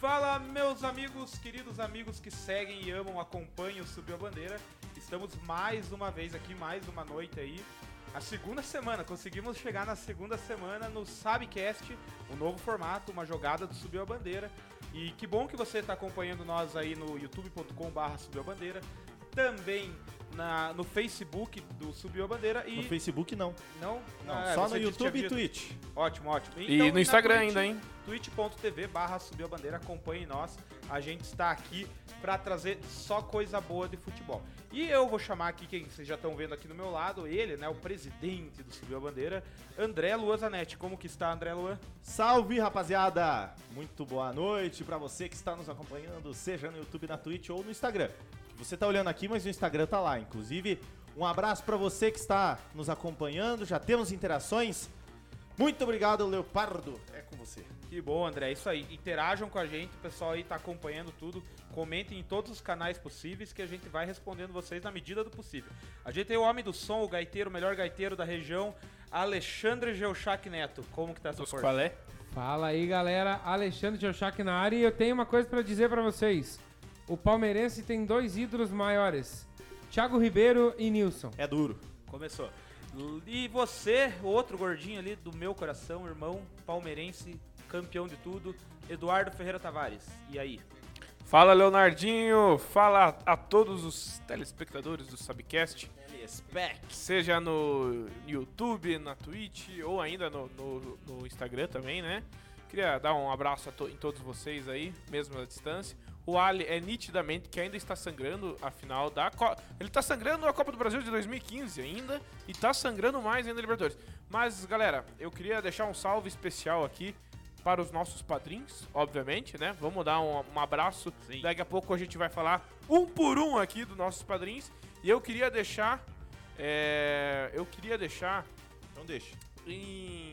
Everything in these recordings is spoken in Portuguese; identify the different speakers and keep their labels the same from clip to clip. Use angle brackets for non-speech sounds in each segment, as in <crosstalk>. Speaker 1: Fala, meus amigos, queridos amigos que seguem e amam, acompanham o Subiu a Bandeira. Estamos mais uma vez aqui, mais uma noite aí. A segunda semana, conseguimos chegar na segunda semana no Sabcast, um novo formato, uma jogada do Subiu a Bandeira. E que bom que você está acompanhando nós aí no youtube.com/barra Subiu a Bandeira, também na, no Facebook do Subiu a Bandeira e
Speaker 2: No Facebook não.
Speaker 1: não,
Speaker 2: Não,
Speaker 1: Ah,
Speaker 2: só
Speaker 1: você
Speaker 2: no
Speaker 1: disse que
Speaker 2: YouTube e
Speaker 1: tinha visto.
Speaker 2: Twitch.
Speaker 1: Ótimo, ótimo. Então,
Speaker 3: E no
Speaker 1: na
Speaker 3: Instagram
Speaker 1: Twitch,
Speaker 3: ainda, hein?
Speaker 1: twitch.tv barra subiu a bandeira, acompanhe nós. A gente está aqui para trazer só coisa boa de futebol. E eu vou chamar aqui quem vocês já estão vendo aqui do meu lado, ele, né, o presidente do Subiu a Bandeira, André Luan Zanetti. Como que está, André Luan?
Speaker 2: Salve, rapaziada! Muito boa noite pra você que está nos acompanhando, seja no YouTube, na Twitch ou no Instagram. Você tá olhando aqui, mas o Instagram tá lá. Inclusive, um abraço pra você que está nos acompanhando. Já temos interações. Muito obrigado, Leopardo. É com você.
Speaker 1: Que bom, André. É Isso aí. Interajam com a gente, o pessoal aí tá acompanhando tudo. Comentem em todos os canais possíveis que a gente vai respondendo vocês na medida do possível. A gente tem o homem do som, o gaiteiro, o melhor gaiteiro da região, Alexandre Geuchac Neto. Como que tá essa força?
Speaker 3: Qual é?
Speaker 4: Fala aí, galera. Alexandre Tchouchak na área e eu tenho uma coisa pra dizer pra vocês. O palmeirense tem dois ídolos maiores, Thiago Ribeiro e Nilson.
Speaker 2: É duro.
Speaker 1: Começou. E você, o outro gordinho ali do meu coração, irmão, palmeirense, campeão de tudo, Eduardo Ferreira Tavares. E aí?
Speaker 3: Fala, Leonardinho. Fala a todos os telespectadores do Subcast. Seja no YouTube, na Twitch ou ainda no, no- no Instagram também, né? Queria dar um abraço a to- em todos vocês aí, mesmo à distância. O Ali é nitidamente que ainda está sangrando a final da Copa. Ele está sangrando a Copa do Brasil de 2015 ainda e está sangrando mais ainda a Libertadores. Mas, galera, eu queria deixar um salve especial aqui para os nossos padrinhos, obviamente, né? Vamos dar um, um abraço.
Speaker 1: Sim.
Speaker 3: Daqui a pouco a gente vai falar um por um aqui dos nossos padrinhos. E eu queria deixar. é, eu queria deixar
Speaker 2: Então deixa.
Speaker 3: em,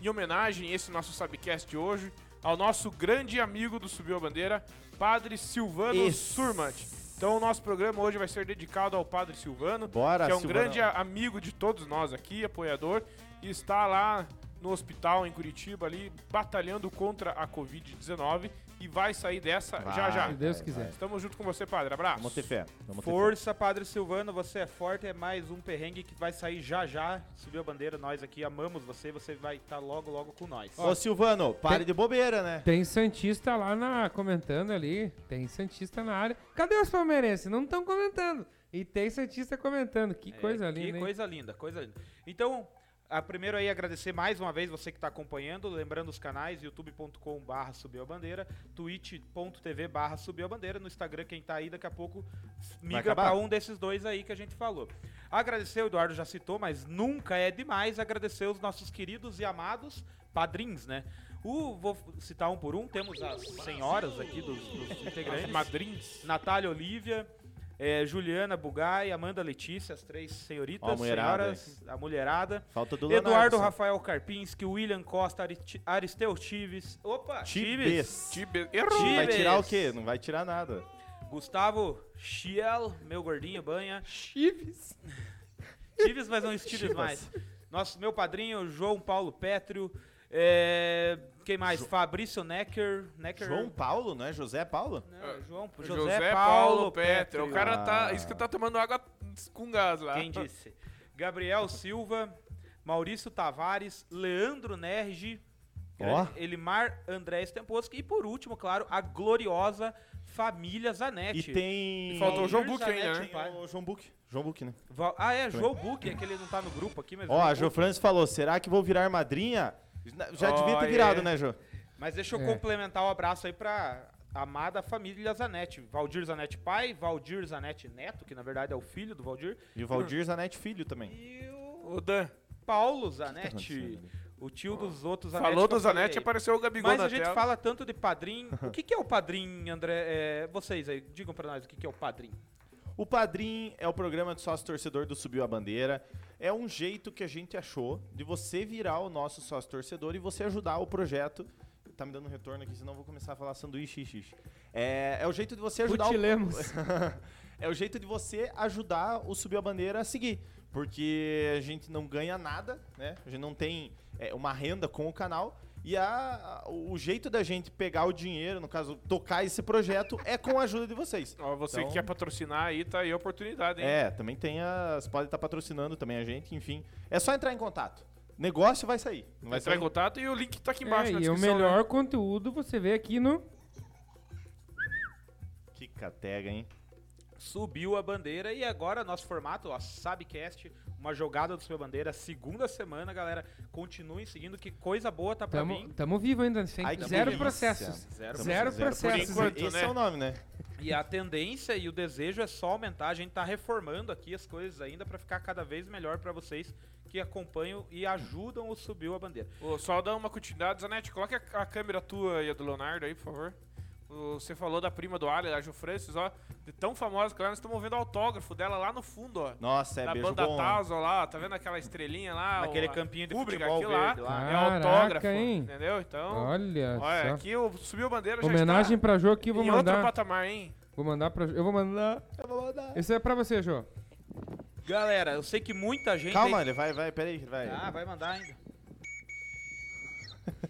Speaker 3: em homenagem esse nosso Subcast de hoje ao nosso grande amigo do Subiu a Bandeira, Padre Silvano
Speaker 2: Isso.
Speaker 3: Surmat. Então o nosso programa hoje vai ser dedicado ao Padre Silvano,
Speaker 2: Bora,
Speaker 3: que é um
Speaker 2: Silvanão.
Speaker 3: grande a- amigo de todos nós aqui, apoiador, e está lá no hospital em Curitiba ali batalhando contra a Covid-19 e vai sair dessa já
Speaker 2: Vai,
Speaker 3: já.
Speaker 4: Se Deus
Speaker 2: vai,
Speaker 4: quiser.
Speaker 2: vai.
Speaker 3: Estamos junto com você, Padre. Abraço.
Speaker 2: Vamos ter fé. Vamos ter fé.
Speaker 1: Força, Padre Silvano, você é forte, é mais um perrengue que vai sair já já. Subiu a bandeira, nós aqui amamos você, você vai estar logo, logo com nós.
Speaker 2: Ô, Silvano, pare de bobeira, né?
Speaker 4: Tem Santista lá na, comentando ali, tem Santista na área. Cadê os palmeirenses? Não estão comentando. E tem Santista comentando. Que
Speaker 1: É,
Speaker 4: coisa
Speaker 1: Que
Speaker 4: linda, hein?
Speaker 1: coisa linda, coisa linda. Então, a primeiro aí agradecer mais uma vez você que está acompanhando, lembrando os canais youtube.com barra subiu a bandeira, twitch.tv barra subiu a bandeira, no Instagram quem tá aí daqui a pouco migra
Speaker 2: acabar.
Speaker 1: para um desses dois aí que a gente falou. Agradecer, o Eduardo já citou, mas nunca é demais agradecer os nossos queridos e amados padrinhos, né? O, vou citar um por um, temos as senhoras aqui dos, dos integrantes.
Speaker 3: Madrins.
Speaker 1: Natália Olívia, eh, Juliana Bugai, Amanda Letícia, as três senhoritas,
Speaker 2: Ó, a mulherada,
Speaker 1: senhoras, a mulherada.
Speaker 2: Falta do
Speaker 1: Eduardo
Speaker 2: Leonardo.
Speaker 1: Rafael Karpinski, William Costa, Arit- Aristeu Tives. Opa! Tives.
Speaker 2: Tibes.
Speaker 3: Tibe... Errou.
Speaker 1: Ti-
Speaker 2: Vai
Speaker 1: Tibes.
Speaker 2: tirar o quê? Não vai tirar nada.
Speaker 1: Gustavo Schiel, meu gordinho, banha.
Speaker 4: É, Chives.
Speaker 1: Tives, mas não Tives mais. Nosso, meu padrinho, João Paulo Pétrio. eh, quem mais? Fabrício Necker. Necker
Speaker 2: João Paulo, não é José Paulo?
Speaker 1: Não, João, José,
Speaker 3: José,
Speaker 1: Paulo,
Speaker 3: Paulo Petro. O cara tá.
Speaker 2: Ah.
Speaker 3: Isso que tá tomando água com gás lá.
Speaker 1: Quem disse? Gabriel Silva, Maurício Tavares, Leandro Nerge,
Speaker 2: Ó.
Speaker 1: Elimar Andrés Temposki e por último, claro, a gloriosa família
Speaker 2: E
Speaker 1: Zanetti.
Speaker 2: tem.
Speaker 3: Faltou o João
Speaker 1: Luiz
Speaker 3: Buck ainda,
Speaker 1: Zanetti,
Speaker 3: né?
Speaker 2: Tem o João Book. João Book, né?
Speaker 1: Val- Ah, é, Joe Book, é que ele não tá no grupo aqui, mas.
Speaker 2: Ó, a
Speaker 1: Joe
Speaker 2: Jo Francis falou: será que vou virar madrinha? Já devia
Speaker 3: Ó,
Speaker 2: ter
Speaker 3: é.
Speaker 2: virado, né, Jô?
Speaker 1: Mas deixa eu
Speaker 4: É.
Speaker 1: complementar o abraço aí pra amada família Zanetti. Valdir Zanetti pai, Valdir Zanetti neto, que na verdade é o filho do Valdir,
Speaker 2: E o Valdir Zanetti Filho também.
Speaker 1: e o
Speaker 3: O Dan.
Speaker 1: Paulo
Speaker 2: acontecendo
Speaker 1: Zanetti,
Speaker 2: ali?
Speaker 1: o tio dos outros Zanetti.
Speaker 3: Falou
Speaker 1: que
Speaker 3: do
Speaker 1: eu falei.
Speaker 3: Zanetti, apareceu o Gabigol
Speaker 1: Mas
Speaker 3: na
Speaker 1: a gente
Speaker 3: tela.
Speaker 1: fala tanto de padrinho. O que, que é o padrinho, André? É, vocês aí, digam pra nós o que, que é o padrinho.
Speaker 2: O Padrim é o programa de sócio torcedor do Subiu a Bandeira. É um jeito que a gente achou de você virar o nosso sócio torcedor e você ajudar o projeto. Tá me dando um retorno aqui, senão eu vou começar a falar sanduíche. xixi. É, é o jeito de você ajudar o
Speaker 4: Putilemos.
Speaker 2: <laughs> é o jeito de você ajudar o Subiu a Bandeira a seguir. Porque a gente não ganha nada, né? A gente não tem é, uma renda com o canal. E a, a- o jeito da gente pegar o dinheiro, no caso, tocar esse projeto, é com a ajuda de vocês.
Speaker 3: Ó, você
Speaker 2: Então-
Speaker 3: que quer patrocinar aí, tá aí a oportunidade, hein?
Speaker 2: É, também tem as. Pode estar patrocinando também a gente, enfim. É só entrar em contato. Negócio vai sair. Não vai um-
Speaker 3: Vai entrar
Speaker 2: sair.
Speaker 3: em contato e o link tá aqui embaixo
Speaker 4: É,
Speaker 3: na
Speaker 4: e o
Speaker 3: descrição.
Speaker 4: melhor
Speaker 3: né?
Speaker 4: conteúdo você vê aqui no.
Speaker 2: Que catega, hein?
Speaker 1: Subiu a bandeira e agora nosso formato, ó, Sabcast, uma jogada do Subiu a Bandeira, segunda semana, galera. Continuem seguindo, que coisa boa tá pra
Speaker 4: Tamo,
Speaker 1: mim.
Speaker 4: tamo vivo ainda, sem
Speaker 2: Ai, que
Speaker 4: zero
Speaker 2: delícia.
Speaker 4: processos.
Speaker 1: Zero
Speaker 4: Zero processos.
Speaker 3: Por enquanto,
Speaker 2: Esse
Speaker 3: né?
Speaker 2: é o nome, né?
Speaker 1: E a tendência e o desejo é só aumentar. A gente tá reformando aqui as coisas ainda pra ficar cada vez melhor pra vocês que acompanham e ajudam o Subiu a Bandeira.
Speaker 3: Ô, só dá uma continuidade. Zanetti, coloque a, a câmera tua e a do Leonardo aí, por favor. Ô, Você falou da prima do Ali, a Ju Francis, ó. De tão famosa que ela, nós estamos vendo o autógrafo dela lá no fundo, ó.
Speaker 2: Nossa, é
Speaker 3: da
Speaker 2: beijo
Speaker 3: banda
Speaker 2: bom.
Speaker 3: Tausa lá, tá vendo aquela estrelinha lá?
Speaker 1: Naquele
Speaker 3: o- a
Speaker 1: campinho de
Speaker 3: Kubrick,
Speaker 1: futebol
Speaker 3: aquilo lá.
Speaker 1: verde lá,
Speaker 4: né?
Speaker 3: É
Speaker 4: Caraca,
Speaker 3: autógrafo,
Speaker 4: hein?
Speaker 3: entendeu? Então,
Speaker 4: Olha,
Speaker 3: olha,
Speaker 4: só.
Speaker 3: aqui o Subiu a Bandeira já
Speaker 4: Homenagem
Speaker 3: está
Speaker 4: pra Jô aqui, eu vou
Speaker 3: em outro
Speaker 4: mandar.
Speaker 3: patamar, hein?
Speaker 4: Vou mandar pra Eu vou mandar.
Speaker 2: Eu vou mandar.
Speaker 4: Esse é pra você, Jô.
Speaker 1: Galera, eu sei que muita gente.
Speaker 2: Calma, ele vai, vai, peraí, ele vai.
Speaker 1: Ah, vai mandar ainda. <laughs>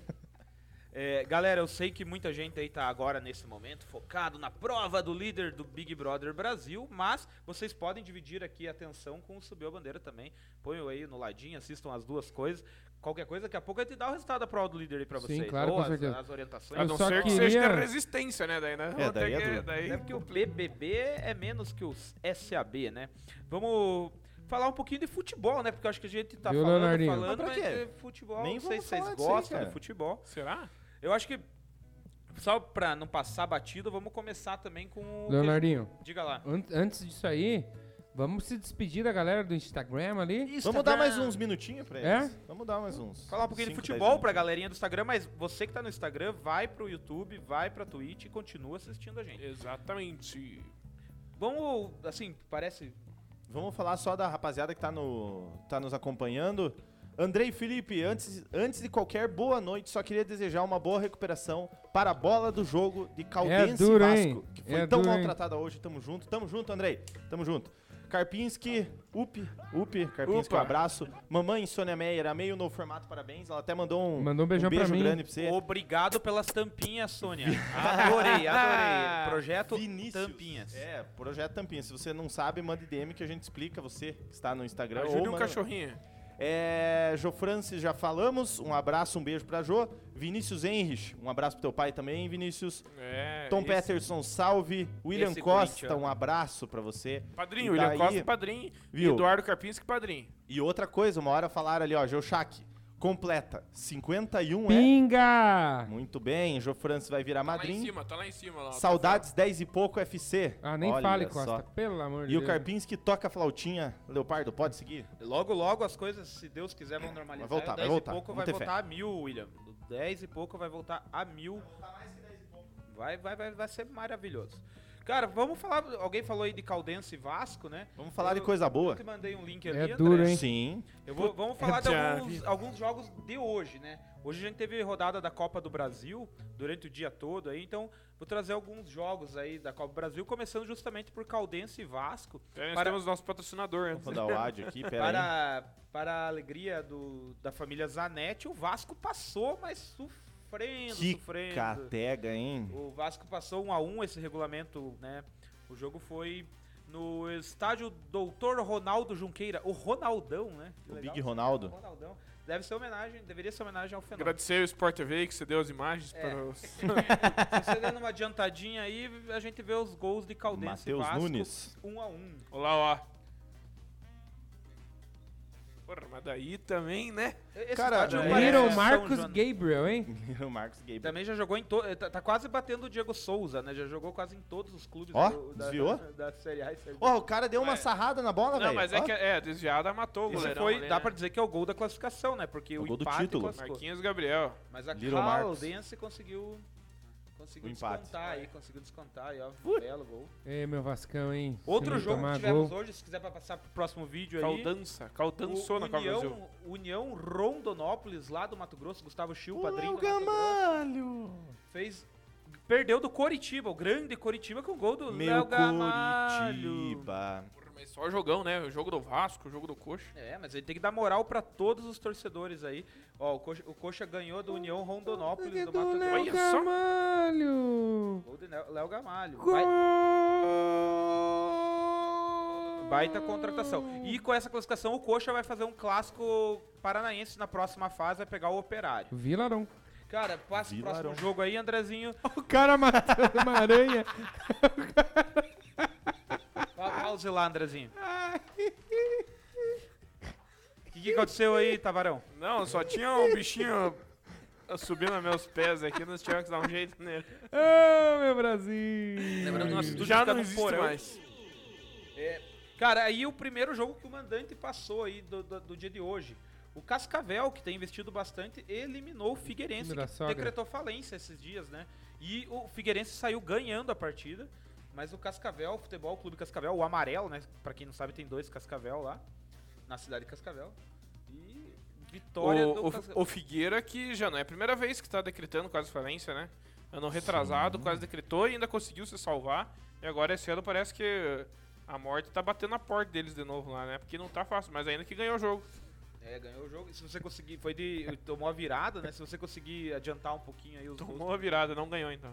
Speaker 1: É, galera, eu sei que muita gente aí tá agora nesse momento focado na prova do líder do Big Brother Brasil, mas vocês podem dividir aqui a atenção com o Subiu a Bandeira também. Ponham aí no ladinho, assistam as duas coisas. Qualquer coisa, daqui a pouco a gente dá o resultado da prova do líder aí pra
Speaker 4: Sim,
Speaker 1: vocês.
Speaker 4: claro,
Speaker 1: Ou
Speaker 4: com
Speaker 1: as,
Speaker 4: certeza.
Speaker 1: as orientações.
Speaker 3: A
Speaker 4: Eu
Speaker 3: não
Speaker 4: só
Speaker 3: ser que seja
Speaker 4: queria-
Speaker 3: da resistência, né? Daí, né?
Speaker 2: daí
Speaker 3: Vamos ter
Speaker 2: é
Speaker 3: que-
Speaker 2: duro.
Speaker 3: daí-
Speaker 1: Até porque o BBB é menos que o SAB, né? Vamos falar um pouquinho de futebol, né? Porque eu acho que a gente tá
Speaker 4: Viu,
Speaker 1: falando,
Speaker 4: Leonardinho?
Speaker 1: falando,
Speaker 2: Mas pra
Speaker 1: mas,
Speaker 2: quê?
Speaker 1: de futebol,
Speaker 2: Nem
Speaker 1: não sei
Speaker 2: vamos
Speaker 1: se vocês
Speaker 2: falar disso aí,
Speaker 1: gostam
Speaker 2: cara.
Speaker 1: de futebol.
Speaker 3: Será?
Speaker 1: Eu acho que, só pra não passar batido, vamos começar também com... o
Speaker 4: Leonardinho,
Speaker 1: que- Diga lá.
Speaker 4: an- antes disso aí, vamos se despedir da galera do Instagram ali.
Speaker 2: Vamos dar mais um. uns minutinhos pra
Speaker 4: É?
Speaker 2: eles? Vamos dar mais uns.
Speaker 1: Falar um pouquinho de
Speaker 2: cinco,
Speaker 1: futebol
Speaker 2: dez
Speaker 1: pra
Speaker 2: minutos.
Speaker 1: galerinha do Instagram, mas você que tá no Instagram, vai pro YouTube, vai pra Twitch e continua assistindo a gente.
Speaker 3: Exatamente.
Speaker 1: Vamos, assim, parece...
Speaker 2: Vamos falar só da rapaziada que tá, no, tá nos acompanhando. Andrei Felipe, antes, antes de qualquer boa noite, só queria desejar uma boa recuperação para a bola do jogo de Caldense
Speaker 4: É duro,
Speaker 2: e Vasco,
Speaker 4: hein?
Speaker 2: que foi
Speaker 4: É
Speaker 2: tão
Speaker 4: duro, hein?
Speaker 2: maltratada hoje. Tamo junto, tamo junto, Andrei. Tamo junto. Karpinski, up, up, Karpinski, um
Speaker 3: Upa.
Speaker 2: abraço. Mamãe Sônia Meyer, amei o novo formato, parabéns. Ela até mandou um,
Speaker 4: Mandou um beijão pra
Speaker 2: beijo
Speaker 4: mim.
Speaker 2: grande pra você.
Speaker 1: Obrigado pelas tampinhas,
Speaker 2: <laughs>
Speaker 1: Sônia. Adorei, adorei. Projeto
Speaker 2: Vinícius.
Speaker 1: Tampinhas.
Speaker 2: É, projeto Tampinhas. Se você não sabe, mande DM que a gente explica. Você que está no Instagram. ou
Speaker 3: Ajude um
Speaker 2: manda-
Speaker 3: cachorrinho.
Speaker 2: É, Jô Francis, já falamos. Um abraço, um beijo pra Jô. Vinícius Henrich, um abraço pro teu pai também, Vinícius.
Speaker 3: É,
Speaker 2: Tom
Speaker 3: esse-
Speaker 2: Peterson, salve. William
Speaker 1: esse
Speaker 2: Costa,
Speaker 1: Corinthians.
Speaker 2: um abraço pra você.
Speaker 3: Padrinho,
Speaker 2: E
Speaker 3: William
Speaker 2: daí-
Speaker 3: Costa, padrinho. E
Speaker 2: Viu?
Speaker 3: Eduardo Karpinski, padrinho. Tá
Speaker 2: E outra coisa, uma hora falaram ali, ó, Jô Schack, completa 51 é.
Speaker 4: Pinga!
Speaker 2: Muito bem, Jô Francis vai virar
Speaker 3: Tá lá em
Speaker 2: madrinho.
Speaker 3: cima, tá lá em cima. Lá,
Speaker 2: Saudades 10 e pouco FC.
Speaker 4: Ah, nem
Speaker 2: Olha
Speaker 4: fale,
Speaker 2: só.
Speaker 4: Costa. Pelo amor de
Speaker 2: E
Speaker 4: Deus.
Speaker 2: o Karpinski toca flautinha. Leopardo, pode seguir?
Speaker 1: Logo, logo as coisas, se Deus quiser, vão normalizar.
Speaker 2: Vai voltar, vai
Speaker 1: 10
Speaker 2: voltar.
Speaker 1: e pouco
Speaker 2: Vamos
Speaker 1: vai
Speaker 2: ter
Speaker 1: voltar a mil, William. 10 e pouco vai voltar a mil. Vai, vai, vai, vai ser maravilhoso. Cara, vamos falar. Alguém falou aí de Caldense e Vasco, né?
Speaker 2: Vamos falar de
Speaker 1: Eu-
Speaker 2: coisa boa.
Speaker 1: Eu te mandei um link
Speaker 4: É
Speaker 1: ali. André.
Speaker 4: duro, hein?
Speaker 2: Sim.
Speaker 1: Eu vou- vamos falar
Speaker 4: <laughs>
Speaker 1: de
Speaker 3: Já
Speaker 1: alguns,
Speaker 3: vi.
Speaker 1: alguns jogos de hoje, né? Hoje a gente teve rodada da Copa do Brasil durante o dia todo aí, então vou trazer alguns jogos aí da Copa do Brasil, começando justamente por Caldense e Vasco.
Speaker 3: Então, nós
Speaker 1: Para-
Speaker 3: temos nosso patrocinador né? antes.
Speaker 2: Vou dar o áudio aqui, pera aí.
Speaker 1: Para, para a alegria do- da família Zanetti, o Vasco passou, mas sofrendo,
Speaker 2: Que
Speaker 1: sofrendo.
Speaker 2: catega, hein?
Speaker 1: O Vasco passou 1 a 1 esse regulamento, né? O jogo foi no estádio Doutor Ronaldo Junqueira, o Ronaldão, né? Que
Speaker 2: O
Speaker 1: legal.
Speaker 2: Big Ronaldo.
Speaker 1: Ronaldão. Deve ser homenagem, deveria ser homenagem ao fenômeno.
Speaker 3: Agradecer o Sport TV que você deu as imagens
Speaker 1: É.
Speaker 3: para os...
Speaker 1: Se você dando uma adiantadinha aí, a gente vê os gols de Caldense e
Speaker 2: Matheus
Speaker 1: Vasco,
Speaker 2: Nunes.
Speaker 1: 1 a 1.
Speaker 3: Olá, ó. Porra, mas daí também, né?
Speaker 1: Esse
Speaker 2: Cara,
Speaker 1: estádio
Speaker 2: é-
Speaker 1: parece
Speaker 4: Little
Speaker 1: São
Speaker 4: Marcos
Speaker 1: João-
Speaker 4: Gabriel, hein?
Speaker 2: o Marcos Gabriel.
Speaker 1: Também já jogou em todo. Tá, tá quase batendo o Diego Souza, né? Já jogou quase em todos os clubes
Speaker 2: Ó,
Speaker 1: do- da,
Speaker 2: desviou?
Speaker 1: da, da Série A e Série B.
Speaker 2: Ó, o cara deu uma
Speaker 3: É.
Speaker 2: sarrada na bola, velho.
Speaker 3: Não, mas é
Speaker 2: Ó,
Speaker 3: que é, desviada matou o
Speaker 1: Tá, Esse
Speaker 3: goleirão
Speaker 1: foi,
Speaker 3: ali,
Speaker 1: dá
Speaker 3: né?
Speaker 1: pra dizer que é o gol da classificação, né? Porque
Speaker 2: É o
Speaker 1: o,
Speaker 2: gol do
Speaker 1: empate
Speaker 2: título.
Speaker 1: classificou.
Speaker 3: Marquinhos Gabriel.
Speaker 1: Mas a
Speaker 2: Little Marcos.
Speaker 1: Caldense conseguiu, conseguiu
Speaker 2: O empate.
Speaker 1: descontar aí, conseguiu descontar aí, ó. Belo gol.
Speaker 4: Ei, meu Vascão, hein? Se
Speaker 1: Outro
Speaker 4: não
Speaker 1: jogo
Speaker 4: tomar
Speaker 1: que tivemos
Speaker 4: gol.
Speaker 1: hoje, se quiser pra passar pro próximo vídeo aí.
Speaker 3: Caldança. Caldançou na Copa do Brasil.
Speaker 1: União, União Rondonópolis, lá do Mato Grosso, Gustavo Chiu, padrinho
Speaker 2: Léo
Speaker 1: do Mato Grosso,
Speaker 2: Gamalho!
Speaker 1: fez perdeu do Coritiba, o grande Coritiba com o gol do
Speaker 2: Meu
Speaker 1: Léo Gamalho.
Speaker 2: Curitiba.
Speaker 3: mas só jogão, né? O jogo do Vasco, o jogo do Coxa.
Speaker 1: É, mas ele tem que dar moral pra todos os torcedores aí. Ó, o Coxa, o Coxa ganhou do União Rondonópolis do Mato Grosso.
Speaker 3: Léo
Speaker 1: Olha só.
Speaker 4: Gamalho.
Speaker 1: Gol do Léo Léo Gamalho. Bai-
Speaker 4: Gol!
Speaker 1: Baita contratação. E com essa classificação, o Coxa vai fazer um clássico paranaense na próxima fase, vai pegar o Operário.
Speaker 4: Vilarão.
Speaker 1: Cara, passa o próximo
Speaker 2: Vilarão.
Speaker 1: jogo aí, Andrezinho.
Speaker 4: O cara matando uma aranha.
Speaker 1: Pa- Pause lá, Andrezinho. O que, que aconteceu aí, Tavarão?
Speaker 3: Não, só tinha um bichinho <laughs> subindo a meus pés aqui, nós tivemos que dar um jeito nele.
Speaker 4: Ah, meu Brasil.
Speaker 1: Lembrando do nosso estúdio
Speaker 3: Já
Speaker 1: fica
Speaker 3: não
Speaker 1: tá no
Speaker 3: existe
Speaker 1: porão.
Speaker 3: mais.
Speaker 1: É, Cara, aí o primeiro jogo que o mandante passou aí do, do- do dia de hoje. O Cascavel, que tem investido bastante, eliminou o Figueirense,
Speaker 4: Filho da
Speaker 1: que
Speaker 4: sogra.
Speaker 1: decretou falência esses dias, né? E o Figueirense saiu ganhando a partida, mas o Cascavel, o Futebol Clube Cascavel, o amarelo, né? Pra quem não sabe, tem dois Cascavel lá, na cidade de Cascavel. E vitória do
Speaker 3: O,
Speaker 1: Cascavel.
Speaker 3: o, o Figueira, que já não é a primeira vez que tá decretando quase falência, né? Ano retrasado, quase decretou e ainda conseguiu se salvar. E agora esse ano parece que a morte tá batendo na porta deles de novo lá, né? Porque não tá fácil, mas ainda que ganhou o jogo.
Speaker 1: É, ganhou o jogo. E se você conseguir, foi de. Tomou a virada, né? Se você conseguir adiantar um pouquinho aí os gols.
Speaker 3: Tomou a virada, não ganhou então.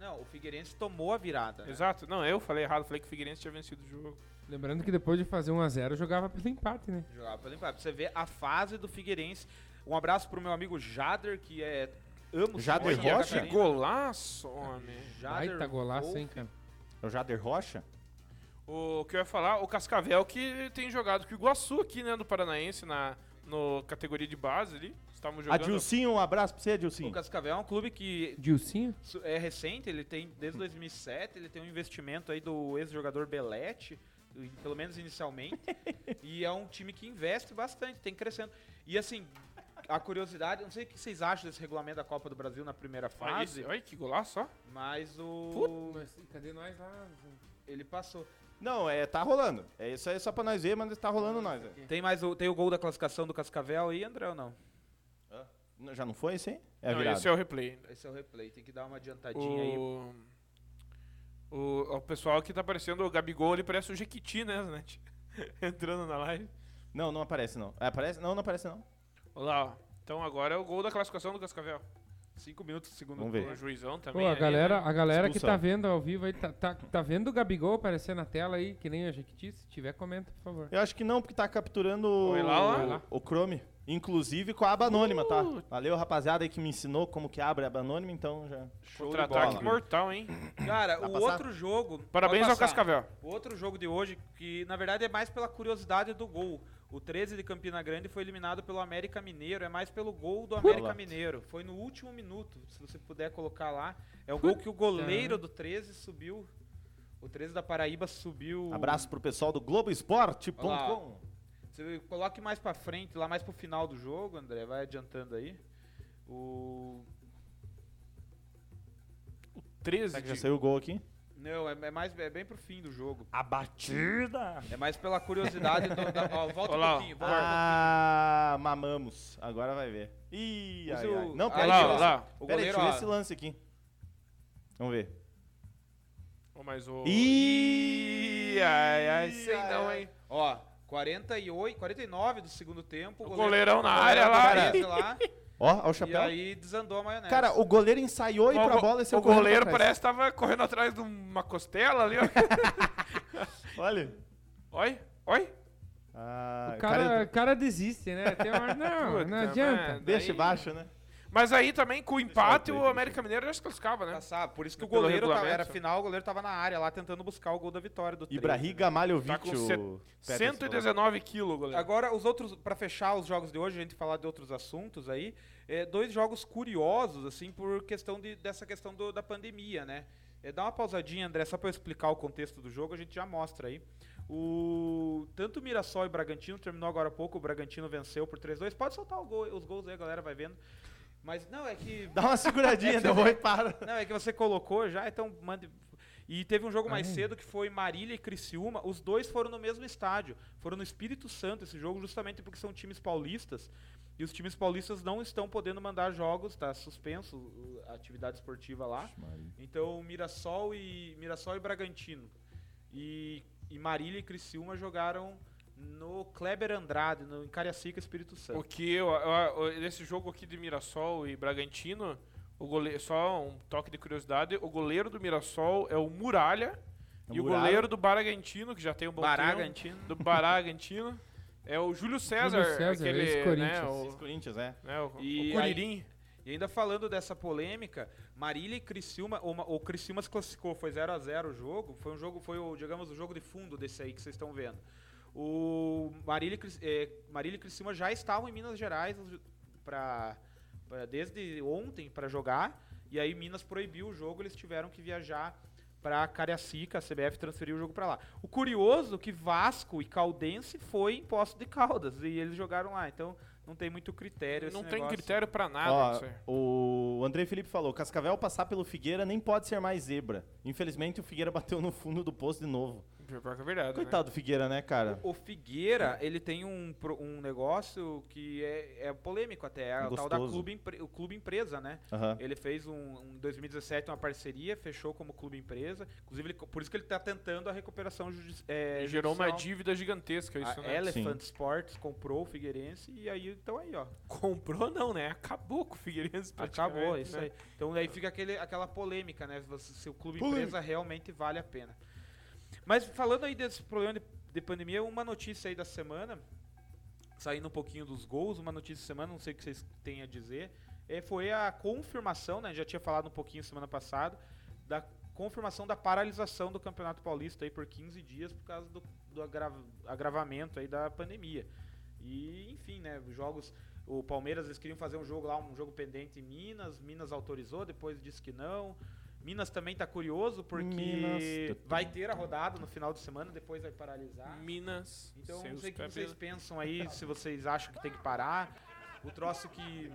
Speaker 1: Não, o Figueirense tomou a virada. né?
Speaker 3: Exato. Não, eu falei errado, falei que o Figueirense tinha vencido o jogo.
Speaker 4: Lembrando que depois de fazer 1x0, jogava pelo empate, né?
Speaker 1: Jogava pelo empate. Pra você ver a fase do Figueirense. Um abraço pro meu amigo Jader, que é. Amo o
Speaker 2: Jader
Speaker 1: futebol de
Speaker 2: Rocha?
Speaker 1: Catarina.
Speaker 3: né? Golaço, homem.
Speaker 1: Jader
Speaker 4: Baita golaço,
Speaker 1: Wolf.
Speaker 4: hein, cara.
Speaker 2: É o Jader Rocha?
Speaker 3: O que eu ia falar, o Cascavel que tem jogado com o Iguaçu aqui, né, do Paranaense, na no categoria de base ali. Estavam jogando.
Speaker 2: Adilcinho, um abraço pra você,
Speaker 1: O
Speaker 2: Adilcinho.
Speaker 1: Cascavel é um clube que
Speaker 4: Dilcinho?
Speaker 1: su- é recente, ele tem desde 2007, ele tem um investimento aí do ex-jogador Belete, e- pelo menos inicialmente,
Speaker 4: <laughs>
Speaker 1: e é um time que investe bastante, tem crescendo. E assim, a curiosidade, não sei o que vocês acham desse regulamento da Copa do Brasil na primeira
Speaker 3: Olha,
Speaker 1: fase,
Speaker 3: esse- olha que golaço, ó.
Speaker 1: mas o
Speaker 4: né? Cadê nós lá?
Speaker 1: ele passou.
Speaker 2: Não, é, tá rolando. É isso aí só pra nós ver, mas tá rolando nós. é.
Speaker 1: Tem mais o, tem o gol da classificação do Cascavel aí, André, ou não?
Speaker 2: Não, Já não foi esse aí? É a
Speaker 3: não,
Speaker 2: virada.
Speaker 3: esse é o replay.
Speaker 1: Esse é o replay, tem que dar uma adiantadinha aí.
Speaker 3: O... O, o pessoal que tá aparecendo, o Gabigol, ele parece o Jequiti, né, Zanetti? <laughs> Entrando na live.
Speaker 2: Não, não aparece não. É, Aparece? Não, não aparece não.
Speaker 3: Olha lá, ó. Então agora é o gol da classificação do Cascavel.
Speaker 1: Cinco minutos do segundo
Speaker 2: Vamos
Speaker 1: tempo.
Speaker 2: ver.
Speaker 3: O juizão também.
Speaker 4: Pô, a
Speaker 3: ali,
Speaker 4: galera,
Speaker 3: né?
Speaker 4: a galera que tá
Speaker 2: Expulsão.
Speaker 4: vendo ao vivo aí, tá, tá, tá vendo o Gabigol aparecer na tela aí, que nem a Jequiti? Se tiver, comenta, por favor.
Speaker 2: Eu acho que não, porque tá capturando o,
Speaker 3: Vai lá, ó. Vai
Speaker 4: lá.
Speaker 2: o Chrome. Inclusive com a aba anônima, tá? Valeu, rapaziada aí que me ensinou como que abre a aba anônima, então já...
Speaker 1: Show de
Speaker 3: Contra-ataque
Speaker 1: bola.
Speaker 3: mortal, hein?
Speaker 1: Cara,
Speaker 2: Dá
Speaker 1: o
Speaker 2: passar?
Speaker 1: outro jogo.
Speaker 3: Parabéns
Speaker 1: Pode
Speaker 3: ao
Speaker 1: passar.
Speaker 3: Cascavel.
Speaker 1: O outro jogo de hoje, que na verdade é mais pela curiosidade do gol. O 13 de Campina Grande foi eliminado pelo América Mineiro, é mais pelo gol do América
Speaker 2: Olá.
Speaker 1: Mineiro. Foi no último minuto, se você puder colocar lá. É o gol que o goleiro do 13 subiu. O 13 da Paraíba subiu.
Speaker 2: Abraço pro pessoal do Globoesporte.com.
Speaker 1: Olá. Você coloque mais pra frente, lá mais pro final do jogo, André, vai adiantando aí. O
Speaker 2: Será
Speaker 3: 13
Speaker 2: que já
Speaker 3: de
Speaker 2: saiu o gol aqui?
Speaker 1: não, é, é mais é bem pro fim do jogo.
Speaker 2: A batida!
Speaker 1: É mais pela curiosidade do da, ó, volta
Speaker 3: Olha lá,
Speaker 1: um pouquinho, volta
Speaker 2: Ah, mamamos. Agora vai ver. Ih,
Speaker 1: Mas
Speaker 2: ai,
Speaker 1: o-
Speaker 2: ai. Não,
Speaker 1: Olha
Speaker 2: peraí,
Speaker 3: lá,
Speaker 2: deixa eu
Speaker 3: olha
Speaker 2: ver
Speaker 3: lá.
Speaker 1: um pouquinho.
Speaker 2: esse-
Speaker 1: O
Speaker 2: peraí,
Speaker 1: goleiro,
Speaker 2: deixa eu ver esse
Speaker 1: ó,
Speaker 2: lance aqui. Vamos ver.
Speaker 3: Ô, Mas o.
Speaker 2: Ih,
Speaker 3: Ih, ai, ai,
Speaker 2: Ih,
Speaker 3: sei
Speaker 2: ai,
Speaker 3: não,
Speaker 2: ai.
Speaker 3: hein?
Speaker 1: ó, 48, 49 do segundo tempo.
Speaker 3: O goleirão na área
Speaker 1: do
Speaker 3: lá.
Speaker 1: 13 tá lá,
Speaker 2: Ó, ó o
Speaker 1: e
Speaker 2: <laughs> chapéu.
Speaker 1: aí né? desandou a maionese.
Speaker 2: Cara, o goleiro ensaiou e
Speaker 3: Ó,
Speaker 2: pra
Speaker 3: go-
Speaker 2: bola e
Speaker 3: o
Speaker 2: seu
Speaker 3: goleiro parece que tava correndo atrás de uma costela ali, ó.
Speaker 2: Olha.
Speaker 3: Oi, oi.
Speaker 2: Ah,
Speaker 4: O cara, cara desiste, né?
Speaker 3: <laughs>
Speaker 4: Tem uma... Não, não
Speaker 3: Puta
Speaker 4: adianta.
Speaker 3: merda.
Speaker 2: Deixa
Speaker 3: Daí-
Speaker 2: baixo, né?
Speaker 3: Mas aí também com o empate
Speaker 2: eu ver
Speaker 3: o
Speaker 2: aqui.
Speaker 3: América Mineiro já se classificava, né?
Speaker 1: Passar, por isso que o
Speaker 3: Pelo
Speaker 1: goleiro tava,
Speaker 3: regulamento.
Speaker 1: era final, o goleiro tava na área lá tentando buscar o gol da vitória do né? 13.
Speaker 2: Ibrahim Malhovic,
Speaker 3: Tá com
Speaker 2: o
Speaker 3: set-
Speaker 2: Pepe
Speaker 3: 119 quilos, goleiro.
Speaker 1: Agora, os outros, pra fechar os jogos de hoje, a gente falar de outros assuntos aí, é, dois jogos curiosos, assim, por questão de- dessa questão do- da pandemia, né? É, dá uma pausadinha, André, só pra eu explicar o contexto do jogo, a gente já mostra aí. O, tanto o Mirassol e o Bragantino, terminou agora há pouco, o Bragantino venceu por 3-2. Pode soltar o gol- os gols aí, a galera vai vendo. Mas não, é que
Speaker 2: Dá uma seguradinha, deu um vou e para.
Speaker 1: não, é que você colocou já, então mande. E teve um jogo mais
Speaker 4: Ai.
Speaker 1: cedo que foi Marília e Criciúma. Os dois foram no mesmo estádio. Foram no Espírito Santo esse jogo, justamente porque são times paulistas. E os times paulistas não estão podendo mandar jogos, tá suspenso uh, a atividade esportiva lá. Então, Mirassol e Mirassol e Bragantino. E e Marília e Criciúma jogaram no Kleber Andrade, no em Cariacica, Espírito Santo.
Speaker 3: O que eu, eu- eu- nesse jogo aqui de Mirassol e Bragantino, o gole- só um toque de curiosidade, o goleiro do Mirassol é o Muralha
Speaker 2: É o
Speaker 3: e o
Speaker 2: Muralha.
Speaker 3: goleiro do Bragantino, que já tem um bom tempo,
Speaker 1: Baragantino.
Speaker 3: do Bragantino, é o Júlio César,
Speaker 4: Júlio César,
Speaker 3: aquele, né,
Speaker 4: ex-Corinthians.
Speaker 3: o,
Speaker 2: Corinthians, é.
Speaker 3: né, o,
Speaker 1: E
Speaker 3: o Curirim.
Speaker 1: E ainda falando dessa polêmica, Marília e Criciúma, o, Ma- o Criciúma se classificou, foi 0 a 0 o jogo, foi um jogo, foi o, digamos, o jogo de fundo desse aí que vocês estão vendo. O Marília e, Cris- eh, Marília e Criciúma já estavam em Minas Gerais pra, pra- É, desde ontem para jogar, e aí Minas proibiu o jogo, eles tiveram que viajar para Cariacica, a CBF transferiu o jogo para lá. O curioso é que Vasco e Caldense foi em Poço de Caldas e eles jogaram lá, então não tem muito critério esse
Speaker 3: Não tem
Speaker 1: negócio.
Speaker 3: critério pra nada isso aí.
Speaker 2: Ó, o André Felipe falou: Cascavel passar pelo Figueira nem pode ser mais zebra. Infelizmente, o Figueira bateu no fundo do poço de novo.
Speaker 3: Pior que é verdade, né?
Speaker 2: Coitado do Figueira, né, cara?
Speaker 1: O Figueira, ele tem um, pro- um negócio que é, é polêmico até, é o tal da
Speaker 2: Gostoso.
Speaker 1: clube, Empre- o clube empresa, né?
Speaker 2: Aham.
Speaker 1: Ele fez um, em 2017 uma parceria, fechou como clube empresa, inclusive ele co- por isso que ele está tentando a recuperação judi- é, Ah,
Speaker 3: E gerou uma
Speaker 1: judicial.
Speaker 3: dívida gigantesca isso,
Speaker 1: A
Speaker 3: né?
Speaker 1: Elephant Sports comprou o Figueirense e aí então aí ó
Speaker 3: Comprou não, né? Acabou com o Figueirense praticamente,
Speaker 1: acabou isso
Speaker 3: né?
Speaker 1: aí então aí fica aquele, aquela polêmica né se- se o clube
Speaker 2: Polêmica.
Speaker 1: empresa realmente vale a pena mas falando aí desse problema de, de pandemia uma notícia aí da semana saindo um pouquinho dos gols, uma notícia de semana, não sei o que vocês têm a dizer. É, foi a confirmação, né? Já tinha falado um pouquinho semana passada, da confirmação da paralisação do Campeonato Paulista aí por 15 dias por causa do, do agra- agravamento aí da pandemia. E, enfim, né? Jogos. O Palmeiras eles queriam fazer um jogo lá, um jogo pendente em Minas, Minas autorizou, depois disse que não. Minas também tá curioso porque
Speaker 2: Minas.
Speaker 1: vai ter a rodada no final de semana, depois vai paralisar.
Speaker 3: Minas,
Speaker 1: Então,
Speaker 3: sem
Speaker 1: não
Speaker 3: os
Speaker 1: sei o que
Speaker 3: cabelos.
Speaker 1: vocês pensam aí, se vocês acham que tem que parar. O troço que.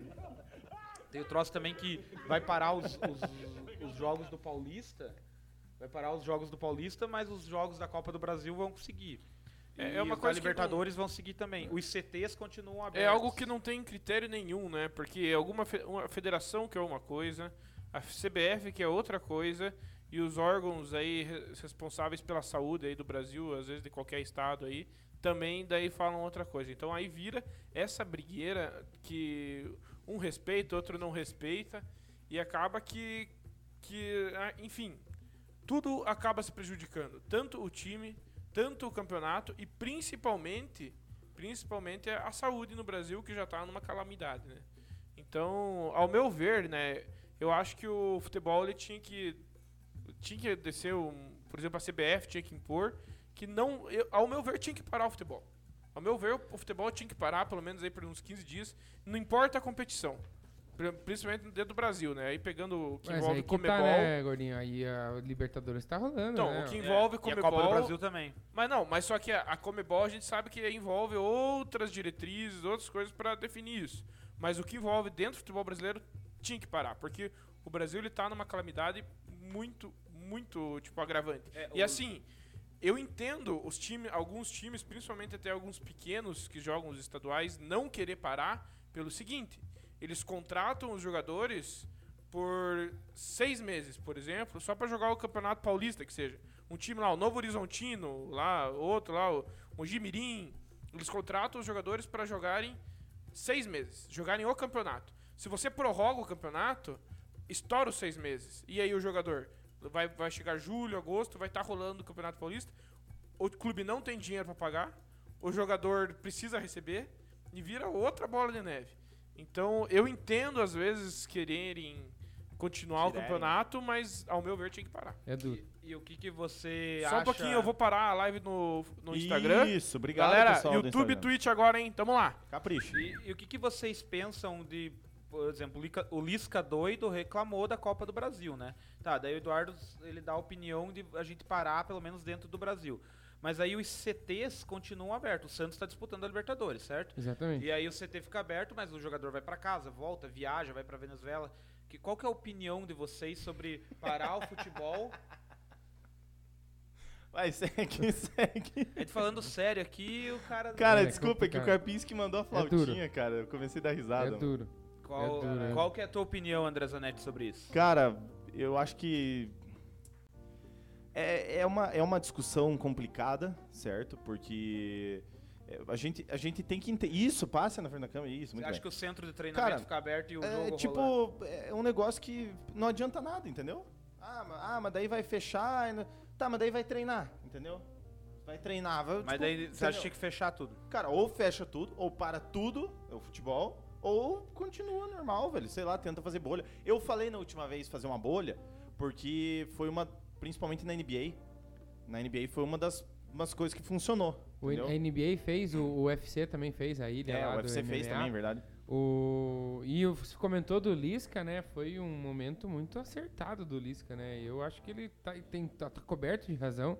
Speaker 1: Tem o troço também que vai parar os, os- os jogos do Paulista. Vai parar os jogos do Paulista, mas os jogos da Copa do Brasil vão seguir.
Speaker 3: É-
Speaker 1: E
Speaker 3: é uma
Speaker 1: os da
Speaker 3: coisa que
Speaker 1: Libertadores vão seguir também. Os CTs continuam abertos.
Speaker 3: É algo que não tem critério nenhum, né? Porque alguma fe- uma federação que é uma coisa, a CBF que é outra coisa, e os órgãos aí re- responsáveis pela saúde aí do Brasil, às vezes de qualquer estado aí, também daí falam outra coisa. Então aí vira essa brigueira que um respeita, outro não respeita, e acaba que que, ah, enfim, tudo acaba se prejudicando, tanto o time, tanto o campeonato e principalmente, principalmente a saúde no Brasil que já está numa calamidade, né? Então, ao meu ver, né, eu acho que o futebol ele tinha que tinha que descer, um, por exemplo, a CBF tinha que impor que não, eu- ao meu ver, tinha que parar o futebol. Ao meu ver, o futebol tinha que parar pelo menos aí por uns 15 dias, não importa a competição. Pri- Principalmente dentro do Brasil, né? Aí pegando o que
Speaker 4: Mas
Speaker 3: envolve
Speaker 4: aí
Speaker 3: o
Speaker 4: que tá,
Speaker 3: Comebol.
Speaker 4: né, gordinho? Aí a Libertadores tá rolando,
Speaker 3: Então,
Speaker 4: né?
Speaker 3: o que
Speaker 1: É,
Speaker 3: envolve
Speaker 1: e a
Speaker 3: Comebol.
Speaker 1: Copa do Brasil também.
Speaker 3: Mas não, mas só que a, a Comebol a gente sabe que envolve outras diretrizes, outras coisas pra definir isso. Mas o que envolve dentro do futebol brasileiro tinha que parar, porque o Brasil ele tá numa calamidade muito, muito tipo agravante.
Speaker 1: É,
Speaker 3: e
Speaker 1: o-
Speaker 3: assim, eu entendo os times, alguns times, principalmente até alguns pequenos que jogam os estaduais, não querer parar pelo seguinte: eles contratam os jogadores por seis meses, por exemplo, só para jogar o Campeonato Paulista, que seja. Um time lá, o Novo Horizontino, lá, outro lá, o Mogi Mirim, eles contratam os jogadores para jogarem seis meses, jogarem o campeonato. Se você prorroga o campeonato, estoura os seis meses. E aí o jogador vai, vai chegar julho, agosto, vai estar rolando o Campeonato Paulista. O clube não tem dinheiro para pagar, o jogador precisa receber e vira outra bola de neve. Então eu entendo às vezes quererem continuar o
Speaker 2: Tirarem. né?
Speaker 3: campeonato, mas ao meu ver tinha que parar.
Speaker 4: É duro.
Speaker 1: E, e o que, que você
Speaker 3: Só um
Speaker 1: acha-
Speaker 3: pouquinho, eu vou parar a live no, no Instagram.
Speaker 2: Isso, obrigado,
Speaker 3: Galera,
Speaker 2: pessoal do
Speaker 3: YouTube e
Speaker 2: Instagram.
Speaker 3: Twitch agora, hein? Tamo lá.
Speaker 2: Capricho.
Speaker 1: E, e o que, que vocês pensam de, por exemplo, o Lica- o Lisca doido reclamou da Copa do Brasil, né? Tá, daí o Eduardo ele dá a opinião de a gente parar pelo menos dentro do Brasil. Mas aí os CTs continuam abertos. O Santos está disputando a Libertadores, certo?
Speaker 4: Exatamente.
Speaker 1: E é aí o CT fica aberto, mas o jogador vai pra casa, volta, viaja, vai pra Venezuela. Que, qual que é a opinião de vocês sobre parar
Speaker 2: <laughs>
Speaker 1: o futebol?
Speaker 2: Vai, segue, segue.
Speaker 1: A gente falando sério aqui, o cara.
Speaker 2: Cara,
Speaker 4: É
Speaker 2: desculpa, é que o
Speaker 4: complicado.
Speaker 2: Karpinski mandou a
Speaker 4: duro.
Speaker 2: flautinha, cara. Eu comecei a dar risada.
Speaker 4: É
Speaker 2: mano.
Speaker 4: duro.
Speaker 1: qual,
Speaker 4: é duro,
Speaker 2: né?
Speaker 4: é.
Speaker 1: qual que é a tua opinião, André Zanetti, sobre isso?
Speaker 2: Cara, eu acho que. É, é, uma, é uma discussão complicada, certo? Porque é, a gente, a gente tem que ente- Isso, passa na frente da câmera, isso,
Speaker 1: Você
Speaker 2: muito
Speaker 1: acha
Speaker 2: bem.
Speaker 1: que o centro de treinamento
Speaker 2: Cara,
Speaker 1: fica aberto e o
Speaker 2: É
Speaker 1: um jogo
Speaker 2: tipo,
Speaker 1: rolar?
Speaker 2: é um negócio que não adianta nada, entendeu? Ah, ma- ah, mas daí vai fechar. e não- Tá, mas daí vai treinar, entendeu? Vai treinar. Vai,
Speaker 1: Mas
Speaker 2: tipo,
Speaker 1: daí você acha
Speaker 2: entendeu?
Speaker 1: que tinha que fechar tudo.
Speaker 2: Cara, ou fecha tudo, ou para tudo, é o futebol, ou continua normal, velho. Sei lá, tenta fazer bolha. Eu falei na última vez fazer uma bolha, porque foi uma. Principalmente na NBA. Na NBA foi uma das umas coisas que funcionou.
Speaker 4: O
Speaker 2: entendeu?
Speaker 4: N- NBA fez, o, o UFC também fez, a ilha
Speaker 2: é,
Speaker 4: lá
Speaker 2: o
Speaker 4: do
Speaker 2: UFC fez
Speaker 4: MMA.
Speaker 2: também, verdade.
Speaker 4: O... E o- você comentou do Lisca, né? Foi um momento muito acertado do Lisca, né? Eu acho que ele tá, tem, tá, tá coberto de razão.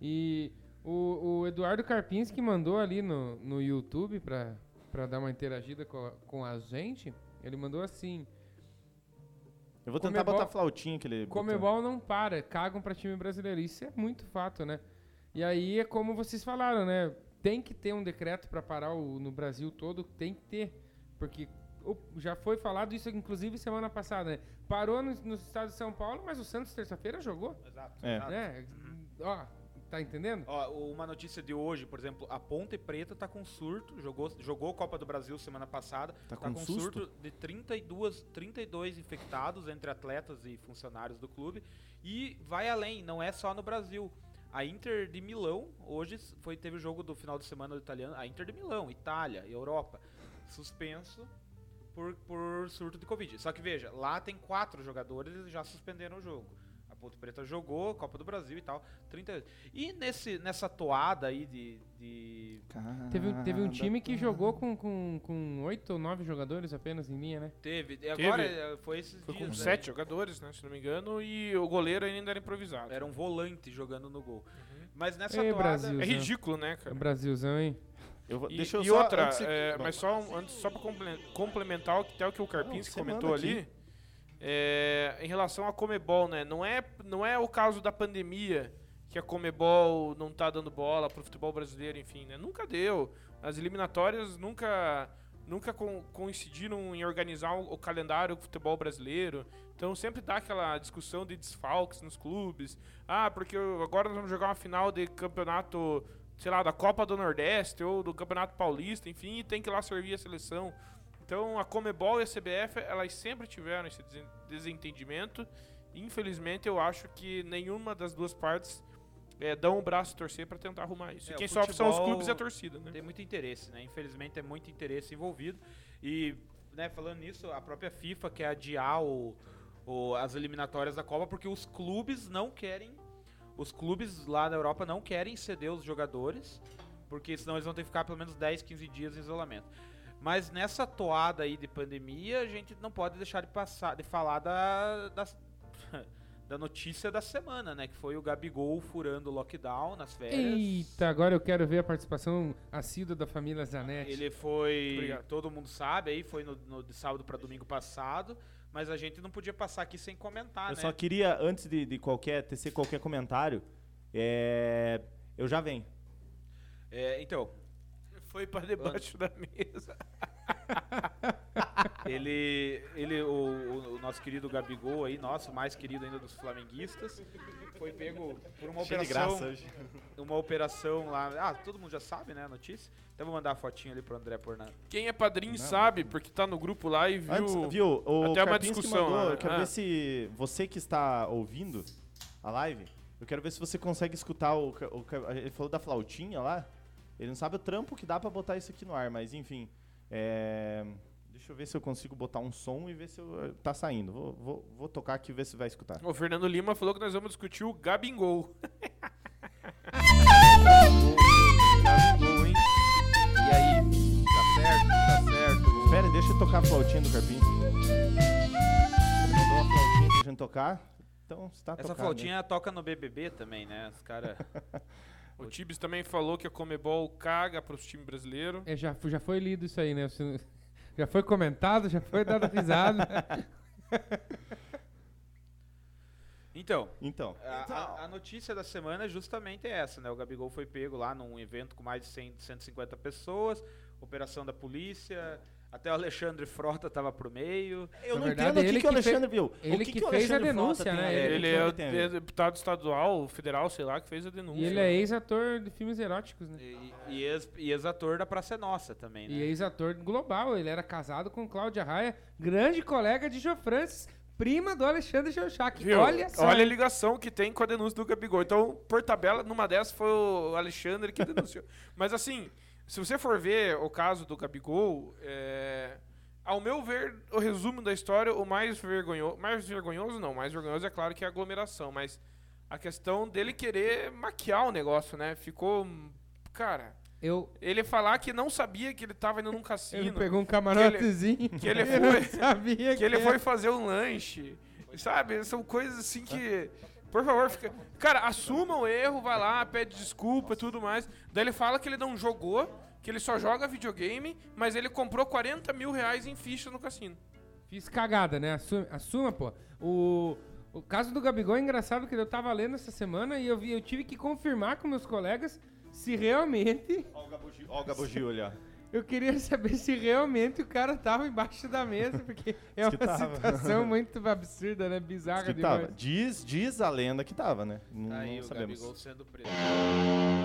Speaker 4: E o, o Eduardo Karpinski mandou ali no, no YouTube pra, pra dar uma interagida com a, com a gente. Ele mandou assim:
Speaker 2: Eu vou tentar
Speaker 4: Comebol-
Speaker 2: botar a flautinha que
Speaker 1: Tipo,
Speaker 2: ele.
Speaker 1: tá.
Speaker 2: botou.
Speaker 4: Comebol não para, cagam pra time brasileiro. Isso é muito fato, né? E aí é como vocês falaram, né? Tem que ter um decreto pra parar o- no Brasil todo, tem que ter. Porque o- já foi falado isso, inclusive, semana passada, né? Parou no, no estado de São Paulo, mas o Santos terça-feira jogou,
Speaker 1: Exato.
Speaker 2: É.
Speaker 1: exato.
Speaker 4: né? Ó, tá entendendo?
Speaker 1: Ó, uma notícia de hoje, por exemplo, a Ponte Preta tá com surto, jogou, jogou Copa do Brasil semana passada, tá,
Speaker 2: Tá com
Speaker 1: com,
Speaker 2: susto?
Speaker 1: surto de 32, 32 infectados entre atletas e funcionários do clube e vai além, não é só no Brasil. A Inter de Milão hoje foi teve o jogo do final de semana do italiano, a Inter de Milão, Itália, Europa, suspenso por, por surto de Covid. Só que veja, lá tem quatro jogadores e já suspenderam o jogo. A Ponte Preta jogou, Copa do Brasil e tal, 30 E nesse, nessa toada aí de. de-
Speaker 4: Teve,
Speaker 1: Ah,
Speaker 4: um- teve um
Speaker 1: tá.
Speaker 4: time que jogou com, com, com oito ou nove jogadores apenas em linha, né?
Speaker 1: teve. e Agora eh, foi esses
Speaker 3: Foi
Speaker 1: dias.
Speaker 3: com
Speaker 1: né?
Speaker 3: sete jogadores, né? Se não me engano, e o goleiro ainda era improvisado.
Speaker 1: Era um volante jogando no gol. Mas nessa
Speaker 4: Ei,
Speaker 1: toada.
Speaker 4: Brasil.
Speaker 3: É ridículo, né,
Speaker 4: O
Speaker 3: cara?
Speaker 4: um Brasilzão, hein?
Speaker 2: Eu vou-
Speaker 3: E,
Speaker 2: deixa eu
Speaker 3: e
Speaker 2: só-
Speaker 3: outra,
Speaker 2: antes de-
Speaker 3: é,
Speaker 2: Bom,
Speaker 3: mas só, um- antes- só para complementar o que até o que o Carpinski
Speaker 2: você manda
Speaker 3: comentou
Speaker 2: aqui.
Speaker 3: ali, é, em relação à Comebol, né? Não é, não é o caso da pandemia que a Comebol não tá dando bola pro futebol brasileiro, enfim, né? Nunca deu. As eliminatórias nunca nunca con- coincidiram em organizar o, o calendário do futebol brasileiro. Então sempre dá aquela discussão de desfalques nos clubes. Ah, porque eu- agora nós vamos jogar uma final de campeonato, sei lá, da Copa do Nordeste ou do Campeonato Paulista, enfim, e tem que ir lá servir a seleção. Então a Comebol e a CBF, elas sempre tiveram esse desen- desentendimento. Infelizmente, eu acho que nenhuma das duas partes eh, dão o braço a torcer para tentar arrumar isso.
Speaker 1: É,
Speaker 3: E
Speaker 1: o
Speaker 3: quem sofre são os
Speaker 1: futebol
Speaker 3: clubes e a torcida, né?
Speaker 1: Tem muito interesse, né? Infelizmente é muito interesse envolvido. E, né, falando nisso, a própria FIFA quer adiar o, o- as eliminatórias da Copa porque os clubes não querem. Os clubes lá na Europa não querem ceder os jogadores, porque senão eles vão ter que ficar pelo menos 10, 15 dias em isolamento. Mas nessa toada aí de pandemia, a gente não pode deixar de passar, de falar da, das- <laughs> da notícia da semana, né? Que foi o Gabigol furando o lockdown nas férias.
Speaker 4: Eita, agora eu quero ver a participação assídua da família Zanetti.
Speaker 1: Ele foi,
Speaker 3: Obrigado.
Speaker 1: todo mundo sabe, aí foi no, no- de sábado para domingo passado, mas a gente não podia passar aqui sem comentar,
Speaker 2: Eu
Speaker 1: né?
Speaker 2: só queria, antes de, de qualquer, tecer qualquer comentário, é, eu já venho.
Speaker 1: É, então,
Speaker 3: Foi para debaixo da mesa.
Speaker 1: ele, ele o, o- o nosso querido Gabigol aí, nosso mais querido ainda dos flamenguistas, foi pego por uma
Speaker 2: Cheio de
Speaker 1: operação,
Speaker 2: graça hoje.
Speaker 1: uma operação lá, ah, todo mundo já sabe, né, a notícia? Então vou mandar a fotinha ali pro André
Speaker 2: Tá
Speaker 1: Pornado.
Speaker 3: Quem é padrinho sabe, porque tá no grupo lá e viu.
Speaker 2: Antes, viu? O
Speaker 3: Até uma
Speaker 2: Carpinski
Speaker 3: discussão
Speaker 2: mandou,
Speaker 3: lá,
Speaker 2: eu quero
Speaker 3: ah.
Speaker 2: ver se você que está ouvindo a live, eu quero ver se você consegue escutar o, ca- o ca- ele falou da flautinha lá. Ele não sabe o trampo que dá pra botar isso aqui no ar, mas enfim. é, deixa eu ver se eu consigo botar um som e ver se eu, tá saindo. Vou, vou, vou tocar aqui e ver se vai escutar.
Speaker 3: O Fernando Lima falou que nós vamos discutir o Gabingol.
Speaker 1: Gabigol, hein? E aí, tá certo, tá certo.
Speaker 2: Pera, deixa eu tocar a flautinha do Carpinho. Mandou a flautinha pra gente tocar. Então, está
Speaker 1: Essa flautinha é toca no BBB também, né? Os caras...
Speaker 3: O Tibes também falou que a Comebol caga pros times brasileiros.
Speaker 4: É, já, já foi lido isso aí, né? Você- <laughs> Já foi comentado, já foi dado risada.
Speaker 1: Então,
Speaker 2: Então,
Speaker 1: A- A, a notícia da semana é justamente essa, né? O Gabigol foi pego lá num evento com mais de 100, 150 pessoas, operação da polícia, Até o Alexandre Frota tava pro meio.
Speaker 2: Eu
Speaker 4: Na
Speaker 2: não
Speaker 4: verdade,
Speaker 2: entendo o que,
Speaker 4: ele
Speaker 2: que o
Speaker 4: que
Speaker 2: Alexandre viu.
Speaker 4: ele
Speaker 2: o que,
Speaker 4: que
Speaker 2: o
Speaker 4: fez a
Speaker 2: Alexandre
Speaker 4: denúncia,
Speaker 2: Frota tem a
Speaker 4: né?
Speaker 2: ver?
Speaker 3: Ele,
Speaker 2: O que
Speaker 3: é o
Speaker 2: tem a ver?
Speaker 3: deputado estadual, federal, sei lá, que fez a denúncia.
Speaker 4: E ele é ex-ator de filmes eróticos, né?
Speaker 1: E, e ex- e ex-ator da Praça é Nossa também, né?
Speaker 4: E ex-ator global. Ele era casado com Cláudia Raia, grande colega de Jô Francis, prima do Alexandre Chauchac.
Speaker 3: Viu?
Speaker 4: Olha só.
Speaker 3: Olha a ligação que tem com a denúncia do Gabigol. Então, por tabela, numa dessas foi o Alexandre que
Speaker 4: <laughs>
Speaker 3: denunciou. Mas assim, se você for ver o caso do Gabigol, é, ao meu ver, o resumo da história, o mais vergonhoso. Mais vergonhoso não, mais vergonhoso é claro que é a aglomeração, mas a questão dele querer maquiar o negócio, né? Ficou. Cara,
Speaker 4: Eu,
Speaker 3: ele falar que não sabia que ele tava indo num
Speaker 4: <laughs> ele
Speaker 3: cassino.
Speaker 4: pegou um camarotezinho.
Speaker 3: que ele
Speaker 4: <laughs> eu não
Speaker 3: foi-
Speaker 4: sabia
Speaker 3: que ele
Speaker 4: era.
Speaker 3: foi fazer um lanche. Sabe? São coisas assim que. Por favor, fica. Cara, assuma o erro, vai lá, pede desculpa e tudo mais. Daí ele fala que ele não jogou, que ele só joga videogame, mas ele comprou 40 mil reais em ficha no cassino.
Speaker 4: Fiz cagada, né? Assuma, assuma pô. O, o caso do Gabigol é engraçado que eu tava lendo essa semana e eu, vi, eu tive que confirmar com meus colegas se realmente.
Speaker 2: Ó o Gabo Gil- ó o Gabo Gil ali, ó.
Speaker 4: Eu queria <laughs> saber se realmente o cara tava embaixo da mesa, porque é
Speaker 2: que
Speaker 4: uma
Speaker 2: tava.
Speaker 4: situação muito absurda, né?
Speaker 2: Diz
Speaker 4: Bizarra
Speaker 2: que
Speaker 4: demais.
Speaker 2: tava. Diz, diz a lenda que tava, né? Não,
Speaker 1: Tá aí
Speaker 2: não
Speaker 1: o
Speaker 2: sabemos.
Speaker 1: Gabigol sendo preso.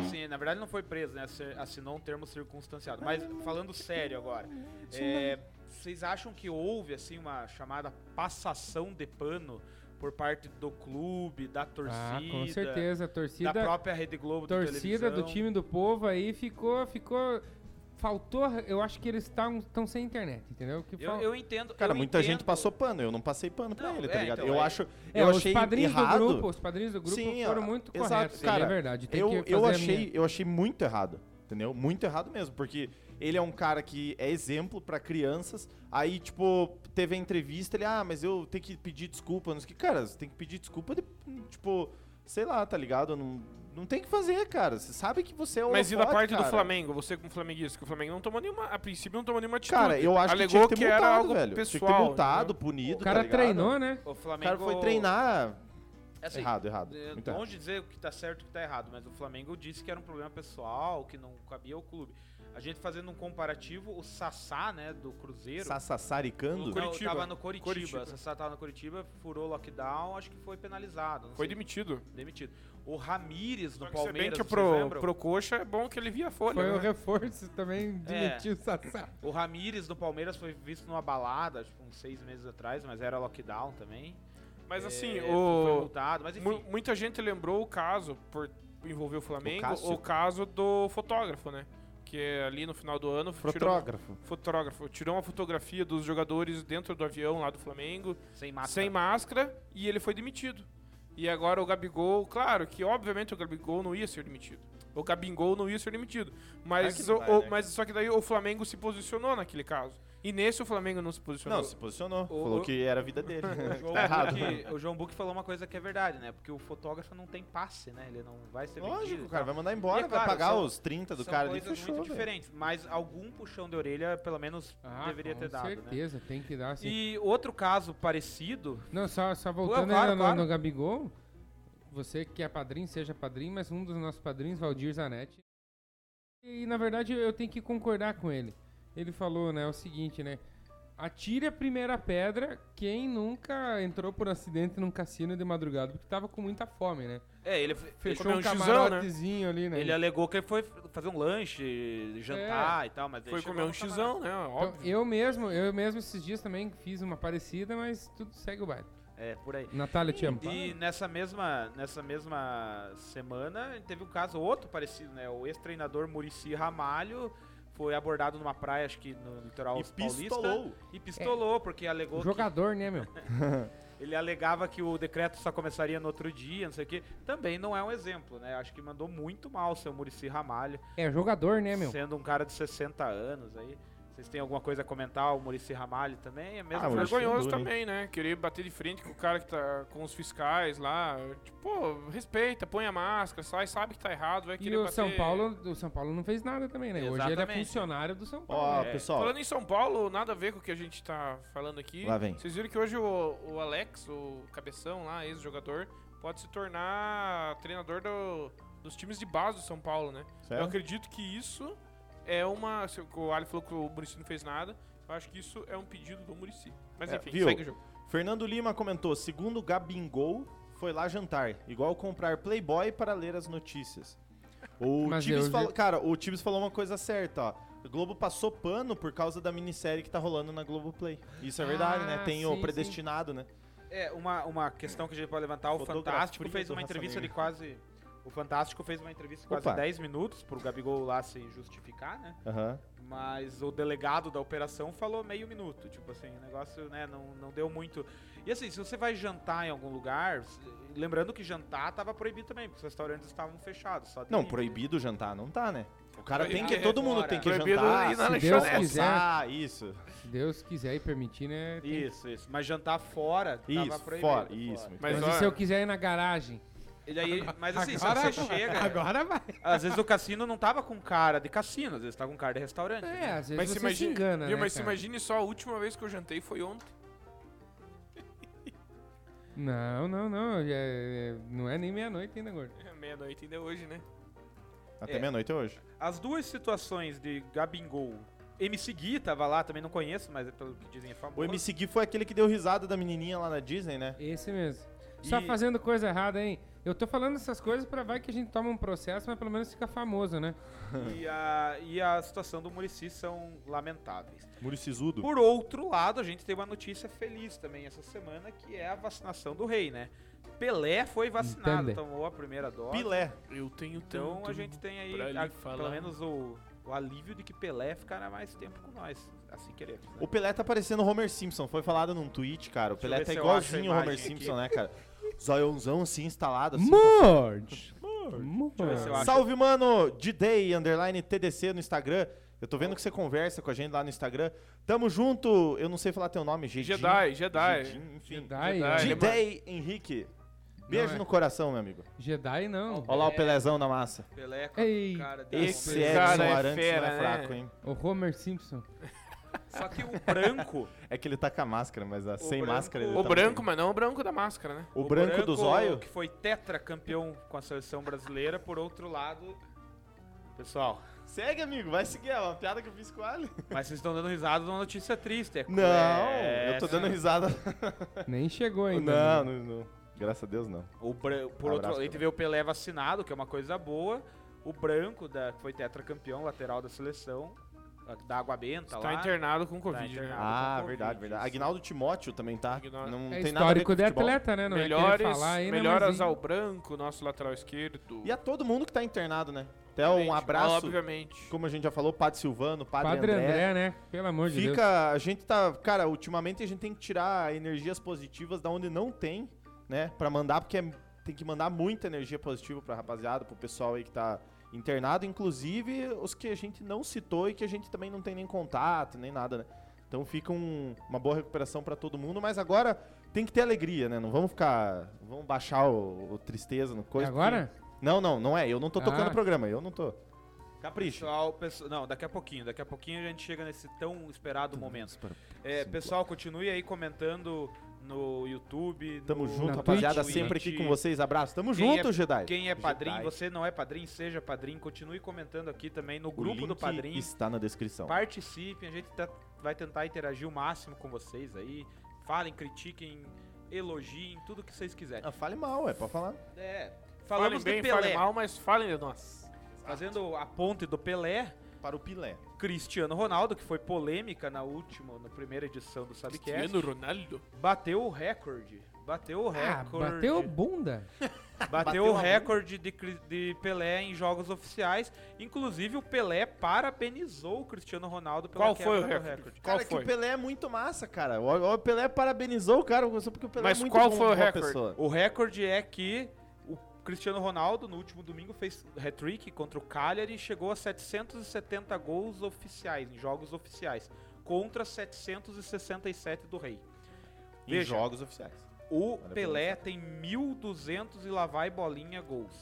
Speaker 1: Assim, na verdade não foi preso, né? Assi- Assinou um termo circunstanciado. Mas falando sério agora, é, vocês acham que houve assim uma chamada passação de pano por parte do clube, da
Speaker 4: Ah,
Speaker 1: torcida,
Speaker 4: com certeza. A torcida,
Speaker 1: da própria Rede Globo, de
Speaker 4: torcida do
Speaker 1: televisão?
Speaker 4: time do povo aí ficou. ficou faltou. Eu acho que eles estão sem internet, entendeu? Que
Speaker 1: Eu,
Speaker 4: fal-
Speaker 1: eu entendo.
Speaker 2: Cara,
Speaker 1: eu
Speaker 2: muita gente
Speaker 1: entendo-
Speaker 2: passou pano. Eu não passei pano pra
Speaker 1: Não,
Speaker 2: ele,
Speaker 1: é,
Speaker 2: tá ligado?
Speaker 1: então,
Speaker 2: eu
Speaker 1: é.
Speaker 2: acho.
Speaker 4: É,
Speaker 2: eu
Speaker 4: os
Speaker 2: achei
Speaker 4: padrinhos
Speaker 2: errado.
Speaker 4: do grupo, os padrinhos do grupo
Speaker 2: Sim,
Speaker 4: foram
Speaker 2: ah,
Speaker 4: muito
Speaker 2: exato,
Speaker 4: corretos, ele
Speaker 2: cara.
Speaker 4: é verdade. Tem
Speaker 2: eu,
Speaker 4: que fazer
Speaker 2: eu
Speaker 4: a
Speaker 2: achei,
Speaker 4: linha.
Speaker 2: eu achei muito errado, entendeu? Muito errado mesmo, porque ele é um cara que é exemplo pra crianças. Aí, tipo, teve a entrevista, ele, ah, mas eu tenho que pedir desculpa, não sei o que. Cara, você tem que pedir desculpa, de, tipo, sei lá, tá ligado? Não, não tem o que fazer, cara. Você sabe que você é o
Speaker 3: Mas e da
Speaker 2: holofote,
Speaker 3: parte do
Speaker 2: cara.
Speaker 3: Flamengo? Você como flamenguista, que o Flamengo não tomou nenhuma. A princípio não tomou nenhuma atitude.
Speaker 2: Cara, eu acho
Speaker 3: Alegou
Speaker 2: que tinha que ter
Speaker 3: era
Speaker 2: multado,
Speaker 3: algo
Speaker 2: velho.
Speaker 3: pessoal. né?
Speaker 2: tinha que ter multado,
Speaker 3: entendeu?
Speaker 2: punido,
Speaker 4: O cara
Speaker 2: tá ligado?
Speaker 4: treinou, né?
Speaker 1: O
Speaker 2: O
Speaker 1: Flamengo
Speaker 2: cara foi treinar
Speaker 1: Assim,
Speaker 2: errado, errado.
Speaker 1: É,
Speaker 2: Muito errado.
Speaker 1: longe de dizer o que tá certo e o que tá errado, mas o Flamengo disse que era um problema pessoal, que não cabia ao clube. A gente fazendo um comparativo, o Sassá, né, do Cruzeiro,
Speaker 2: Sassaricando?
Speaker 1: não,
Speaker 3: Curitiba.
Speaker 1: tava no Coritiba,
Speaker 3: Coritiba.
Speaker 1: o Sassá tava no Coritiba, furou o lockdown, acho que foi penalizado, não
Speaker 3: Foi
Speaker 1: sei,
Speaker 3: demitido.
Speaker 1: demitido. O Ramires no
Speaker 3: Só que se bem
Speaker 1: Palmeiras,
Speaker 3: que
Speaker 1: vocês
Speaker 3: pro,
Speaker 1: lembram?
Speaker 3: pro Coxa é bom que ele via a folha.
Speaker 4: Foi o
Speaker 3: né?
Speaker 4: reforço também,
Speaker 1: É.
Speaker 4: demitiu o Sassá.
Speaker 1: O Ramires no Palmeiras foi visto numa balada, tipo, uns seis meses atrás, mas era lockdown também.
Speaker 3: Mas
Speaker 1: É,
Speaker 3: assim,
Speaker 1: Foi
Speaker 3: o.
Speaker 1: multado, mas enfim.
Speaker 3: Mu- muita gente lembrou o caso, por envolver o Flamengo,
Speaker 2: O Cássio?
Speaker 3: o, caso do fotógrafo, né? Que ali no final do ano tirou,
Speaker 2: Fotógrafo.
Speaker 3: fotógrafo, tirou uma fotografia dos jogadores dentro do avião lá do Flamengo,
Speaker 1: sem máscara.
Speaker 3: sem máscara, e ele foi demitido. E agora o Gabigol, claro que obviamente o Gabigol não ia ser demitido. O Gabigol não ia ser demitido.
Speaker 2: Claro
Speaker 3: Mas,
Speaker 2: que não
Speaker 3: o-
Speaker 2: vai,
Speaker 3: o-
Speaker 2: né?
Speaker 3: mas só que daí o Flamengo se posicionou naquele caso. E nesse o Flamengo não se posicionou.
Speaker 2: Não, se posicionou.
Speaker 1: O-
Speaker 2: falou
Speaker 1: o-
Speaker 2: que era a vida dele.
Speaker 1: O <laughs> João
Speaker 2: tá errado.
Speaker 3: né?
Speaker 1: Buck- o João Buck falou uma coisa que é verdade, né? Porque o fotógrafo não tem passe, né? Ele não vai ser vendido
Speaker 2: Lógico,
Speaker 1: e tal.
Speaker 2: cara. Vai mandar embora,
Speaker 1: E é claro,
Speaker 2: vai pagar
Speaker 1: são-
Speaker 2: os 30 do
Speaker 1: São
Speaker 2: cara ali.
Speaker 1: coisas
Speaker 2: Fechou,
Speaker 1: muito
Speaker 2: velho.
Speaker 1: diferentes, mas algum puxão de orelha, pelo menos,
Speaker 3: Ah,
Speaker 1: deveria
Speaker 4: Ah, com
Speaker 1: ter dado, né?
Speaker 4: certeza, tem que dar assim.
Speaker 1: E outro caso parecido,
Speaker 4: Não, só, só voltando
Speaker 1: claro,
Speaker 4: ainda no-
Speaker 1: claro.
Speaker 4: no Gabigol, você que é padrinho, seja padrinho, mas um dos nossos padrinhos, Valdir Zanetti, e na verdade eu tenho que concordar com ele. Ele falou, né, o seguinte, né, atire a primeira pedra quem nunca entrou por acidente num cassino de madrugada, porque tava com muita fome, né?
Speaker 1: é, ele,
Speaker 4: Fechou
Speaker 3: comeu
Speaker 4: um
Speaker 3: um chisão, né?
Speaker 4: camarotezinho ali, né?
Speaker 1: ele é alegou que ele foi fazer um lanche, jantar e tal, mas
Speaker 3: Foi comer um xizão, né?
Speaker 4: Então,
Speaker 3: Óbvio.
Speaker 4: eu mesmo, eu mesmo esses dias também fiz uma parecida, mas tudo segue o baile.
Speaker 1: É, por aí.
Speaker 4: Natália, te amo.
Speaker 1: E nessa mesma, nessa mesma semana teve um caso outro parecido, né? O ex-treinador Murici Ramalho foi abordado numa praia, acho que no litoral
Speaker 2: E
Speaker 1: paulista.
Speaker 2: pistolou. Um
Speaker 1: E
Speaker 3: É.
Speaker 1: pistolou, porque alegou que
Speaker 4: Jogador, né, meu?
Speaker 1: ele alegava que o decreto só começaria no outro dia, não sei o quê. Também não é um exemplo, né? Acho que mandou muito mal o seu Murici Ramalho,
Speaker 4: É jogador, né, meu?
Speaker 1: sendo um cara de 60 anos aí. Vocês têm alguma coisa a comentar o Murici Ramalho também? É mesmo
Speaker 2: Ah,
Speaker 1: vergonha.
Speaker 2: Muricy
Speaker 3: vergonhoso
Speaker 2: Duro, hein?
Speaker 3: também, né? Querer bater de frente com o cara que tá com os fiscais lá. Tipo, pô, respeita, põe a máscara, sai, sabe que tá errado, vai
Speaker 4: E
Speaker 3: querer
Speaker 4: o
Speaker 3: bater.
Speaker 4: São Paulo, o São Paulo não fez nada também, né? Hoje ele é
Speaker 1: Exatamente.
Speaker 4: funcionário do São Paulo. né?
Speaker 2: Ó,
Speaker 1: É.
Speaker 2: pessoal.
Speaker 3: Falando em São Paulo, nada a ver com o que a gente tá falando aqui.
Speaker 2: Lá vem.
Speaker 3: Vocês viram que hoje o, o Alex, o cabeção lá, ex-jogador, pode se tornar treinador do- dos times de base do São Paulo, né? Eu
Speaker 2: Sério?
Speaker 3: acredito que isso é uma. se O Ali falou que o Muricy não fez nada. Eu acho que isso é um pedido do Murici. Mas
Speaker 2: É,
Speaker 3: enfim,
Speaker 2: viu?
Speaker 3: segue o jogo.
Speaker 2: Fernando Lima comentou: segundo Gabingol, foi lá jantar, igual comprar Playboy para ler as notícias. O
Speaker 4: Mas
Speaker 2: Tibes
Speaker 4: eu
Speaker 2: falou,
Speaker 4: vi-
Speaker 2: cara, o Tibes falou uma coisa certa, ó. A Globo passou pano por causa da minissérie que tá rolando na Globoplay. Isso é verdade,
Speaker 4: Ah,
Speaker 2: né? Tem
Speaker 4: sim,
Speaker 2: o
Speaker 4: sim.
Speaker 2: predestinado, né?
Speaker 1: É, uma, uma questão que a gente pode levantar, o
Speaker 2: Fotografia
Speaker 1: Fantástico fez
Speaker 2: do
Speaker 1: uma
Speaker 2: Raça
Speaker 1: entrevista de
Speaker 2: Negra.
Speaker 1: quase. O Fantástico fez uma entrevista de quase
Speaker 2: Opa.
Speaker 1: 10 minutos pro Gabigol lá se justificar, né?
Speaker 2: Aham.
Speaker 1: Mas o delegado da operação falou meio minuto, tipo assim, o negócio, né, não, não deu muito. E assim, se você vai jantar em algum lugar, s- lembrando que jantar tava proibido também, porque os restaurantes estavam fechados, só
Speaker 2: Não,
Speaker 1: delivery.
Speaker 2: proibido jantar não tá, né? O cara tem
Speaker 1: Proibido
Speaker 2: que.
Speaker 1: é
Speaker 2: Todo mundo
Speaker 1: fora.
Speaker 2: tem que
Speaker 3: Proibido
Speaker 2: jantar.
Speaker 3: ir na
Speaker 2: se
Speaker 4: Se Deus
Speaker 3: lanchonete.
Speaker 4: quiser.
Speaker 2: almoçar, isso.
Speaker 4: Se Deus quiser e permitir, né? tem-
Speaker 1: Isso, isso. Mas jantar fora tava
Speaker 2: Isso,
Speaker 1: proibido.
Speaker 2: fora. Isso. muito
Speaker 3: Mas
Speaker 4: Mas,
Speaker 2: bem.
Speaker 4: e
Speaker 3: olha-
Speaker 4: se eu quiser ir na garagem?
Speaker 1: E daí, mas assim, se
Speaker 4: Agora
Speaker 1: você chega,
Speaker 4: Agora vai.
Speaker 1: às vezes o cassino não tava com cara de cassino, às vezes tava com cara de restaurante. né?
Speaker 4: É, às vezes
Speaker 3: Mas
Speaker 4: você
Speaker 3: se,
Speaker 4: se
Speaker 3: imagine,
Speaker 4: engana,
Speaker 3: viu,
Speaker 4: né,
Speaker 3: mas se
Speaker 4: cara?
Speaker 3: imagine só, a última vez que eu jantei foi ontem.
Speaker 4: Não, não, não. já é- não é nem meia-noite ainda, gordo.
Speaker 3: É Meia-noite ainda é hoje, né?
Speaker 2: Até
Speaker 1: É.
Speaker 2: meia-noite hoje.
Speaker 1: As duas situações de Gabingol, MC Gui tava lá, também não conheço, mas é pelo que dizem é famoso.
Speaker 2: O MC Gui foi aquele que deu risada da menininha lá na Disney, né?
Speaker 4: Esse mesmo. Só
Speaker 1: E-
Speaker 4: fazendo coisa errada, hein? Eu tô falando essas coisas pra vai que a gente toma um processo, mas pelo menos fica famoso, né?
Speaker 1: e, a, e a situação do Murici são lamentáveis.
Speaker 2: Muricizudo.
Speaker 1: Por outro lado, a gente tem uma notícia feliz também essa semana, que é a vacinação do rei, né? Pelé foi vacinado,
Speaker 4: Entende?
Speaker 1: tomou a primeira dose.
Speaker 2: Pilé.
Speaker 3: Eu tenho
Speaker 1: Então a gente tem
Speaker 3: pra
Speaker 1: aí
Speaker 3: lhe
Speaker 1: a- pelo
Speaker 3: falar.
Speaker 1: menos o, o alívio de que Pelé ficará mais tempo com nós, assim queremos. né?
Speaker 2: O Pelé tá parecendo o Homer Simpson, foi falado num tweet, cara. O
Speaker 1: Deixa eu
Speaker 2: Pelé
Speaker 1: ver
Speaker 2: tá
Speaker 1: se eu acho a
Speaker 2: igualzinho o Homer
Speaker 1: imagem
Speaker 2: Simpson, né, cara? Zoiãozão assim, instalado assim.
Speaker 4: Morde!
Speaker 1: eu ver se eu acho.
Speaker 2: Salve, mano! D-Day, underline TDC no Instagram. Eu tô vendo que você conversa com a gente lá no Instagram. Tamo junto, eu não sei falar teu nome, Gedin.
Speaker 3: Jedi, Jedi.
Speaker 2: Gedin, enfim.
Speaker 4: Jedi, né?
Speaker 3: Jedi.
Speaker 4: Jedi,
Speaker 2: D-Day, Henrique. Beijo
Speaker 4: é Não é.
Speaker 2: no coração, meu amigo.
Speaker 4: Jedi não.
Speaker 2: Olha lá
Speaker 1: É.
Speaker 2: o Pelézão na massa.
Speaker 1: Pelé é com
Speaker 4: Ei,
Speaker 1: a cara de
Speaker 2: Esse
Speaker 1: arrombado.
Speaker 2: Edson
Speaker 3: cara é
Speaker 2: Arantes não
Speaker 3: fera,
Speaker 2: é
Speaker 3: né?
Speaker 2: fraco, hein?
Speaker 4: O Homer Simpson.
Speaker 1: Só que o branco,
Speaker 2: É que ele tá com a máscara, mas ah, sem
Speaker 1: branco-
Speaker 2: máscara ele
Speaker 3: O
Speaker 2: tá
Speaker 3: branco, mas não o branco da máscara, né?
Speaker 2: <laughs> O, branco, do zóio?
Speaker 1: que foi tetracampeão com a seleção brasileira, por outro lado, pessoal,
Speaker 2: Segue, amigo, vai seguir. É uma piada que eu fiz com o <laughs> Ali.
Speaker 1: Mas vocês estão dando risada de uma notícia triste. É
Speaker 2: Não,
Speaker 1: é,
Speaker 2: eu tô dando risada.
Speaker 4: Nem chegou
Speaker 2: <laughs>
Speaker 4: ainda.
Speaker 2: Não,
Speaker 4: né?
Speaker 2: não, não. Graças a Deus, não.
Speaker 1: O bran- Por outro
Speaker 2: Abraço, né?
Speaker 1: lado, a gente
Speaker 2: Pelé.
Speaker 1: vê o Pelé vacinado, que é uma coisa boa. O Branco, da, que foi tetracampeão, lateral da seleção, a- da Água Benta
Speaker 3: Tá,
Speaker 1: lá. né?
Speaker 3: internado com Covid,
Speaker 1: internado.
Speaker 3: né?
Speaker 1: Ah,
Speaker 2: Ah,
Speaker 1: com
Speaker 2: verdade,
Speaker 1: Covid,
Speaker 2: verdade.
Speaker 1: isso.
Speaker 2: Agnaldo Timóteo também tá.
Speaker 3: Agnaldo-
Speaker 2: Não
Speaker 4: É
Speaker 2: tem nada a ver com
Speaker 4: histórico de
Speaker 2: futebol.
Speaker 4: atleta, né? Não é
Speaker 3: melhores
Speaker 4: querer falar aí, né,
Speaker 3: melhoras
Speaker 4: mas, hein?
Speaker 3: ao branco, nosso lateral esquerdo.
Speaker 2: E a todo mundo que tá internado, né? Até um abraço,
Speaker 3: Obviamente.
Speaker 2: como a gente já falou, Padre Silvano, Padre,
Speaker 4: Padre
Speaker 2: André.
Speaker 4: André, né? Pelo amor de Deus.
Speaker 2: Fica, a gente tá, cara, ultimamente a gente tem que tirar energias positivas da onde não tem, né? Pra mandar, porque é- tem que mandar muita energia positiva pra rapaziada, pro pessoal aí que tá internado, inclusive os que a gente não citou e que a gente também não tem nem contato, nem nada, né? Então fica um- uma boa recuperação pra todo mundo, mas agora tem que ter alegria, né? Não vamos ficar, não vamos baixar o, o tristeza no
Speaker 4: E
Speaker 2: coisa.
Speaker 4: É agora?
Speaker 2: porque- Não, não, não é. Eu não tô tocando
Speaker 4: Ah.
Speaker 2: o programa, eu não tô. Capricha.
Speaker 1: Pessoal, pessoal- não, daqui a pouquinho, daqui a pouquinho a gente chega nesse tão esperado momento. É,
Speaker 2: Sim,
Speaker 1: pessoal, continue aí comentando no YouTube.
Speaker 2: Tamo
Speaker 1: no-
Speaker 2: junto,
Speaker 4: Na
Speaker 2: rapaziada.
Speaker 1: Twitch.
Speaker 2: Sempre aqui com vocês. Abraço. Tamo
Speaker 1: Quem
Speaker 2: junto,
Speaker 1: é-
Speaker 2: Jedi.
Speaker 1: Quem é padrinho,
Speaker 2: Jedi.
Speaker 1: você não é padrinho, seja padrinho, continue comentando aqui também no
Speaker 2: O
Speaker 1: grupo do
Speaker 2: link
Speaker 1: padrinho.
Speaker 2: está na descrição.
Speaker 1: Participem, a gente tá- vai tentar interagir o máximo com vocês aí. Falem, critiquem, elogiem, tudo que vocês quiserem.
Speaker 2: Ah, fale mal, é pra falar.
Speaker 1: É,
Speaker 3: Falem
Speaker 1: falamos
Speaker 3: bem,
Speaker 1: de Pelé.
Speaker 3: falem mal, mas falem de nós.
Speaker 1: Fazendo a ponte do Pelé,
Speaker 2: Para o Pilé.
Speaker 1: Cristiano Ronaldo, que foi polêmica na última, na primeira edição do Sabcast,
Speaker 3: Cristiano Ronaldo.
Speaker 1: bateu o recorde. Bateu o
Speaker 4: Ah,
Speaker 1: recorde.
Speaker 2: <laughs>
Speaker 4: bateu bunda.
Speaker 1: Bateu
Speaker 2: Bateu
Speaker 1: o
Speaker 2: a mão.
Speaker 1: recorde de, Cri- de Pelé em jogos oficiais. Inclusive, o Pelé parabenizou o Cristiano Ronaldo pela
Speaker 3: Qual foi o
Speaker 1: quebra do
Speaker 3: recorde? Qual
Speaker 2: Cara, que
Speaker 3: foi?
Speaker 2: o Pelé é muito massa, cara. O, o Pelé parabenizou o cara, só porque o Pelé
Speaker 3: Mas
Speaker 2: é muito
Speaker 3: qual
Speaker 2: bom
Speaker 3: foi o
Speaker 2: como
Speaker 3: recorde?
Speaker 2: pessoa.
Speaker 1: O recorde é que o Cristiano Ronaldo, no último domingo, fez hat-trick contra o Cagliari e chegou a 770 gols oficiais, em jogos oficiais, contra 767 do Rei.
Speaker 2: Em
Speaker 1: Veja,
Speaker 2: jogos oficiais.
Speaker 1: o
Speaker 2: pra
Speaker 1: Pelé tem 1.200 e lá vai bolinha gols.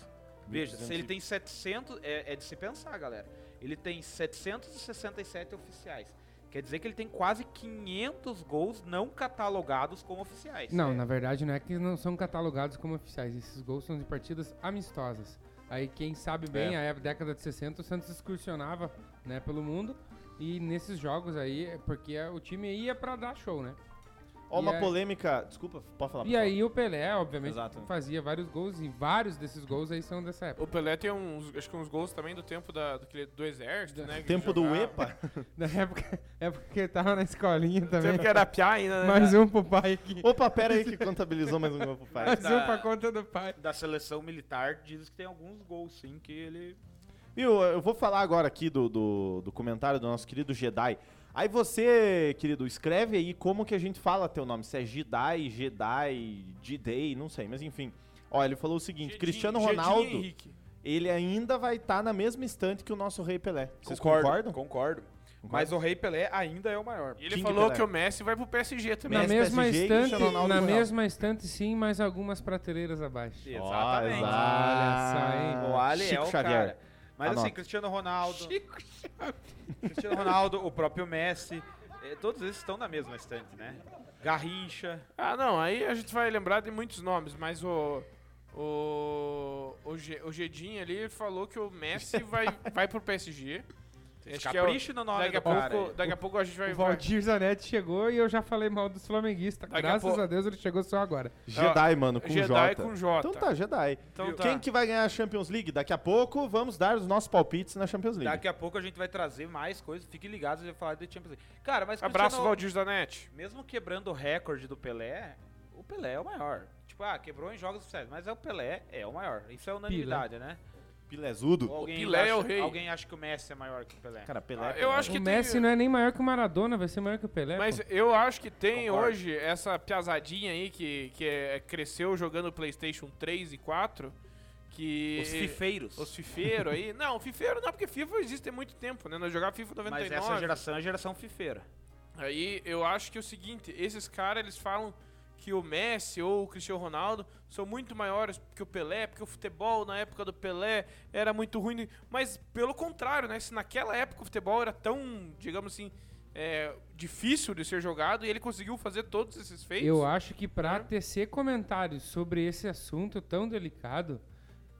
Speaker 1: Veja, se ele
Speaker 2: 1.200
Speaker 1: tem 700, é, é de se pensar, galera. Ele tem 767 oficiais. Quer dizer que ele tem quase 500 gols não catalogados como oficiais.
Speaker 4: Não,
Speaker 1: É.
Speaker 4: na verdade não é que não são catalogados como oficiais. Esses gols são de partidas
Speaker 2: É.
Speaker 4: amistosas. Aí quem sabe bem, a época- década de 60, o Santos excursionava né, pelo mundo E nesses jogos aí, é porque é- o time ia pra dar show, né?
Speaker 2: Ó,
Speaker 4: E
Speaker 2: uma
Speaker 4: aí-
Speaker 2: polêmica. Desculpa, pode falar.
Speaker 4: E
Speaker 2: pessoal.
Speaker 4: aí o Pelé, obviamente,
Speaker 2: Exato.
Speaker 4: fazia vários gols e vários desses gols aí são dessa época. <laughs>
Speaker 3: O Pelé tem uns, acho que uns gols também do tempo da, daquele- do exército, né? que
Speaker 2: Tempo do
Speaker 3: jogava.
Speaker 2: EPA?
Speaker 4: Da época, época que ele tava na escolinha também.
Speaker 3: Tempo que era piá ainda, né?
Speaker 4: Mais um pro pai aqui.
Speaker 2: Opa, pera aí que contabilizou mais um gol pro pai.
Speaker 4: Mais
Speaker 3: tá.
Speaker 4: um
Speaker 1: da-
Speaker 4: pra conta do pai.
Speaker 1: Da seleção militar, diz que tem alguns gols, sim, que ele.
Speaker 2: Viu, eu vou falar agora aqui do, do, do comentário do nosso querido Jedi. Aí você, querido, escreve aí como que a gente fala teu nome. Se é Jedi, Jedi, Jidei, não sei, mas enfim. Ó, ele falou o seguinte,
Speaker 3: Jedinho-
Speaker 2: Cristiano
Speaker 3: Jedinho
Speaker 2: Ronaldo,
Speaker 3: Henrique.
Speaker 2: ele ainda vai estar na mesma estante que o nosso Rei Pelé. Vocês concordam?
Speaker 1: Concordo. Mas o Rei Pelé ainda é o maior.
Speaker 3: E ele
Speaker 2: King
Speaker 3: falou
Speaker 2: Pelé.
Speaker 3: que o Messi vai pro PSG também.
Speaker 4: Na
Speaker 2: Messi,
Speaker 4: mesma
Speaker 2: PSG e
Speaker 4: estante,
Speaker 2: Cristiano Ronaldo
Speaker 4: na
Speaker 2: do Real.
Speaker 4: mesma estante sim, mas algumas prateleiras abaixo.
Speaker 2: Ó,
Speaker 1: Exatamente.
Speaker 2: exato.
Speaker 4: Olha só, hein?
Speaker 1: O Ali
Speaker 2: Chico
Speaker 1: é o
Speaker 2: Xavier.
Speaker 1: cara. Mas
Speaker 2: Anota.
Speaker 1: assim, Cristiano Ronaldo,
Speaker 4: Chico,
Speaker 1: Cristiano Ronaldo, o próprio Messi, eh, todos eles estão na mesma estante, né? Garrincha,
Speaker 3: Ah, não, aí a gente vai lembrar de muitos nomes, mas o. O. O, Ge- o Gedinho ali falou que
Speaker 1: <laughs>
Speaker 3: o Messi vai, vai pro PSG. Acho que é o-
Speaker 1: capricho no nome
Speaker 3: daqui, a
Speaker 1: do cara.
Speaker 3: pouco, daqui a pouco a gente vai.
Speaker 4: o Valdir Zanetti chegou e eu já falei mal dos flamenguistas.
Speaker 3: Daqui a
Speaker 4: Graças
Speaker 3: pouco-
Speaker 4: a Deus ele chegou só agora.
Speaker 2: Jedi, mano, com
Speaker 3: Jedi
Speaker 2: J.
Speaker 3: com J.
Speaker 2: Então tá, Jedi.
Speaker 3: Então tá.
Speaker 2: Quem que vai ganhar a Champions League? Daqui a pouco vamos dar os nossos palpites na Champions League.
Speaker 1: Daqui a pouco a gente vai trazer mais coisas. Fiquem ligados, a gente vai falar do Champions League. Cara, mas
Speaker 3: Abraço,
Speaker 1: Cristiano-
Speaker 3: Valdir Zanetti.
Speaker 1: mesmo quebrando o recorde do Pelé, o Pelé é o maior. Tipo, ah, quebrou em jogos oficiais, mas é o Pelé é o maior. Isso é unanimidade, né?
Speaker 2: Pilezudo.
Speaker 1: Ou alguém
Speaker 3: Pelé
Speaker 1: acha,
Speaker 3: é o rei.
Speaker 1: Alguém acha que o Messi é maior que o Pelé.
Speaker 2: Cara, Pelé.
Speaker 3: Ah,
Speaker 2: Pelé.
Speaker 3: eu acho que
Speaker 4: o Messi
Speaker 3: tem.
Speaker 4: não é nem maior que o Maradona, vai ser maior que o Pelé.
Speaker 3: Mas
Speaker 4: É, pô.
Speaker 3: eu acho que tem
Speaker 1: Concordo.
Speaker 3: hoje essa piazadinha aí que, que é- cresceu jogando PlayStation 3 e 4. Que
Speaker 1: Os fifeiros.
Speaker 3: Os fifeiros aí. Não, fifeiro não, porque FIFA existe há muito tempo, né? Nós jogava FIFA 99.
Speaker 1: mas essa geração é a geração fifeira.
Speaker 3: Aí eu acho que é o seguinte, esses caras eles falam que o Messi ou o Cristiano Ronaldo são muito maiores que o Pelé, porque o futebol na época do Pelé era muito ruim, mas pelo contrário, né? Se naquela época o futebol era tão, digamos assim, é, difícil de ser jogado e ele conseguiu fazer todos esses feitos.
Speaker 4: Eu acho que
Speaker 3: É.
Speaker 4: pra tecer comentários sobre esse assunto tão delicado,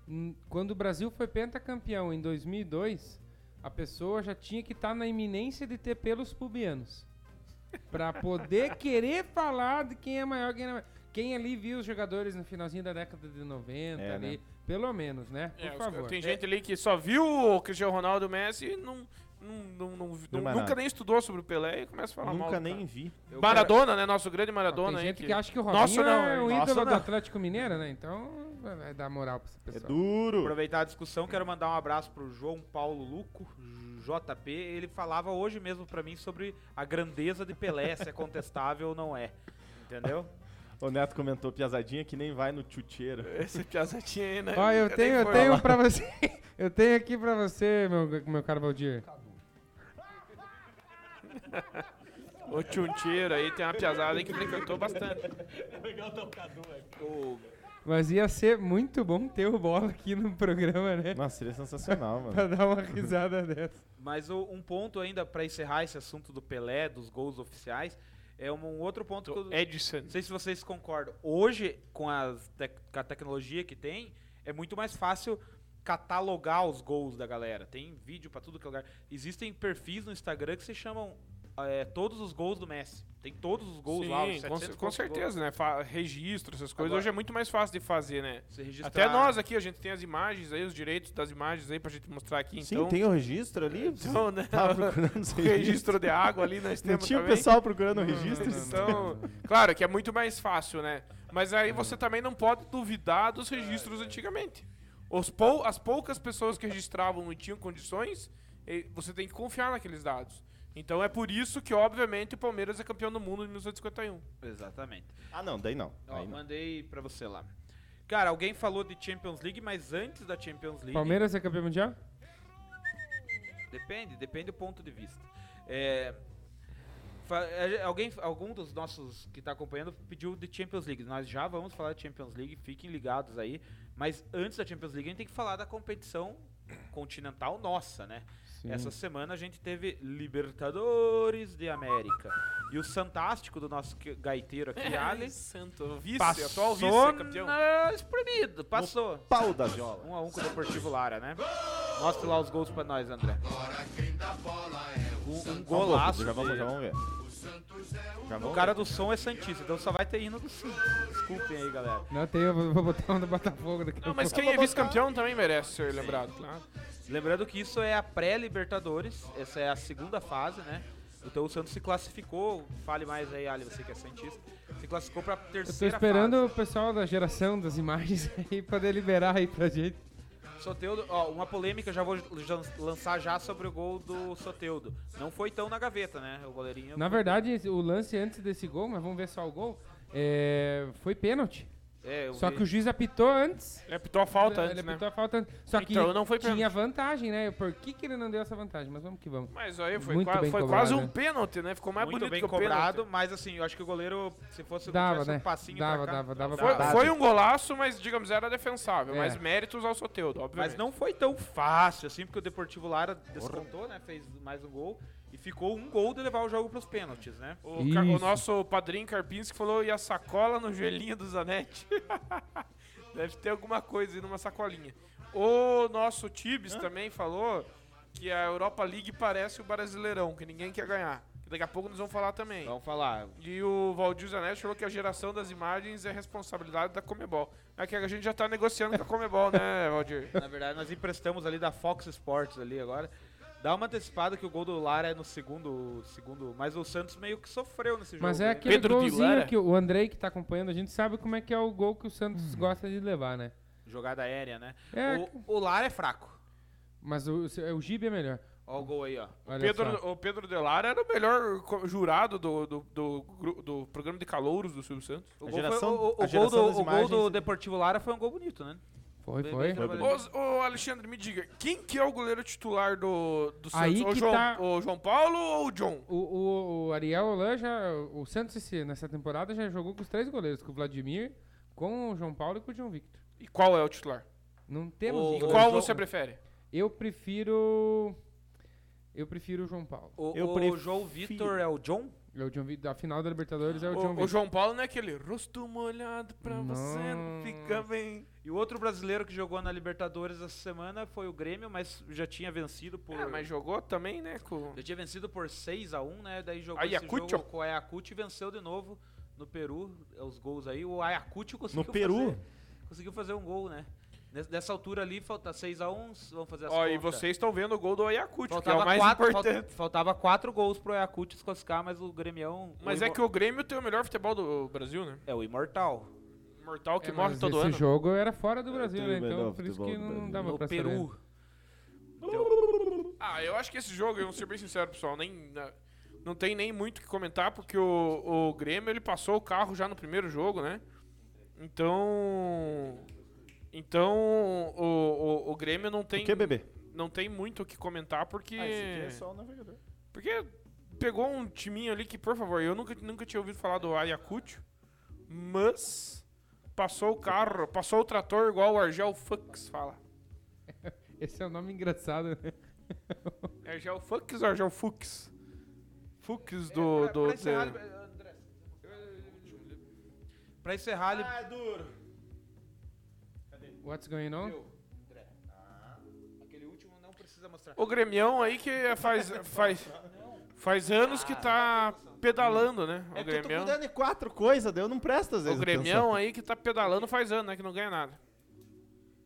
Speaker 4: hum, quando o Brasil foi pentacampeão em 2002, a pessoa já tinha que estar na iminência de ter pelos pubianos.
Speaker 3: <laughs>
Speaker 4: Pra poder querer falar de quem é maior, quem não é Quem ali viu os jogadores no finalzinho da década de 90,
Speaker 2: É,
Speaker 4: ali, pelo menos, né? Por
Speaker 3: É, os-
Speaker 4: favor.
Speaker 3: Tem gente ali que só viu o Cristiano Ronaldo e o Messi e não, não, não, não-
Speaker 2: Não mais
Speaker 3: nunca
Speaker 2: nada.
Speaker 3: nem estudou sobre o Pelé e começa a falar mal.
Speaker 2: Nunca
Speaker 3: do
Speaker 2: nem
Speaker 3: cara.
Speaker 2: vi. É
Speaker 1: Eu
Speaker 3: Maradona, né? Nosso grande
Speaker 4: Ah,
Speaker 3: Maradona.
Speaker 4: tem
Speaker 3: aí
Speaker 4: gente que... acha que o Robinho
Speaker 3: Nossa, não,
Speaker 4: é o
Speaker 2: hein? Nossa,
Speaker 4: ídolo do
Speaker 2: não.
Speaker 4: Atlético Mineiro, né? Então vai- vai dar moral pra essa
Speaker 2: É
Speaker 4: pessoa.
Speaker 1: Quero
Speaker 2: duro.
Speaker 1: aproveitar a discussão, quero mandar um abraço pro João Paulo Luco, JP. Ele falava hoje mesmo pra mim sobre a grandeza de Pelé, se é contestável ou não é. Entendeu?
Speaker 2: O Neto comentou piazadinha que nem vai no chuteiro.
Speaker 3: Essa piazadinha aí, né?
Speaker 4: Ó, eu
Speaker 3: Nunca
Speaker 4: tenho,
Speaker 3: nem
Speaker 4: eu
Speaker 3: foi
Speaker 4: tenho
Speaker 3: lá.
Speaker 4: pra você. <laughs> Eu tenho aqui pra você, meu, meu caro Valdir.
Speaker 3: O Tchuncheiro um aí tem uma piazada aí que frequentou bastante.
Speaker 1: O
Speaker 4: Mas ia ser muito bom ter o bola aqui no programa,
Speaker 3: É.
Speaker 4: né?
Speaker 2: Nossa, seria sensacional,
Speaker 4: Pra
Speaker 2: mano.
Speaker 4: dar uma risada <laughs> dessa.
Speaker 1: Mas o- um ponto ainda pra encerrar esse assunto do Pelé, dos gols oficiais, é um, um outro ponto que eu
Speaker 3: Do Edson.
Speaker 1: não sei se vocês concordam. Hoje, com, as tec- com a tecnologia que tem, é muito mais fácil catalogar os gols da galera. Tem vídeo pra tudo que é lugar. Existem perfis no Instagram que se chamam é, todos os gols do Messi. Tem todos os gols
Speaker 3: Sim,
Speaker 1: lá. os
Speaker 3: com,
Speaker 1: 700
Speaker 3: cer- com
Speaker 1: gols.
Speaker 3: certeza, né? Fa- registro, essas coisas.
Speaker 1: Agora-
Speaker 3: Hoje é muito mais fácil de fazer, né?
Speaker 1: Você registrar-
Speaker 3: Até nós aqui, a gente tem as imagens aí, os direitos das imagens aí pra gente mostrar aqui,
Speaker 2: Sim,
Speaker 3: então.
Speaker 2: tem o registro ali? <laughs>
Speaker 3: Então, né?
Speaker 2: Tava procurando
Speaker 3: <laughs>
Speaker 2: os
Speaker 3: O registro de água ali nós
Speaker 2: Não
Speaker 3: temos
Speaker 2: tinha o
Speaker 3: também.
Speaker 2: pessoal procurando o registro?
Speaker 3: Então, <laughs> claro que é muito mais fácil, né? Mas aí você também não pode duvidar dos registros antigamente. Os pou, as poucas pessoas que registravam e tinham condições, eh, você tem que confiar naqueles dados. Então é por isso que, obviamente, o Palmeiras é campeão do mundo em 1951.
Speaker 1: Exatamente.
Speaker 2: Ah, não, daí não.
Speaker 1: Ó,
Speaker 2: Aí não.
Speaker 1: mandei pra você lá. Cara, alguém falou de Champions League, mas antes da Champions League.
Speaker 4: Palmeiras é campeão mundial?
Speaker 1: Depende, depende do ponto de vista. É, fa- é, alguém, algum dos nossos que está acompanhando pediu de Champions League. Nós já vamos falar de Champions League, fiquem ligados aí. Mas antes da Champions League, a gente tem que falar da competição continental nossa, né?
Speaker 4: Sim.
Speaker 1: Essa semana a gente teve Libertadores de América. E o fantástico do nosso que- gaiteiro aqui, Ali,
Speaker 3: santo. Vice, é atual
Speaker 1: É. passou
Speaker 3: vice-campeão.
Speaker 1: na- espremido, passou.
Speaker 2: Pau da viola.
Speaker 1: Um a um com o Deportivo Lara, né? Mostra lá os gols pra nós, André.
Speaker 5: Agora quem dá bola é o
Speaker 2: Um, um
Speaker 1: golaço
Speaker 2: Tá Já vamos,
Speaker 1: de-
Speaker 2: já vamos ver. Já vamos
Speaker 1: O cara do som é Santista, então só vai ter hino do Santos. Desculpem aí, galera.
Speaker 4: Não, tem, eu vou vou botar um do Botafogo daqui a
Speaker 3: Não, mas
Speaker 4: pouco.
Speaker 3: quem é vice-campeão também merece ser lembrado, claro.
Speaker 1: Lembrando que isso é a pré-Libertadores, essa é a segunda fase, né? Então o Santos se classificou, fale mais aí, Ali, você que é Santista, se classificou pra
Speaker 4: Eu tô
Speaker 1: terceira
Speaker 4: esperando
Speaker 1: fase.
Speaker 4: o pessoal da geração das imagens <laughs> aí poder liberar aí pra gente.
Speaker 1: Soteudo, ó, uma polêmica eu já vou jan- lançar já sobre o gol do Soteudo. Não foi tão na gaveta, né? O goleirinho.
Speaker 4: Na verdade, esse- o lance antes desse gol, mas vamos ver só o gol, é, foi pênalti.
Speaker 1: É, eu
Speaker 4: Só
Speaker 1: vi.
Speaker 4: que o juiz apitou antes.
Speaker 3: Ele apitou a falta
Speaker 4: ele
Speaker 3: antes, né?
Speaker 4: apitou a falta antes. Só que
Speaker 3: Então, não foi
Speaker 4: tinha vantagem, né? Por que, que ele não deu essa vantagem? Mas vamos que vamos.
Speaker 3: Mas aí foi,
Speaker 4: Muito
Speaker 3: qua-
Speaker 4: bem
Speaker 3: foi
Speaker 4: cobrado,
Speaker 3: quase um
Speaker 4: né?
Speaker 3: pênalti, né? Ficou mais
Speaker 1: muito
Speaker 3: bonito
Speaker 1: bem
Speaker 3: que o
Speaker 1: cobrado,
Speaker 3: pênalti.
Speaker 1: mas assim, eu acho que o goleiro, se fosse
Speaker 4: Dava,
Speaker 1: tivesse um
Speaker 4: né?
Speaker 1: passinho
Speaker 4: Dava,
Speaker 1: pra cá,
Speaker 4: dava, dava
Speaker 3: Foi,
Speaker 4: pra-
Speaker 3: foi um golaço, mas digamos era defensável.
Speaker 4: É.
Speaker 3: Mas méritos ao Soteudo, obviamente.
Speaker 1: Mas não foi tão fácil assim, porque o Deportivo Lara descontou, né? Fez mais um gol e ficou um gol de levar o jogo pros pênaltis, né?
Speaker 3: O, Car- o
Speaker 4: Isso.
Speaker 3: nosso padrinho Karpinski falou e a sacola no joelhinho do Zanetti. <laughs> Deve ter alguma coisa aí numa sacolinha. O nosso Tibes também falou que a Europa League parece o Brasileirão, que ninguém quer ganhar. Que Daqui a pouco nós vamos falar também.
Speaker 4: Então.
Speaker 1: Vamos falar.
Speaker 3: E o Valdir Zanetti falou que a geração das imagens é responsabilidade da Comebol. É que a gente já tá negociando com a Comebol, né, Valdir?
Speaker 1: Na verdade, nós emprestamos ali da Fox Sports ali agora. Dá uma antecipada que o gol do Lara é no segundo, segundo, mas o Santos meio que sofreu nesse jogo.
Speaker 4: Mas é
Speaker 1: né?
Speaker 4: aquele
Speaker 3: Pedro de Lara.
Speaker 4: golzinho que o Andrei que tá acompanhando, a gente sabe como é que é o gol que o Santos gosta de levar, né?
Speaker 1: jogada aérea, né?
Speaker 4: É.
Speaker 1: O, o Lara é fraco.
Speaker 4: Mas o, o Gibi é melhor.
Speaker 1: Ó o gol aí, ó.
Speaker 4: Olha só.
Speaker 3: Pedro, o Pedro Delara era o melhor co- jurado do, do, do, gru- do programa de calouros do Silvio Santos.
Speaker 1: O gol,
Speaker 2: A
Speaker 1: foi- o-
Speaker 2: geração-
Speaker 1: o-
Speaker 2: a
Speaker 1: o gol
Speaker 2: geração
Speaker 1: do,
Speaker 2: das
Speaker 1: o gol do
Speaker 2: imagens-
Speaker 1: Deportivo Lara foi um gol bonito, né?
Speaker 4: Foi,
Speaker 1: Bem-
Speaker 4: foi.
Speaker 1: bem trabalhado.
Speaker 3: Ô, ô, Alexandre, me diga, quem que é o goleiro titular do, do Santos?
Speaker 4: Aí
Speaker 3: o,
Speaker 4: que
Speaker 3: João,
Speaker 4: tá-
Speaker 3: o João Paulo ou o John?
Speaker 4: O, o, o Ariel Holan já. O Santos esse- nessa temporada já jogou com os três goleiros, com o Vladimir, com o João Paulo e com o João Victor.
Speaker 3: E qual é o titular?
Speaker 4: Não temos.
Speaker 1: O-
Speaker 3: E
Speaker 4: goleiro.
Speaker 3: qual
Speaker 1: João-
Speaker 3: você prefere?
Speaker 4: Eu prefiro. Eu prefiro o João Paulo.
Speaker 1: O,
Speaker 2: Eu
Speaker 1: o
Speaker 2: prefiro-
Speaker 1: João Vitor é o John?
Speaker 4: É o John Vitor. A final da Libertadores é o, John
Speaker 3: O, o
Speaker 4: Vitor.
Speaker 3: João Paulo não é aquele rosto molhado pra você não
Speaker 4: Nossa.
Speaker 3: ficar bem.
Speaker 1: E o outro brasileiro que jogou na Libertadores essa semana foi o Grêmio, mas já tinha vencido por.
Speaker 3: É, mas jogou também, né? Com...
Speaker 1: Já tinha vencido por 6 a 1 né? Daí jogou
Speaker 3: Ayacucho.
Speaker 1: esse jogo com o Ayacucho e venceu de novo no Peru. É, Os gols aí. O Ayacucho conseguiu
Speaker 2: No Peru?
Speaker 1: Fazer, conseguiu fazer um gol, né? Nes- Nessa altura ali, falta 6 a 1 vamos fazer as
Speaker 3: Ó, e
Speaker 1: contas.
Speaker 3: vocês estão vendo o gol do Ayacucho, que é
Speaker 1: Faltava,
Speaker 3: o mais
Speaker 1: quatro, fal-
Speaker 3: importante.
Speaker 1: faltava quatro gols pro Ayacucho se classificar, mas o Grêmião...
Speaker 3: Mas
Speaker 1: o
Speaker 3: é
Speaker 1: imo-
Speaker 3: que o Grêmio tem o melhor futebol do Brasil, né?
Speaker 1: um É o Imortal.
Speaker 3: Mortal que
Speaker 4: É,
Speaker 3: morre
Speaker 4: mas
Speaker 3: todo
Speaker 4: esse
Speaker 3: ano.
Speaker 4: jogo era fora do Brasil,
Speaker 2: tenho
Speaker 4: né?
Speaker 2: o melhor
Speaker 4: Então por isso
Speaker 2: futebol do
Speaker 4: que não
Speaker 2: Brasil.
Speaker 4: dava
Speaker 1: no
Speaker 4: pra saber.
Speaker 1: Peru. Então,
Speaker 3: Ah, eu acho que esse jogo, eu vou ser bem sincero, pessoal, nem, na- não tem nem muito o que comentar, porque o, o Grêmio ele passou o carro já no primeiro jogo, né? Então. Então o, o, o Grêmio não tem,
Speaker 2: O que, bebê?
Speaker 3: não tem muito o que comentar, porque.
Speaker 2: Ah, esse aqui é só o navegador.
Speaker 3: Porque pegou um timinho ali que, por favor, eu nunca, nunca tinha ouvido falar do Ayacucho, mas passou o carro, passou o trator igual o Argel Fux fala.
Speaker 4: Esse é um nome engraçado, né? <laughs>
Speaker 3: É já o Fux ou já o Fux? Fux
Speaker 2: É,
Speaker 3: do. do,
Speaker 1: É, pra encerrar,
Speaker 3: do-
Speaker 1: André, pra encerrar, ele-
Speaker 2: é duro.
Speaker 4: What's going on?
Speaker 1: aquele último não precisa mostrar.
Speaker 3: O Gremião aí que
Speaker 2: <laughs>
Speaker 3: é faz. faz, faz anos que tá pedalando, né? O
Speaker 2: É que eu tô
Speaker 3: Gremião.
Speaker 2: cuidando de quatro coisas, daí eu não presto às
Speaker 3: O
Speaker 2: vezes.
Speaker 3: Gremião aí que tá pedalando faz anos, né? Que não ganha nada.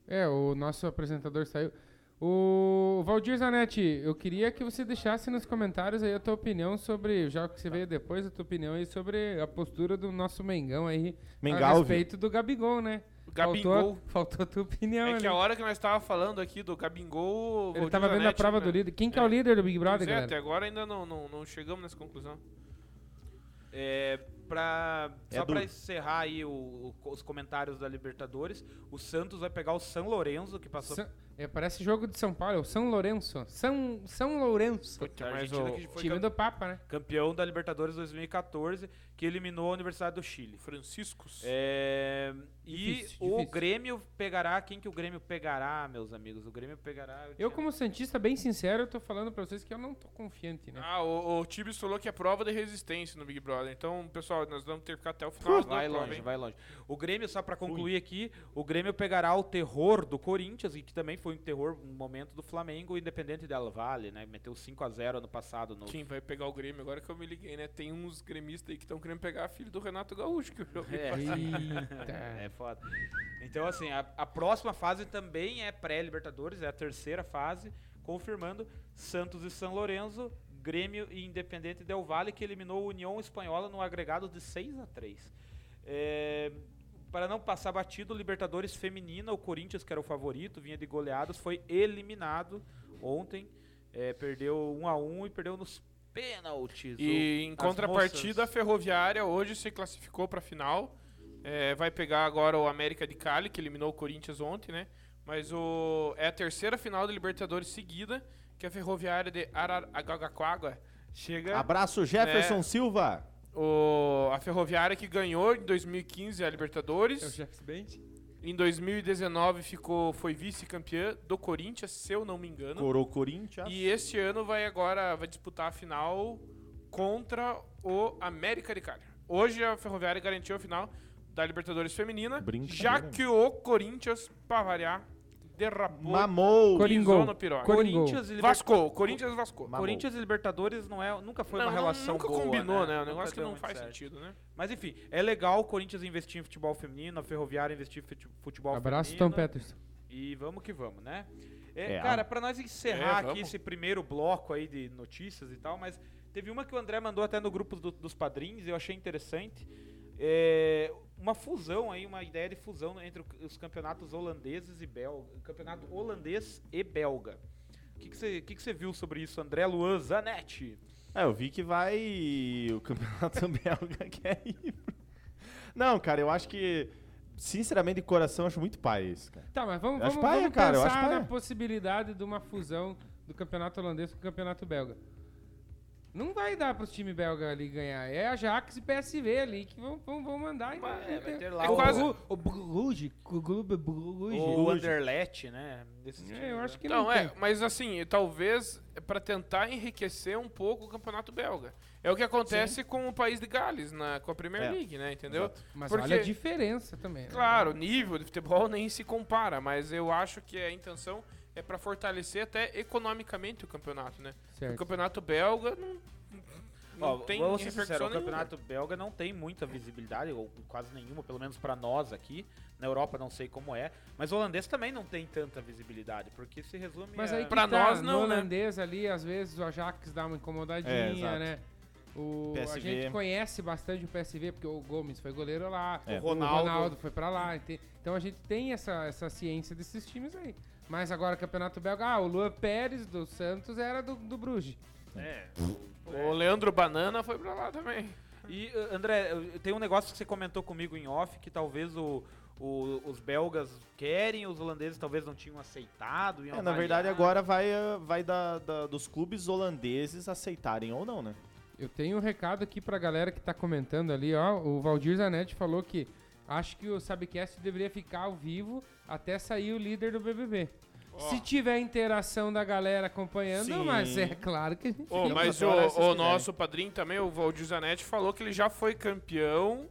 Speaker 4: É, o nosso apresentador saiu. O Valdir Zanetti, eu queria que você deixasse nos comentários aí a tua opinião sobre, já que você veio depois, a tua opinião aí sobre a postura do nosso Mengão aí a
Speaker 2: Mengalvio.
Speaker 4: respeito do Gabigol, né?
Speaker 3: O Gabigol.
Speaker 4: Faltou, faltou a tua <laughs> opinião
Speaker 3: É que a
Speaker 4: ali.
Speaker 3: hora que nós tava falando aqui do Gabigol.
Speaker 4: Ele tava vendo a prova do líder. Quem que é o
Speaker 3: É.
Speaker 4: líder do Big Brother,
Speaker 3: Pois é, até
Speaker 4: galera?
Speaker 3: agora ainda não, não, não chegamos nessa conclusão.
Speaker 1: É, pra,
Speaker 2: É
Speaker 1: só
Speaker 2: duro.
Speaker 1: pra encerrar aí o- o- os comentários da Libertadores, o Santos vai pegar o São Lourenço, que passou
Speaker 4: Sa- é, parece jogo de São Paulo, é o São Lourenço. São, São Lourenço.
Speaker 1: pela
Speaker 3: mas
Speaker 1: Argentina,
Speaker 3: o-
Speaker 1: que foi
Speaker 4: Time
Speaker 1: cam-
Speaker 4: do Papa, né?
Speaker 1: campeão da Libertadores 2014, que eliminou a Universidade do Chile.
Speaker 3: Franciscos.
Speaker 1: É, e
Speaker 4: Difícil,
Speaker 1: o
Speaker 4: difícil.
Speaker 1: Grêmio pegará. Quem que o Grêmio pegará, meus amigos? O Grêmio pegará.
Speaker 4: Eu,
Speaker 1: tinha-
Speaker 4: como Santista, bem sincero, eu tô
Speaker 1: Ah,
Speaker 4: falando pra vocês que eu não tô confiante, né?
Speaker 3: Ah, o, o Tibis falou que é prova de resistência no Big Brother. Então, pessoal, pessoal, nós vamos ter que ficar até o final. senão
Speaker 1: Vai
Speaker 3: o Clóvis
Speaker 1: longe,
Speaker 3: vem.
Speaker 1: vai longe. O Grêmio, só pra concluir aqui, o Grêmio pegará o terror do Corinthians, e que também foi um terror um momento do Flamengo, independente dela Vale, né? Meteu 5 a 0 ano passado no
Speaker 3: Quem vai pegar o Grêmio agora que eu me liguei, né? Tem uns gremistas aí que estão querendo pegar a filha do Renato Gaúcho, que eu já ouvi
Speaker 1: É.
Speaker 3: falar.
Speaker 4: Eita.
Speaker 1: <laughs> É foda. Então, assim, a, a próxima fase também é pré-Libertadores, é a terceira fase, confirmando Santos e São Lourenço, Grêmio e Independente Del Valle, que eliminou a União Espanhola no agregado de 6 a 3 É, para não passar batido, Libertadores feminina, o Corinthians, que era o favorito, vinha de goleadas, foi eliminado ontem. é, perdeu 1 a 1 e perdeu nos pênaltis.
Speaker 3: E
Speaker 1: O-
Speaker 3: em
Speaker 1: as
Speaker 3: contrapartida, a
Speaker 1: moças-
Speaker 3: Ferroviária hoje se classificou para a final. É, vai pegar agora o América de Cali, que eliminou o Corinthians ontem, né? Mas o, é a terceira final da Libertadores seguida que a Ferroviária de Araraquara
Speaker 1: Ah.
Speaker 3: chega.
Speaker 2: Abraço, Jefferson
Speaker 3: É.
Speaker 2: Silva.
Speaker 3: O, a Ferroviária que ganhou em 2015 a Libertadores.
Speaker 4: É o Jeffs Band?
Speaker 3: Em 2019 ficou, foi vice-campeã do Corinthians, se eu não me engano.
Speaker 2: Coro
Speaker 1: Tá?
Speaker 2: Corinthians.
Speaker 3: E este ano vai agora vai disputar a final contra o América de Cali. Hoje a Ferroviária garantiu a final da Libertadores Feminina,
Speaker 2: Brincadeira,
Speaker 3: já
Speaker 2: mano.
Speaker 3: que o Corinthians, pra variar, derrapou
Speaker 2: Mamou.
Speaker 4: Cori-
Speaker 3: pisou
Speaker 4: Coringou.
Speaker 3: no piroca.
Speaker 4: Cori-
Speaker 1: Corinthians e Libertadores.
Speaker 3: Vasco, Corinthians e Vasco.
Speaker 2: Mamou.
Speaker 1: Corinthians e Libertadores não é, nunca foi
Speaker 3: Não,
Speaker 1: uma
Speaker 3: não-
Speaker 1: relação
Speaker 3: nunca
Speaker 1: boa,
Speaker 3: combinou, né? Um
Speaker 1: Nunca
Speaker 3: negócio que
Speaker 1: deu
Speaker 3: não
Speaker 1: muito
Speaker 3: faz
Speaker 1: certo.
Speaker 3: sentido, né?
Speaker 1: Mas enfim, é legal o Corinthians investir em futebol feminino, a Ferroviária investir em fute- futebol
Speaker 4: Abraço, Tom
Speaker 1: feminino.
Speaker 4: Peterson.
Speaker 1: E vamos que vamos, né? É,
Speaker 2: É,
Speaker 1: cara,
Speaker 2: a-
Speaker 1: pra nós encerrar
Speaker 3: É,
Speaker 1: aqui
Speaker 3: vamos.
Speaker 1: esse primeiro bloco aí de notícias e tal, mas teve uma que o André mandou até no grupo do- dos padrinhos, eu achei interessante. É, uma fusão aí, uma ideia de fusão entre o- os campeonatos holandeses e belga. Campeonato holandês e belga. O que que você que que você viu sobre isso, André Luan Zanetti?
Speaker 2: É, eu vi que vai o campeonato <laughs> é belga quer ir. Não, cara, eu acho que sinceramente de coração eu acho muito pai isso, cara.
Speaker 4: Tá, mas vamos,
Speaker 2: Eu acho
Speaker 4: vamos,
Speaker 2: paia,
Speaker 4: vamos
Speaker 2: cara, eu acho
Speaker 4: pensar
Speaker 2: paia.
Speaker 4: na possibilidade de uma fusão do campeonato holandês com o campeonato belga. Não vai dar pros times belga ali ganhar. É Ajax e PSV ali que vão, vão, vão mandar. e
Speaker 3: é,
Speaker 4: não- não tem- É
Speaker 1: lá
Speaker 3: o- quase-
Speaker 4: o, o Bruges, o Clube Bruges.
Speaker 1: O Anderlecht, né? Desses
Speaker 4: É,
Speaker 1: times,
Speaker 4: eu
Speaker 1: né?
Speaker 4: acho que não,
Speaker 3: Não, é,
Speaker 4: tem.
Speaker 3: mas assim, talvez é pra tentar enriquecer um pouco o campeonato belga. É o que acontece com o país de Gales, na, com a Premier
Speaker 2: É.
Speaker 3: League, né? Entendeu?
Speaker 4: Mas
Speaker 3: porque-
Speaker 4: olha a diferença também. né?
Speaker 3: Claro, o nível de futebol nem se compara, mas eu acho que a intenção é pra fortalecer até economicamente o campeonato, né? O
Speaker 4: Certo.
Speaker 3: campeonato belga não, não
Speaker 1: Ó,
Speaker 3: tem
Speaker 1: vamos ser
Speaker 3: repercussão
Speaker 1: sinceros, o
Speaker 3: nenhuma.
Speaker 1: campeonato belga não tem muita visibilidade, ou quase nenhuma, pelo menos pra nós aqui. Na Europa não sei como é, mas o holandês também não tem tanta visibilidade, porque se resume
Speaker 4: Mas
Speaker 1: a...
Speaker 4: aí que
Speaker 3: Pra
Speaker 4: tá,
Speaker 3: nós,
Speaker 4: no
Speaker 3: não, né?
Speaker 4: holandês ali, às vezes o Ajax dá uma incomodadinha,
Speaker 2: É, exato.
Speaker 4: né? O, a
Speaker 2: PSV.
Speaker 4: gente conhece bastante o PSV, porque o Gomes foi goleiro lá,
Speaker 2: É.
Speaker 4: o,
Speaker 1: O
Speaker 4: Ronaldo.
Speaker 1: Ronaldo.
Speaker 4: foi pra lá. ente- Então a gente tem essa, essa ciência desses times aí. Mas agora o Campeonato Belga, ah, o Luan Pérez do Santos era do, do Bruges.
Speaker 1: É.
Speaker 3: O Leandro Banana foi pra lá também.
Speaker 1: E, uh, André, eu- tem um negócio que você comentou comigo em off, que talvez o- o- os belgas querem, os holandeses talvez não tinham aceitado. iam
Speaker 2: É, na verdade
Speaker 1: avaliar.
Speaker 2: agora vai eh, vai da, da- dos clubes holandeses aceitarem ou não, né?
Speaker 4: Eu tenho um recado aqui pra galera que tá comentando ali, ó. O Valdir Zanetti falou que acho que o Sabcast deveria ficar ao vivo até sair o líder do BBB. Se tiver interação da galera acompanhando,
Speaker 2: Sim.
Speaker 4: mas é claro que a gente
Speaker 3: Ô,
Speaker 4: fica-
Speaker 3: mas o,
Speaker 2: pra lá, se vocês
Speaker 3: o
Speaker 2: quiserem.
Speaker 3: nosso padrinho também, o Valdir Zanetti, falou que ele já foi campeão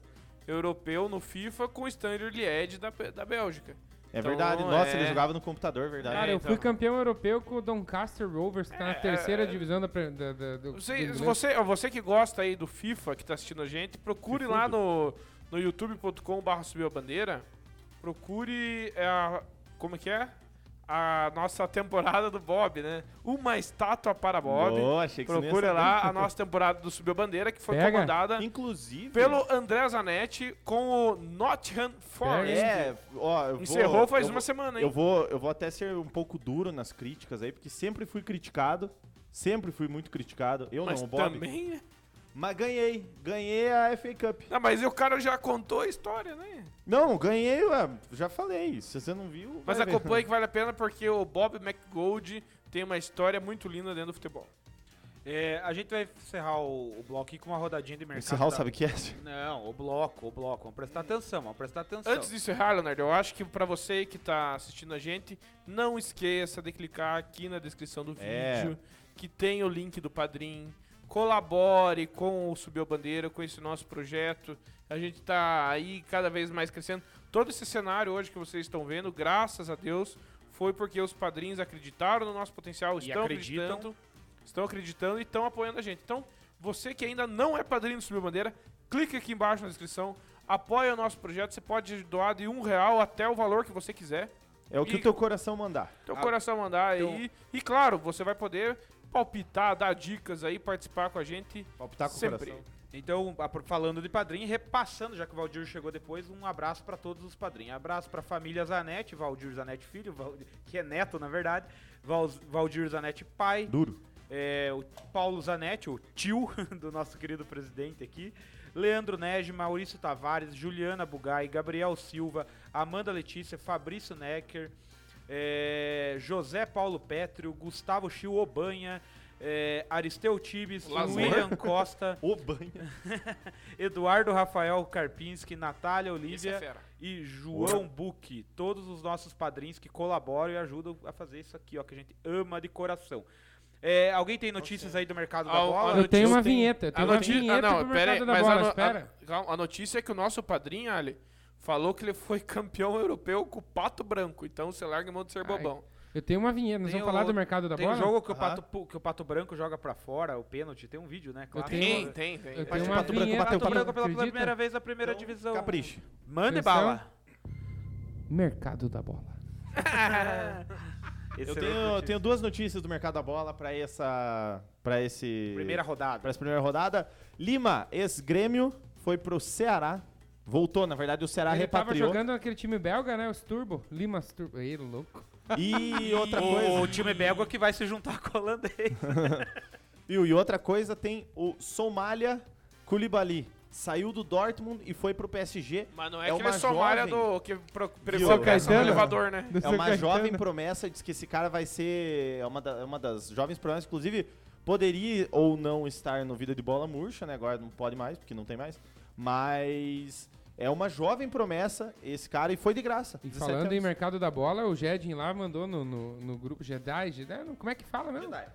Speaker 3: europeu no FIFA com o Standard Liège da, da Bélgica.
Speaker 2: É
Speaker 3: Então,
Speaker 2: verdade. Nossa,
Speaker 3: é.
Speaker 2: ele jogava no computador, verdade.
Speaker 4: Cara, eu
Speaker 3: então.
Speaker 4: fui campeão europeu com o Doncaster Rovers, que tá na terceira divisão da, pre- da, da- do. do
Speaker 3: Você,
Speaker 4: inglês.
Speaker 3: você, ó, você que gosta aí do FIFA, que tá assistindo a gente, procure lá no, no youtube.com.br subiu a bandeira. Procure é, a. Como que é? A nossa temporada do Bob, né? Uma estátua para Bob.
Speaker 2: Boa, achei que você não ia
Speaker 3: Procure
Speaker 2: saber.
Speaker 3: lá a nossa temporada do Subiu a Bandeira, que foi
Speaker 4: Pega.
Speaker 3: comandada
Speaker 2: Inclusive,
Speaker 3: pelo André Zanetti com o Nottingham Forest.
Speaker 2: é, ó, eu vou-
Speaker 3: Encerrou faz
Speaker 2: eu
Speaker 3: uma
Speaker 2: vou-
Speaker 3: semana, hein?
Speaker 2: Eu vou, eu vou até ser um pouco duro nas críticas aí, porque sempre fui criticado. Sempre fui muito criticado. Eu
Speaker 3: Mas
Speaker 2: não, o Bob.
Speaker 3: também. né?
Speaker 2: Mas ganhei. Ganhei a FA Cup.
Speaker 3: Ah, mas o cara já contou a história, né?
Speaker 2: Não, ganhei, ué, já falei. Se você não viu.
Speaker 3: Mas
Speaker 2: vai ver.
Speaker 3: acompanhe que vale a pena porque o Bob McGold tem uma história muito linda dentro do futebol.
Speaker 1: É, a gente vai encerrar o, o bloco aqui com uma rodadinha de mercado.
Speaker 2: Esse Hall
Speaker 1: da-
Speaker 2: sabe que é? esse?
Speaker 1: Não, o bloco, o bloco. Vamos prestar atenção, vamos prestar
Speaker 2: Então.
Speaker 1: atenção.
Speaker 3: Antes de encerrar, Leonardo, eu acho que pra você que tá assistindo a gente, não esqueça de clicar aqui na descrição do
Speaker 2: É.
Speaker 3: vídeo, que tem o link do Padrim, colabore com o Subiu a Bandeira, com esse nosso projeto. A gente tá aí cada vez mais crescendo. Todo esse cenário hoje que vocês estão vendo, graças a Deus, foi porque os padrinhos acreditaram no nosso potencial,
Speaker 1: E
Speaker 3: estão
Speaker 1: acreditam.
Speaker 3: acreditando, estão acreditando e estão apoiando a gente. Então, você que ainda não é padrinho do Subiu a Bandeira, clique aqui embaixo na descrição, apoia o nosso projeto. Você pode doar de um real até o valor que você quiser.
Speaker 2: É o que
Speaker 3: E-
Speaker 2: o teu coração mandar.
Speaker 3: Teu
Speaker 1: Ah,
Speaker 3: coração mandar
Speaker 1: então-
Speaker 3: aí. E claro, você vai poder palpitar, dar dicas aí, participar Tá com a gente.
Speaker 2: Palpitar com
Speaker 3: Sempre.
Speaker 2: o coração.
Speaker 1: Então, a- pro- falando de padrinho, repassando, já que o Valdir chegou depois, um abraço pra todos os padrinhos. Abraço pra família Zanetti, Valdir Zanetti filho, Val- que é neto, na verdade, Val- Valdir Zanetti pai,
Speaker 2: Duro.
Speaker 1: é, o Paulo Zanetti, o tio <laughs> do nosso querido presidente aqui, Leandro Nege, Maurício Tavares, Juliana Bugai, Gabriel Silva, Amanda Letícia, Fabrício Necker, é, José Paulo Pétrio, Gustavo Chiu Obanha, é, Aristeu Tibes,
Speaker 3: Lazor.
Speaker 1: William Costa...
Speaker 2: O banho.
Speaker 1: Eduardo Rafael Karpinski, Natália
Speaker 3: Isso é
Speaker 1: Olivia
Speaker 3: fera.
Speaker 1: e João Buque. Todos os nossos padrinhos que colaboram e ajudam a fazer isso aqui, ó, que a gente ama de coração. É, alguém tem notícias aí do mercado da
Speaker 3: Ao- ao
Speaker 1: bola?
Speaker 4: Eu tenho uma
Speaker 3: notícia tem-
Speaker 4: vinheta, eu tenho
Speaker 3: a
Speaker 4: uma
Speaker 3: noti-
Speaker 4: vinheta
Speaker 3: ah, não,
Speaker 4: pro
Speaker 3: pera aí,
Speaker 4: mercado da
Speaker 3: mas a
Speaker 4: bola,
Speaker 3: no- a-
Speaker 4: espera.
Speaker 3: calma, a notícia é que o nosso padrinho, Ali, falou que ele foi <laughs> campeão europeu com o Pato Branco. Então você larga a mão de ser
Speaker 4: Ai,
Speaker 3: bobão.
Speaker 4: Eu tenho uma vinheta, nós
Speaker 1: Tem
Speaker 4: vamos falar
Speaker 1: o-
Speaker 4: do mercado da
Speaker 1: Tem
Speaker 4: bola?
Speaker 1: um jogo que, o
Speaker 2: Aham.
Speaker 1: pato, Pu- que o Pato Branco joga pra fora, o pênalti. Tem um vídeo, né? Claro.
Speaker 4: tenho-
Speaker 3: Tem, tem,
Speaker 4: Tem-
Speaker 3: tem.
Speaker 4: eu
Speaker 1: Pato
Speaker 4: tenho uma
Speaker 2: Branco
Speaker 4: vinheta.
Speaker 1: Pato
Speaker 2: bateu Pato
Speaker 1: Branco pela
Speaker 4: acredita? é
Speaker 1: primeira vez na primeira divisão.
Speaker 2: Então, Capriche.
Speaker 1: Mande
Speaker 4: Versão.
Speaker 1: bala.
Speaker 4: Mercado da bola.
Speaker 1: Esse
Speaker 2: Eu
Speaker 1: é
Speaker 2: tenho,
Speaker 1: o
Speaker 2: eu tenho duas notícias do mercado da bola pra essa. para esse.
Speaker 1: Primeira rodada.
Speaker 2: Para essa primeira rodada. Lima, ex-grêmio, foi pro Ceará. Voltou, na verdade, o Ceará
Speaker 4: Ele tava
Speaker 2: repatriou.
Speaker 4: jogando naquele time belga, né? Os Turbo, Limas Turbo. Ei, louco.
Speaker 2: E outra
Speaker 1: O,
Speaker 2: coisa.
Speaker 1: o time belga que vai se juntar com o holandês.
Speaker 2: Viu? E outra coisa tem o Somália Koulibaly. Saiu do Dortmund e foi pro PSG.
Speaker 3: Mas não
Speaker 2: É
Speaker 3: é, que ele
Speaker 2: uma
Speaker 3: é somária
Speaker 2: jovem.
Speaker 3: do. que pro, pre-
Speaker 2: Viu?
Speaker 3: pro- pro
Speaker 4: Caetano?
Speaker 3: elevador, né?
Speaker 2: É uma
Speaker 4: <laughs>
Speaker 2: jovem promessa, diz que esse cara vai ser é uma, da- é uma das jovens promessas, inclusive poderia ou não estar no Vida de Bola Murcha, né? Agora não pode mais, porque não tem mais. Mas é uma jovem promessa esse cara e foi de graça.
Speaker 4: E
Speaker 2: 17
Speaker 4: falando em
Speaker 2: anos.
Speaker 4: mercado da bola, o Jedin lá mandou no, no, no grupo Jedi, Jedi, não, como é que fala mesmo?
Speaker 2: Jedi.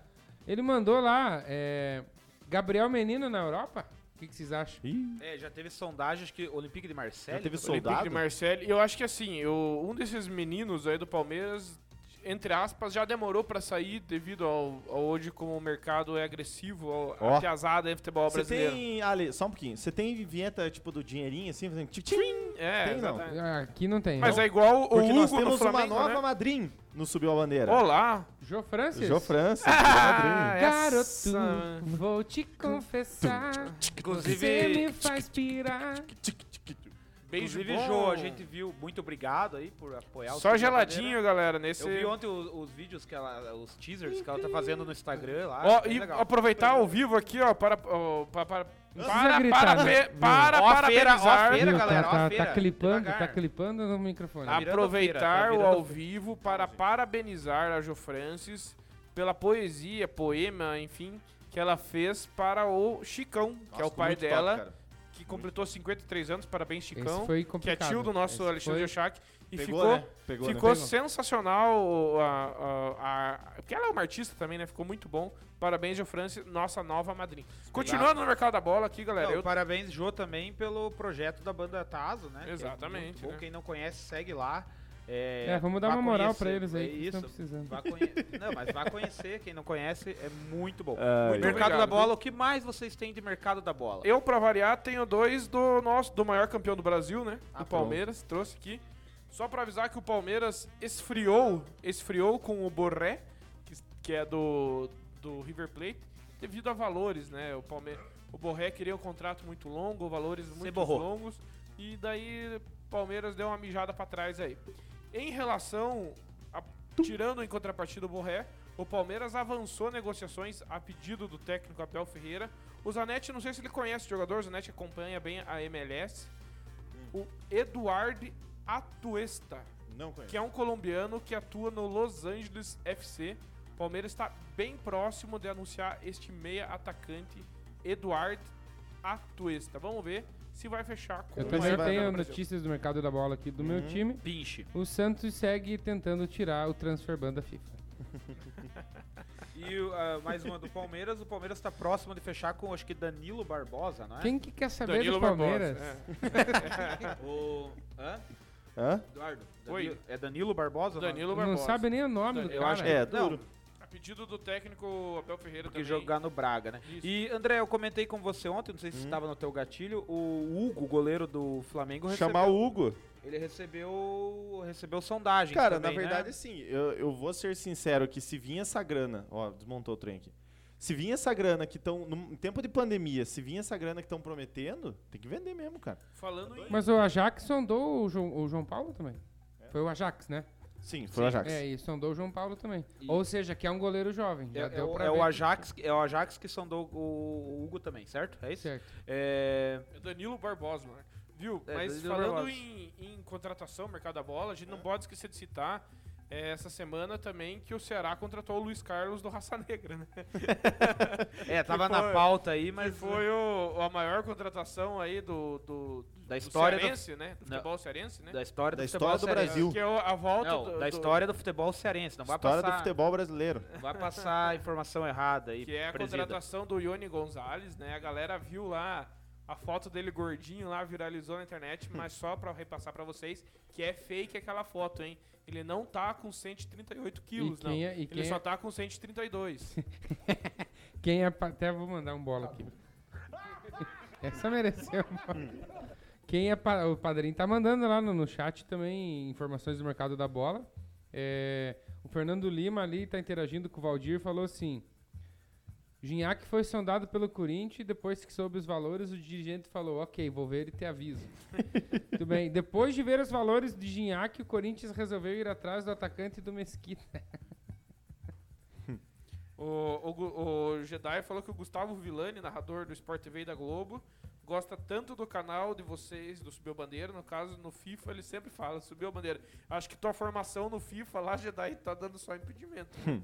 Speaker 4: Ele mandou lá, é, Gabriel Menino na Europa? O que, que vocês acham?
Speaker 2: Ih,
Speaker 1: É, já teve sondagens que o Olympique de Marseille.
Speaker 2: Já
Speaker 1: também.
Speaker 2: teve soldado?
Speaker 3: Olympique de Marseille. E eu acho que assim, eu- um desses meninos aí do Palmeiras, entre aspas, já demorou pra sair devido ao, ao hoje como o mercado é agressivo, ao,
Speaker 2: Ó.
Speaker 3: a piazada em futebol
Speaker 2: Você
Speaker 3: brasileiro.
Speaker 2: tem, Ali, só um pouquinho. Você tem vinheta tipo do dinheirinho assim, fazendo tchim, tchim?
Speaker 3: É,
Speaker 2: Tem, não.
Speaker 3: exatamente.
Speaker 4: Aqui não tem.
Speaker 3: Mas
Speaker 4: né?
Speaker 3: é igual o
Speaker 2: Porque
Speaker 3: Hugo
Speaker 2: nós
Speaker 3: no
Speaker 2: temos uma
Speaker 3: Flamengo,
Speaker 2: nova
Speaker 3: né?
Speaker 2: madrinha no Subiu a Bandeira.
Speaker 3: Olá.
Speaker 4: Jô Francis?
Speaker 2: Jô França,
Speaker 3: Ah,
Speaker 4: Garoto,
Speaker 3: essa-
Speaker 4: vou te confessar, você
Speaker 1: Inclusive,
Speaker 4: me faz pirar.
Speaker 3: Beijo
Speaker 1: Inclusive,
Speaker 3: bom.
Speaker 1: Jô, a gente viu. Muito obrigado aí por apoiar o
Speaker 3: Só
Speaker 1: Subiu a
Speaker 4: É
Speaker 3: geladinho, galera, nesse...
Speaker 1: Bandeira. Eu vi ontem os, os vídeos que ela. Os teasers que ela tá fazendo no Instagram lá.
Speaker 3: Ó,
Speaker 1: Ah, bem
Speaker 3: e
Speaker 1: legal.
Speaker 3: aproveitar ao vivo aqui, ó, para... ó, para, para
Speaker 4: Não precisa
Speaker 3: para,
Speaker 4: gritar,
Speaker 3: para,
Speaker 4: né?
Speaker 3: pe-
Speaker 1: Ó a feira,
Speaker 3: para,
Speaker 1: ó a
Speaker 3: parabenizar
Speaker 1: feira,
Speaker 4: Viu?
Speaker 1: galera, ó a
Speaker 4: tá, tá,
Speaker 1: feira.
Speaker 4: tá clipando,
Speaker 1: Devagar.
Speaker 4: tá clipando no microfone.
Speaker 1: Tá virando feira, tá
Speaker 3: aproveitar o
Speaker 1: virando
Speaker 3: ao
Speaker 1: feira.
Speaker 3: vivo para parabenizar a Jo Francis pela poesia, poema, enfim, que ela fez para o Chicão, que é o
Speaker 2: Nossa,
Speaker 3: pai
Speaker 2: muito top,
Speaker 3: dela,
Speaker 2: cara.
Speaker 3: que completou 53 anos, parabéns
Speaker 4: Esse
Speaker 3: Chicão,
Speaker 4: foi
Speaker 3: que é
Speaker 4: complicado.
Speaker 3: tio do nosso
Speaker 4: Esse
Speaker 3: Alexandre
Speaker 4: foi-
Speaker 3: Ochac, e
Speaker 2: Pegou,
Speaker 3: ficou,
Speaker 2: né? Pegou, né?
Speaker 3: ficou
Speaker 4: Pegou.
Speaker 3: sensacional a, a- a- porque ela é uma artista também, né? Ficou muito bom. Parabéns, Jo Francis, nossa nova madrinha. Continuando no mercado da bola aqui, galera,
Speaker 1: Não,
Speaker 3: eu
Speaker 1: Parabéns, Jô, também pelo projeto da banda Tazo, né? que é
Speaker 3: Exatamente,
Speaker 1: muito bom.
Speaker 3: né?
Speaker 1: Quem não conhece, segue lá. É,
Speaker 4: É, vamos dar
Speaker 1: vá
Speaker 4: uma moral
Speaker 1: conhecer,
Speaker 4: pra eles aí,
Speaker 1: é
Speaker 4: que eles
Speaker 1: isso.
Speaker 4: estão precisando.
Speaker 1: Vá conhe- não, mas vá conhecer, quem não conhece, é muito bom.
Speaker 2: Ai.
Speaker 1: Muito mercado
Speaker 3: Ah, Obrigado,
Speaker 1: da
Speaker 3: viu?
Speaker 1: bola, o que mais vocês têm de mercado da bola?
Speaker 3: Eu, pra variar, tenho dois do nosso, do maior campeão do Brasil, né?
Speaker 2: Ah,
Speaker 3: do Palmeiras, trouxe aqui. Só pra avisar que o Palmeiras esfriou, esfriou com o Borré, que, que é do, do River Plate, devido a valores, né? O Palmeiras, o Borré queria um contrato muito longo, valores muito
Speaker 1: borrou.
Speaker 3: longos, e daí o Palmeiras deu uma mijada pra trás aí. Em relação, a- tirando em contrapartida o Borré, o Palmeiras avançou negociações a pedido do técnico Abel Ferreira. O Zanetti, não sei se ele conhece o jogador, o Zanetti acompanha bem a MLS. O Eduardo Atuesta,
Speaker 2: Não conheço.
Speaker 3: que é um colombiano que atua no Los Angeles FC. O Palmeiras está bem próximo de anunciar este meia atacante, Eduardo Atuesta. Vamos ver se vai fechar com
Speaker 4: Eu
Speaker 3: o maior
Speaker 4: também
Speaker 2: vai
Speaker 3: jogador
Speaker 4: tenho
Speaker 3: do Brasil.
Speaker 4: notícias do mercado da bola aqui do meu time.
Speaker 1: Pinche.
Speaker 4: O Santos segue tentando tirar o transfer ban da FIFA.
Speaker 1: E ah, mais uma do Palmeiras. O Palmeiras tá próximo de fechar com, acho que, Danilo Barbosa, não é?
Speaker 4: Quem que quer saber
Speaker 3: Danilo
Speaker 4: do Palmeiras?
Speaker 3: Barbosa. é.
Speaker 1: O... Hã?
Speaker 2: Hã?
Speaker 1: Eduardo.
Speaker 3: Oi.
Speaker 1: Danilo- É Danilo Barbosa? o nome?
Speaker 3: Danilo
Speaker 4: Não
Speaker 3: Barbosa.
Speaker 4: sabe nem o nome do
Speaker 3: Eu
Speaker 4: cara.
Speaker 3: acho
Speaker 2: É,
Speaker 1: Não.
Speaker 2: duro.
Speaker 3: A pedido do técnico Abel Ferreira
Speaker 1: Porque
Speaker 3: também.
Speaker 1: jogar no Braga, né?
Speaker 3: Isso.
Speaker 1: E, André, eu comentei com você ontem, não sei se
Speaker 2: Uhum.
Speaker 1: estava no teu gatilho, o Hugo, goleiro do Flamengo, recebeu,
Speaker 2: Chamar o Hugo.
Speaker 1: ele recebeu, recebeu sondagem
Speaker 2: Cara,
Speaker 1: também,
Speaker 2: na
Speaker 1: né?
Speaker 2: verdade, assim, eu, eu vou ser sincero que se vinha essa grana, ó, desmontou o trem aqui. Se vinha essa grana que estão, em tempo de pandemia, se vinha essa grana que estão prometendo, tem que vender mesmo, cara.
Speaker 3: Falando em...
Speaker 4: Mas o Ajax sondou o João, o João Paulo também.
Speaker 1: É.
Speaker 4: Foi o Ajax, né?
Speaker 2: Sim, foi o Ajax.
Speaker 4: É, e sondou o João Paulo também.
Speaker 1: E-
Speaker 4: Ou seja, que é um goleiro jovem. Já
Speaker 1: É, é
Speaker 4: deu
Speaker 1: o,
Speaker 4: pra
Speaker 1: é
Speaker 4: ver
Speaker 1: o
Speaker 4: que-
Speaker 1: Ajax, é o Ajax que sondou o, o Hugo também, certo? É isso?
Speaker 4: tá Certo.
Speaker 1: É,
Speaker 3: É Danilo Barbosa, né? Viu?
Speaker 1: É,
Speaker 3: Mas
Speaker 1: Danilo
Speaker 3: falando
Speaker 1: Barbosa. É.
Speaker 3: em, em contratação, mercado da bola, a gente não pode esquecer de citar eh, essa semana também que o Ceará contratou o Luiz Carlos do Raça Negra, né?
Speaker 2: <laughs>
Speaker 1: é, tava
Speaker 3: Que
Speaker 1: na
Speaker 3: foi-
Speaker 1: pauta aí,
Speaker 3: Mas
Speaker 1: mas...
Speaker 3: foi o- a maior contratação aí do, do,
Speaker 1: Da
Speaker 3: do
Speaker 1: história do-
Speaker 3: cearense, né? Do
Speaker 1: Não.
Speaker 3: futebol cearense, né?
Speaker 1: Da história do,
Speaker 2: Da
Speaker 1: futebol
Speaker 2: história do
Speaker 1: cearense.
Speaker 2: Brasil.
Speaker 3: Que é o- a volta
Speaker 1: Não,
Speaker 3: do,
Speaker 1: da
Speaker 3: do-
Speaker 1: história do futebol cearense, não vai
Speaker 2: História
Speaker 1: passar,
Speaker 2: do futebol brasileiro.
Speaker 1: vai passar informação errada aí,
Speaker 3: que é a
Speaker 1: presida.
Speaker 3: contratação do Ione Gonzalez, né? A galera viu lá a foto dele gordinho lá, viralizou na
Speaker 4: <laughs>
Speaker 3: internet, mas só pra repassar pra vocês que é fake aquela foto, hein? Ele não tá com 138 quilos,
Speaker 4: E
Speaker 3: não.
Speaker 4: quem é- e
Speaker 3: Ele
Speaker 4: quem
Speaker 3: só
Speaker 4: é-
Speaker 3: tá com
Speaker 4: <laughs>
Speaker 3: 132.
Speaker 4: Quem é. pa- Até vou mandar um bola aqui. Essa mereceu. um bola. Quem é. pa- O padrinho tá mandando lá no, no chat também informações do mercado da bola. É, o Fernando Lima ali tá interagindo com o Valdir falou assim. Ginhaque foi sondado pelo Corinthians e depois que soube os valores, o dirigente falou: Ok, vou ver e te aviso. Tudo bem. Depois de ver os valores de Ginhaque, o Corinthians resolveu ir atrás do atacante do Mesquita.
Speaker 3: o, o, Gu- o Jedi falou que o Gustavo Villani, narrador do Sport TV e da Globo, gosta tanto do canal de vocês, do Subiu a Bandeira. No caso, no FIFA, ele sempre fala, Subiu a Bandeira. Acho que tua formação no FIFA lá, Jedi, tá dando só impedimento.
Speaker 2: Hum.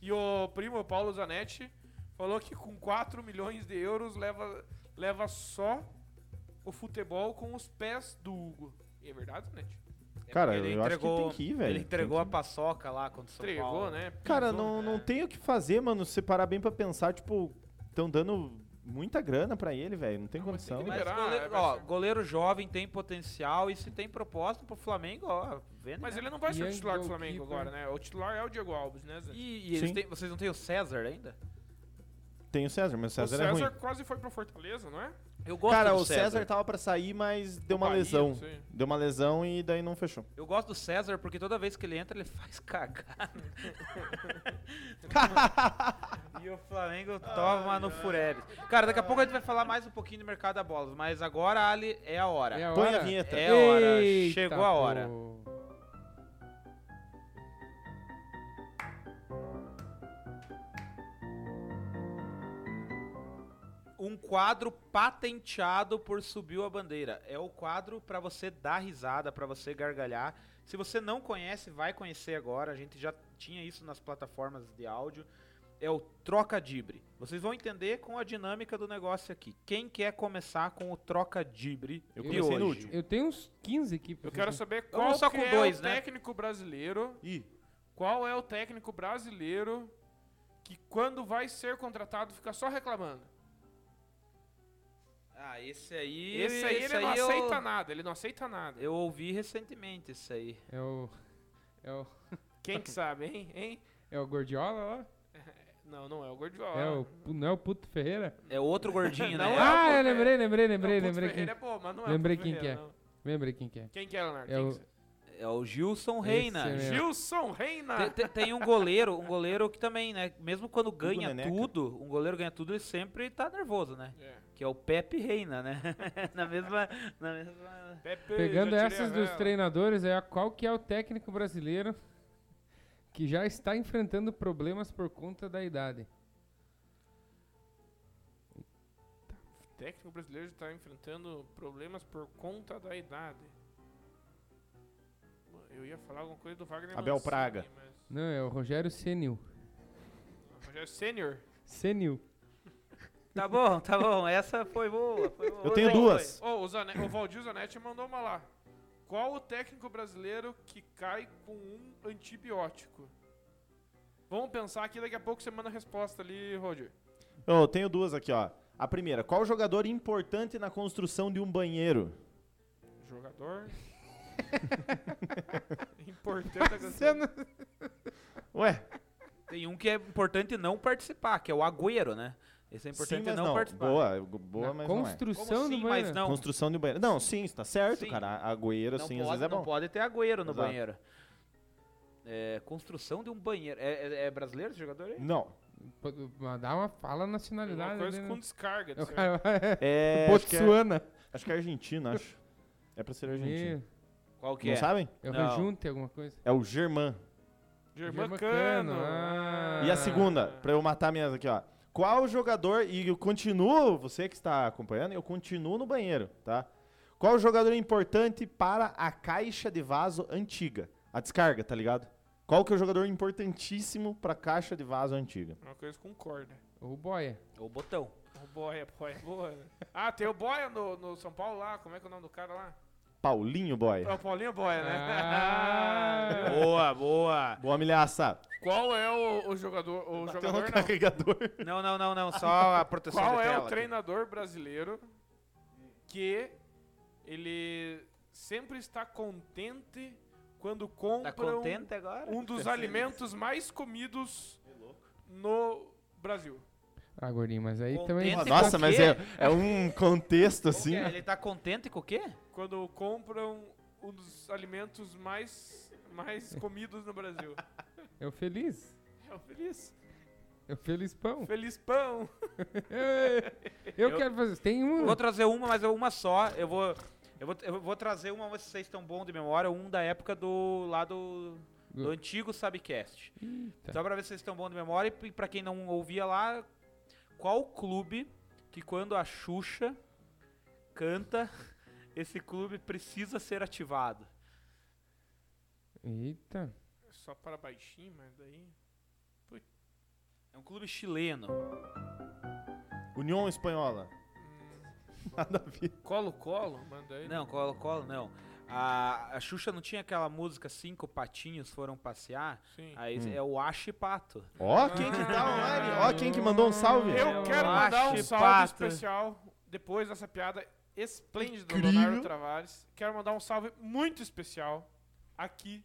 Speaker 3: E o primo Paulo Zanetti falou que com 4 milhões de euros leva, leva só o futebol com os pés do Hugo. E é verdade, Zanetti?
Speaker 1: É
Speaker 2: Cara,
Speaker 1: porque ele
Speaker 2: eu acho que
Speaker 1: entregou-
Speaker 2: tem que ir, velho.
Speaker 1: Ele
Speaker 2: Tem
Speaker 1: entregou
Speaker 2: que
Speaker 1: a paçoca lá contra o São Paulo.
Speaker 3: Entregou, né?
Speaker 2: Cara,
Speaker 3: Pisou,
Speaker 2: não,
Speaker 3: né?
Speaker 2: não tem o que fazer, mano. Se você parar bem pra pensar, tipo, estão dando muita grana pra ele, velho. Não tem
Speaker 3: Não, mas tem
Speaker 2: condição.
Speaker 3: que
Speaker 1: Mas
Speaker 3: liberar, é,
Speaker 1: goleiro,
Speaker 3: vai
Speaker 1: ó,
Speaker 3: ser-
Speaker 1: goleiro jovem tem potencial e se tem proposta pro Flamengo, ó, vende.
Speaker 3: Mas
Speaker 1: né?
Speaker 3: ele não vai ser o
Speaker 4: Young
Speaker 3: titular do Flamengo
Speaker 4: goalkeeper.
Speaker 3: agora, né? O titular é o Diego Alves, né, Zé?
Speaker 1: E, e eles
Speaker 2: Sim.
Speaker 1: têm- vocês não têm o César ainda?
Speaker 2: Tem o César, mas o César,
Speaker 3: o César
Speaker 2: é ruim.
Speaker 3: quase foi pro Fortaleza, não é?
Speaker 1: Eu gosto
Speaker 2: Cara,
Speaker 1: do
Speaker 2: o
Speaker 1: César.
Speaker 2: César. tava pra sair, mas deu uma
Speaker 3: Bahia,
Speaker 2: lesão.
Speaker 3: não sei.
Speaker 2: Deu uma lesão e daí não fechou.
Speaker 1: Eu gosto do César porque toda vez que ele entra, ele <laughs> faz
Speaker 2: <laughs>
Speaker 1: cagada. e o Flamengo toma no Fureres. Cara, daqui a pouco a gente vai falar mais um pouquinho do mercado da bola, mas agora, Ali, é a hora.
Speaker 4: É a
Speaker 2: Põe a
Speaker 4: hora?
Speaker 2: vinheta.
Speaker 1: É hora,
Speaker 4: Eita,
Speaker 1: chegou a hora.
Speaker 4: pô.
Speaker 1: um quadro patenteado por Subiu a Bandeira. É o quadro pra você dar risada, pra você gargalhar. Se você não conhece, vai conhecer agora. A gente já tinha isso nas plataformas de áudio. É o troca-dibre. Vocês vão entender com a dinâmica do negócio aqui. Quem quer começar com o troca-dibre
Speaker 2: Eu
Speaker 1: de
Speaker 2: comecei no
Speaker 1: hoje?
Speaker 2: último.
Speaker 4: Eu tenho uns 15 aqui. pra
Speaker 3: Eu quero
Speaker 4: fazer.
Speaker 3: saber
Speaker 1: Vamos
Speaker 3: qual
Speaker 1: só
Speaker 3: que
Speaker 1: com
Speaker 3: é
Speaker 1: dois,
Speaker 3: o
Speaker 1: né?
Speaker 3: técnico brasileiro.
Speaker 2: Ih,
Speaker 3: Qual é o técnico brasileiro que quando vai ser contratado fica só reclamando?
Speaker 1: Ah, esse aí.
Speaker 3: esse aí ele não
Speaker 1: eu-
Speaker 3: aceita nada, ele não aceita nada.
Speaker 1: Eu ouvi recentemente isso aí.
Speaker 4: É o. É o,
Speaker 3: Quem
Speaker 1: <laughs>
Speaker 3: que sabe, hein? Hein?
Speaker 4: é o Gordiola lá?
Speaker 3: Não, não é o Guardiola.
Speaker 4: É o, não é o Puto Ferreira?
Speaker 1: É outro <laughs> gordinho,
Speaker 3: Não
Speaker 1: né?
Speaker 3: é o
Speaker 4: ah,
Speaker 3: Puto
Speaker 4: eu lembrei, lembrei,
Speaker 3: Não,
Speaker 4: lembrei,
Speaker 3: o Guto
Speaker 4: lembrei.
Speaker 3: Ferreira
Speaker 4: Quem,
Speaker 3: é bom, mas não é o
Speaker 4: lembrei
Speaker 3: Guto
Speaker 4: quem que
Speaker 3: Ferreira,
Speaker 4: é.
Speaker 3: não.
Speaker 4: lembrei quem que é.
Speaker 3: Quem que é, Leonardo?
Speaker 4: É
Speaker 3: Quem
Speaker 4: o-
Speaker 3: que sabe?
Speaker 1: É o Gilson
Speaker 4: Esse
Speaker 1: Reina.
Speaker 4: mesmo. É.
Speaker 3: Gilson Reina!
Speaker 1: Tem, tem- tem um goleiro, um goleiro que também, né? Mesmo quando ganha
Speaker 2: Neneca.
Speaker 1: tudo, um goleiro ganha tudo, ele sempre tá nervoso, né?
Speaker 3: É.
Speaker 1: Que é o Pepe Reina, né? <laughs> na mesma. Na mesma...
Speaker 3: Pepe,
Speaker 4: Pegando
Speaker 3: já tirei
Speaker 4: essas
Speaker 3: a
Speaker 4: dos
Speaker 3: vela.
Speaker 4: treinadores, é a- qual que é o técnico brasileiro que já está enfrentando problemas por conta da idade?
Speaker 3: O técnico brasileiro está enfrentando problemas por conta da idade. Mano, Eu ia falar alguma coisa do Wagner
Speaker 2: Abel
Speaker 3: Mancini,
Speaker 2: Praga.
Speaker 3: Mas...
Speaker 4: Não, é o Rogério Senil.
Speaker 3: Rogério Sênior.
Speaker 4: Senil.
Speaker 1: Tá bom, tá bom. Essa foi boa. Foi boa
Speaker 2: eu tenho
Speaker 1: Foi.
Speaker 2: duas.
Speaker 3: Ô, o, Zane... o Valdir Zanetti mandou uma lá. Qual o técnico brasileiro que cai com um antibiótico? Vamos pensar aqui, daqui a pouco você manda a resposta ali, Roger.
Speaker 2: Eu tenho duas aqui, ó. A primeira, qual jogador importante na construção de um banheiro?
Speaker 3: Jogador. Importante a canção.
Speaker 4: Você não-
Speaker 2: Ué,
Speaker 1: Tem um que é importante não participar, que é o Agüero, né? Esse é importante
Speaker 2: sim, mas
Speaker 1: não,
Speaker 2: não.
Speaker 1: participar. né?
Speaker 2: Boa, boa,
Speaker 4: na
Speaker 2: mas é.
Speaker 4: construção
Speaker 1: Como
Speaker 4: do
Speaker 1: sim,
Speaker 4: banheiro.
Speaker 1: mas
Speaker 2: não é.
Speaker 1: não?
Speaker 2: Construção de um banheiro. Não, sim, tá certo,
Speaker 1: Sim.
Speaker 2: cara. Agüero,
Speaker 1: não
Speaker 2: sim,
Speaker 1: pode,
Speaker 2: às vezes é
Speaker 1: não
Speaker 2: bom.
Speaker 1: pode ter Agüero no
Speaker 2: Exato.
Speaker 1: banheiro. É, construção de um banheiro. É, é- é brasileiro esse jogador aí?
Speaker 2: Não.
Speaker 4: Pô, mas Dá uma fala
Speaker 3: Uma
Speaker 4: nacionalidade.
Speaker 3: coisa
Speaker 4: ali,
Speaker 3: com
Speaker 4: né?
Speaker 3: descarga.
Speaker 4: É o
Speaker 3: <laughs> de certo.
Speaker 4: cara- é,
Speaker 2: É, acho, que é,
Speaker 4: Botsuana.
Speaker 2: acho que é argentino, acho. É pra ser argentino.
Speaker 4: Meio-
Speaker 1: Qual que
Speaker 2: Não
Speaker 1: é?
Speaker 2: sabem?
Speaker 4: É o
Speaker 1: Não.
Speaker 4: Rejunte, alguma coisa.
Speaker 2: É o Germán.
Speaker 3: Germán
Speaker 4: Germán
Speaker 3: Cano.
Speaker 4: Cano, ah.
Speaker 2: E a segunda, pra eu matar minhas aqui, ó. Qual jogador, e eu continuo, você que está acompanhando, eu continuo no banheiro, tá? Qual jogador é importante para a caixa de vaso antiga? A descarga, tá ligado? Qual que é o jogador importantíssimo pra caixa de vaso antiga?
Speaker 3: É Uma coisa com corda.
Speaker 4: Ou boia.
Speaker 1: É O é botão.
Speaker 3: O boia, boia, boa. né? <laughs> Ah, tem o boia no, no São Paulo lá. Como é que é o nome do cara lá?
Speaker 2: Paulinho Boy.
Speaker 3: É o Paulinho Boia, né? <laughs>
Speaker 4: Ah.
Speaker 1: Boa, boa.
Speaker 2: Boa milhaça.
Speaker 3: Qual é o, o jogador? O
Speaker 2: Tem um
Speaker 3: jogador não.
Speaker 2: carregador.
Speaker 1: Não, não, não, não.
Speaker 3: <laughs>
Speaker 1: Só a proteção
Speaker 3: Qual
Speaker 1: de
Speaker 3: é
Speaker 1: tela
Speaker 3: o
Speaker 1: aqui.
Speaker 3: treinador brasileiro que ele sempre está contente quando compra
Speaker 1: Tá
Speaker 3: um-
Speaker 1: contente agora?
Speaker 3: um dos alimentos mais comidos no Brasil?
Speaker 4: Ah, gordinho, mas aí
Speaker 1: Contente.
Speaker 4: também.
Speaker 1: Nossa,
Speaker 2: Nossa,
Speaker 1: com
Speaker 2: mas
Speaker 1: quê?
Speaker 2: é, é um contexto assim.
Speaker 3: um.
Speaker 1: É, Ele tá contente com o quê?
Speaker 3: Quando compram um dos alimentos mais, mais comidos no Brasil.
Speaker 4: É o feliz.
Speaker 3: <laughs> É o feliz.
Speaker 4: É o feliz pão.
Speaker 3: Feliz pão.
Speaker 4: Eu,
Speaker 1: Eu-
Speaker 4: quero fazer. Tem
Speaker 1: Eu
Speaker 4: um.
Speaker 1: vou trazer uma, mas é uma só. Eu vou, eu vou, eu vou trazer uma, mas vocês estão bom de memória, um da época do lá do, do
Speaker 3: Hum.
Speaker 4: Do-
Speaker 1: antigo Sabcast.
Speaker 4: Eita.
Speaker 1: Só pra ver se vocês estão bom de memória e pra quem não ouvia lá, qual clube que quando a Xuxa canta, <laughs> esse clube precisa ser ativado?
Speaker 4: Eita.
Speaker 3: Só para baixinho, mas daí...
Speaker 1: É um clube chileno.
Speaker 2: União Espanhola. Nada a ver.
Speaker 3: Colo-colo, manda aí.
Speaker 1: Não, Colo Colo não. A, a Xuxa não tinha aquela música Cinco Patinhos Foram Passear?
Speaker 3: Sim.
Speaker 1: Aí
Speaker 2: Hum.
Speaker 1: é o Ache Pato.
Speaker 2: Ó, quem que tá online? Ó, quem que mandou um salve?
Speaker 3: Eu quero mandar um
Speaker 1: Ache
Speaker 3: salve
Speaker 1: pato.
Speaker 3: especial depois dessa piada esplêndida do
Speaker 2: Incrível.
Speaker 3: Leonardo Travares. Quero mandar um salve muito especial aqui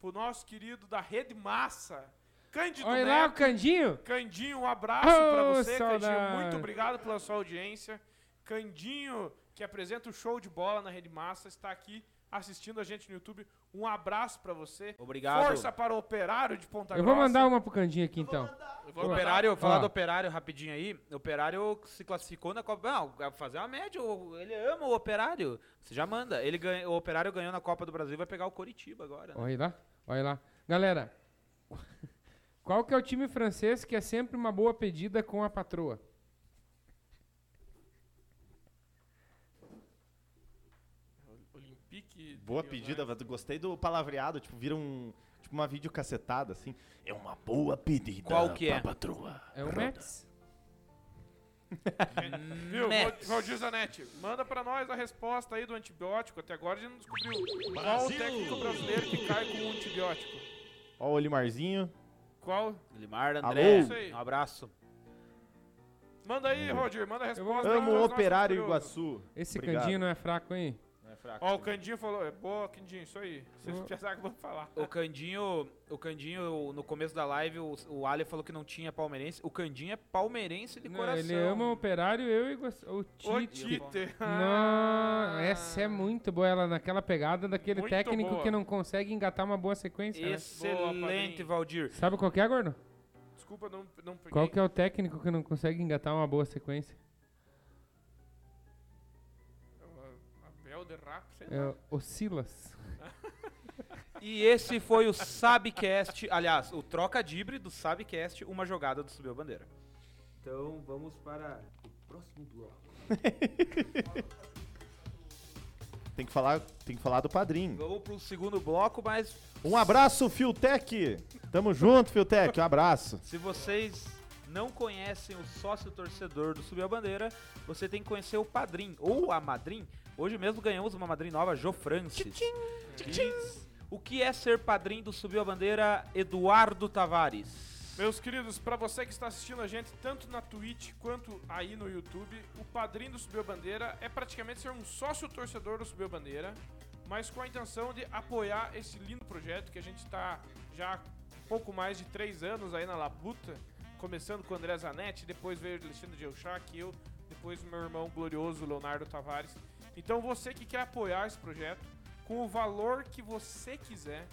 Speaker 3: pro nosso querido da Rede Massa, Cândido
Speaker 4: Olha lá o
Speaker 3: Neto.
Speaker 4: Candinho.
Speaker 3: Candinho, um abraço
Speaker 4: Oh,
Speaker 3: pra você, Candinho.
Speaker 4: saudade.
Speaker 3: Muito obrigado pela sua audiência. Candinho, que apresenta o show de bola na Rede Massa, está aqui assistindo a gente no YouTube. Um abraço pra você.
Speaker 1: Obrigado.
Speaker 3: Força para o operário de Ponta
Speaker 4: Eu vou mandar uma pro Candinho aqui então.
Speaker 3: Tá Eu vou
Speaker 1: O
Speaker 3: mandar.
Speaker 1: Operário, falar
Speaker 4: Ó.
Speaker 2: Ah.
Speaker 1: do Operário rapidinho aí. O Operário se classificou na Copa. Não, fazer uma média, o- ele ama o Operário. Você já manda. Ele ganha, o Operário ganhou na Copa do Brasil, vai pegar o Coritiba agora. Né?
Speaker 4: Olha lá, olha lá. Galera, <laughs> qual que é o time francês que é sempre uma boa pedida com a patroa?
Speaker 3: Olympique. de
Speaker 2: Boa
Speaker 3: Lyon,
Speaker 2: pedida,
Speaker 3: né?
Speaker 2: velho. gostei do palavreado, tipo, vira um. Tipo uma videocacetada, assim. É uma boa pedida.
Speaker 1: Qual que
Speaker 2: pra
Speaker 1: é?
Speaker 2: patroa.
Speaker 4: É o Mets.
Speaker 3: Viu?
Speaker 1: Mets.
Speaker 3: Valdir Zanetti, manda pra nós a resposta aí do antibiótico. Até agora a gente não descobriu qual o técnico brasileiro que cai com um antibiótico.
Speaker 2: Ó, o Olimarzinho.
Speaker 3: Qual?
Speaker 1: Guilmar,
Speaker 2: Alô?
Speaker 1: André,
Speaker 3: Isso aí.
Speaker 1: um abraço.
Speaker 3: Manda aí, Roger, manda a
Speaker 4: vou- um
Speaker 3: resposta.
Speaker 2: Amo o
Speaker 3: Nós
Speaker 2: Hum. Operário
Speaker 3: curiosos.
Speaker 2: Iguaçu.
Speaker 4: Esse
Speaker 2: Obrigado.
Speaker 4: Candinho não é fraco, hein?
Speaker 2: Não é fraco.
Speaker 3: Ó, o Candinho falou, é boa, Candinho, isso aí. Vocês
Speaker 4: Boa.
Speaker 3: pensaram que eu vou falar.
Speaker 1: O Candinho, o Candinho, no começo da live, o, o Ali falou que não tinha palmeirense. O Candinho é palmeirense de
Speaker 4: Não,
Speaker 1: coração.
Speaker 4: ele ama o Operário, eu e Igua- o
Speaker 3: O
Speaker 4: Tite.
Speaker 3: Tite. Ah,
Speaker 4: Não, essa é muito boa. Ela naquela pegada daquele
Speaker 3: Muito
Speaker 4: técnico
Speaker 3: boa.
Speaker 4: que não consegue engatar uma boa sequência. né?
Speaker 3: Boa,
Speaker 1: Excelente,
Speaker 3: padrinho.
Speaker 1: Valdir.
Speaker 4: Sabe qual que é, Gordo?
Speaker 3: Desculpa, não, não peguei.
Speaker 4: Qual que é o técnico que não consegue engatar uma boa sequência?
Speaker 3: É Abel de Rap, sei lá.
Speaker 4: É o Silas.
Speaker 1: E esse foi o Sabcast, aliás, o troca dibre do Sabcast, uma jogada do Subiu a Bandeira. Então vamos para o próximo bloco.
Speaker 2: Tem que falar, tem que falar do padrinho.
Speaker 1: Vamos para o segundo bloco, mas
Speaker 2: Um abraço, Fiotec. Tamo junto, Fiotec. Um abraço.
Speaker 1: se vocês não conhecem o sócio torcedor do Subiu a Bandeira, você tem que conhecer o padrinho ou a madrinha. Hoje mesmo ganhamos uma madrinha nova, Jo Francis. E
Speaker 5: O que é ser padrinho do Subiu a Bandeira Eduardo Tavares?
Speaker 3: Meus queridos, pra você que está assistindo a gente tanto na Twitch quanto aí no YouTube, o padrinho do Subiu a Bandeira é praticamente ser um sócio torcedor do Subiu a Bandeira, mas com a intenção de apoiar esse lindo projeto que a gente está já há pouco mais de três anos aí na labuta, começando com o André Zanetti, depois veio o Alexandre Gelchak, eu, depois o meu irmão glorioso Leonardo Tavares. Então você que quer apoiar esse projeto, com o valor que você quiser,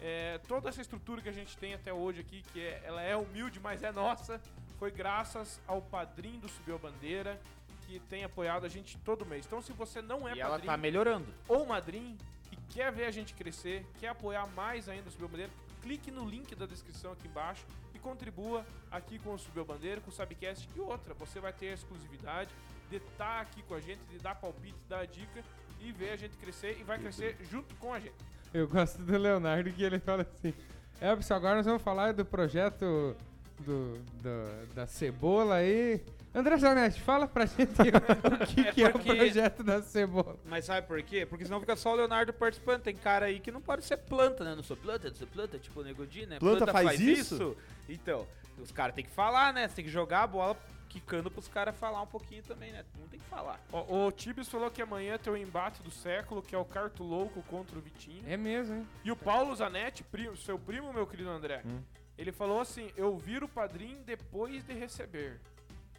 Speaker 3: é, toda essa estrutura que a gente tem até hoje aqui, que é, ela é humilde, mas é nossa, foi graças ao padrinho do Subiu a Bandeira, que tem apoiado a gente todo mês. Então, se você não é
Speaker 5: e ela
Speaker 3: padrinho
Speaker 5: tá melhorando.
Speaker 3: ou madrinho e quer ver a gente crescer, quer apoiar mais ainda o Subiu a Bandeira, clique no link da descrição aqui embaixo e contribua aqui com o Subiu a Bandeira, com o Subcast e outra. Você vai ter a exclusividade de estar aqui com a gente, de dar palpite, dar dica e ver a gente crescer e vai crescer junto com a gente.
Speaker 4: Eu gosto do Leonardo que ele fala assim: É, pessoal, agora nós vamos falar do projeto do, do- da cebola aí. André Zanetti, fala pra <laughs> gente o que,
Speaker 5: É
Speaker 4: que é o
Speaker 5: porque-
Speaker 4: projeto da cebola.
Speaker 5: Mas sabe por quê? Porque senão fica só o Leonardo participando. Tem cara aí que não pode ser planta, né? Não sou planta, não sou planta, tipo o Nego Di, né?
Speaker 2: Planta faz isso?
Speaker 5: Então, os caras tem que falar, né? Você tem que jogar a bola quicando pros caras falar um pouquinho também, né? Não tem que falar.
Speaker 3: Ó, o Tibis falou que amanhã tem o embate do século, que é o Carto Louco contra o Vitinho.
Speaker 4: É mesmo, hein?
Speaker 3: E o Paulo Zanetti, primo- seu primo, meu querido André,
Speaker 2: Hum.
Speaker 3: ele falou assim: eu viro o padrinho depois de receber.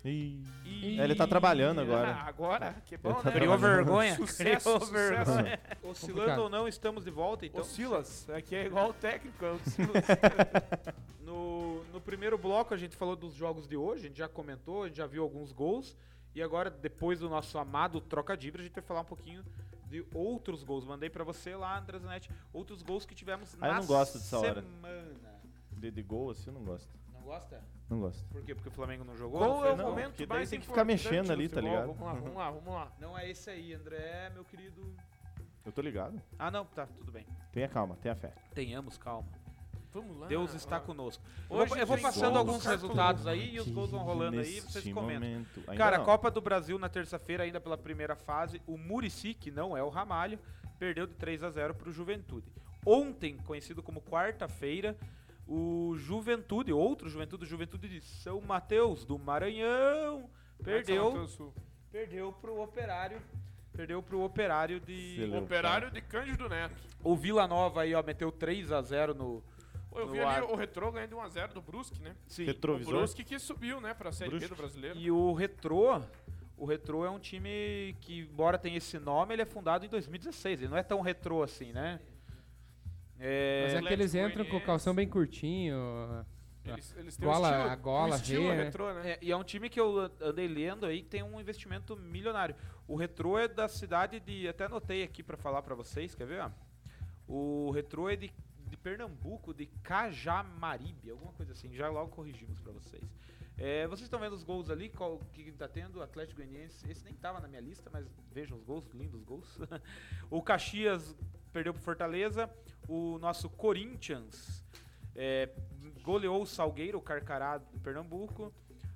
Speaker 2: Ih.
Speaker 3: E...
Speaker 2: É, ele tá trabalhando
Speaker 3: Ah,
Speaker 2: agora.
Speaker 3: agora? Que bom,
Speaker 2: Ele tá
Speaker 3: né?
Speaker 5: Criou
Speaker 1: <laughs>
Speaker 2: trabalhando.
Speaker 5: vergonha.
Speaker 3: Sucesso,
Speaker 5: Criou vergonha.
Speaker 3: sucesso.
Speaker 1: É. Oscilando
Speaker 4: Complicado.
Speaker 1: ou não, estamos de volta, então.
Speaker 3: O Silas, aqui é igual o técnico, é o Silas.
Speaker 1: <laughs> No, no primeiro bloco a gente falou dos jogos de hoje, a gente já comentou, a gente já viu alguns gols. E agora, depois do nosso amado troca dibra, a gente vai falar um pouquinho de outros gols. Mandei pra você lá, André Zanetti, outros gols que tivemos
Speaker 2: Ah, eu
Speaker 1: na
Speaker 2: não gosto dessa hora.
Speaker 1: semana.
Speaker 2: De, de gol assim eu não gosto.
Speaker 5: Não gosta?
Speaker 2: Não gosto.
Speaker 1: Por quê? Porque o Flamengo não jogou? Não
Speaker 3: Qual
Speaker 1: foi,
Speaker 3: é o
Speaker 1: não?
Speaker 3: momento
Speaker 2: porque daí
Speaker 3: mais
Speaker 2: tem que ficar
Speaker 3: importante
Speaker 2: mexendo
Speaker 3: do
Speaker 2: ali, tá
Speaker 3: futebol?
Speaker 2: ligado?
Speaker 3: Vamos lá, vamos lá, vamos lá.
Speaker 1: Não é esse aí, André, meu querido.
Speaker 2: Eu tô ligado.
Speaker 1: Ah, não, tá, tudo bem.
Speaker 2: Tenha calma, tenha fé.
Speaker 5: Tenhamos calma.
Speaker 3: Vamos
Speaker 2: Ah,
Speaker 3: lá.
Speaker 5: Deus está conosco. Eu
Speaker 3: Hoje
Speaker 5: vou- eu vou
Speaker 3: tem
Speaker 5: passando
Speaker 2: gols,
Speaker 5: alguns
Speaker 2: cartão.
Speaker 5: resultados aí e os gols vão rolando aí,
Speaker 2: Neste
Speaker 5: vocês comentam.
Speaker 2: momento. Ainda
Speaker 1: Cara,
Speaker 2: não.
Speaker 1: Copa do Brasil na terça-feira, ainda pela primeira fase, o Murici, que não é o Ramalho, perdeu de 3 a 0 para o Juventude. Ontem, conhecido como quarta-feira, o Juventude, outro Juventude, Juventude de São Mateus, do Maranhão, perdeu, perdeu para o Operário, perdeu para o Operário de...
Speaker 2: Excelente.
Speaker 3: Operário de Cândido Neto.
Speaker 1: O Vila Nova aí, ó, meteu 3 a 0 no...
Speaker 3: Pô, Eu
Speaker 1: No
Speaker 3: vi
Speaker 1: ar.
Speaker 3: ali o retrô ganhando de 1x0 do Brusque, né?
Speaker 1: Sim,
Speaker 3: O
Speaker 2: Retrovisor.
Speaker 3: Brusque que subiu, né, pra Série B do Brasileiro.
Speaker 1: E o Retrô, o Retrô é um time que, embora tenha esse nome, ele é fundado em 2016. Ele não é tão retrô assim, né?
Speaker 4: Mas
Speaker 1: É,
Speaker 4: é que eles
Speaker 3: Atlético
Speaker 4: entram com o
Speaker 3: Goianiense.
Speaker 4: calção bem curtinho.
Speaker 3: Eles, eles têm
Speaker 4: Gola-
Speaker 3: um estilo,
Speaker 4: a gola
Speaker 3: um estilo
Speaker 4: cheia, né?
Speaker 3: retrô, né?
Speaker 1: é, e é um time que eu andei lendo aí que tem um investimento milionário. O Retrô é da cidade de. Até anotei aqui pra falar pra vocês, quer ver? ó? O Retrô é de, de Pernambuco, de Cajamaribe, alguma coisa assim. Já logo corrigimos pra vocês. É, vocês estão vendo os gols ali, qual que tá tendo, Atlético Goianiense, esse nem tava na minha lista, mas vejam os gols, lindos gols. <laughs> o Caxias perdeu pro Fortaleza, o nosso Corinthians é, goleou o Salgueiro, o Carcará de Pernambuco,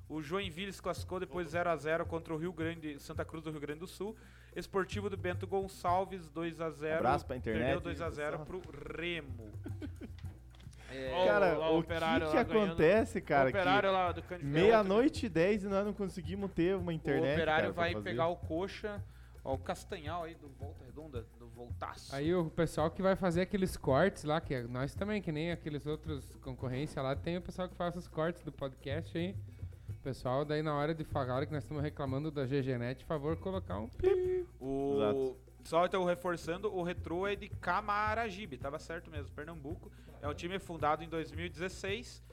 Speaker 1: o Joinville se classificou depois 0 a 0 contra o Rio Grande, Santa Cruz do Rio Grande do Sul, Esportivo do Bento Gonçalves 2 a 0
Speaker 2: Abraço pra internet.
Speaker 1: perdeu 2 a É, 0 pro <laughs> Remo.
Speaker 3: Ó,
Speaker 2: Cara,
Speaker 3: lá,
Speaker 2: o,
Speaker 3: Operário
Speaker 2: que, que
Speaker 3: lá ganhando.
Speaker 2: acontece,
Speaker 3: O
Speaker 2: cara? que
Speaker 3: Operário é um lá do Cândido Neto.
Speaker 2: Meia-noite e dez e nós não conseguimos ter uma internet.
Speaker 1: o Operário
Speaker 2: cara, pra
Speaker 1: vai
Speaker 2: fazer.
Speaker 1: pegar o Coxa, ó, o Castanhal aí do Volta Redonda, do Voltaço.
Speaker 4: Aí o pessoal que vai fazer aqueles cortes lá, que é nós também, que nem aqueles outros concorrência lá, tem o pessoal que faz os cortes do podcast aí. O pessoal, daí na hora de falar, a hora que nós estamos reclamando da GGNet, por favor, colocar um
Speaker 1: O...
Speaker 2: Exato.
Speaker 1: Só então reforçando, o Retrô é de Camaragibe, tava certo mesmo, Pernambuco. É um time fundado em 2016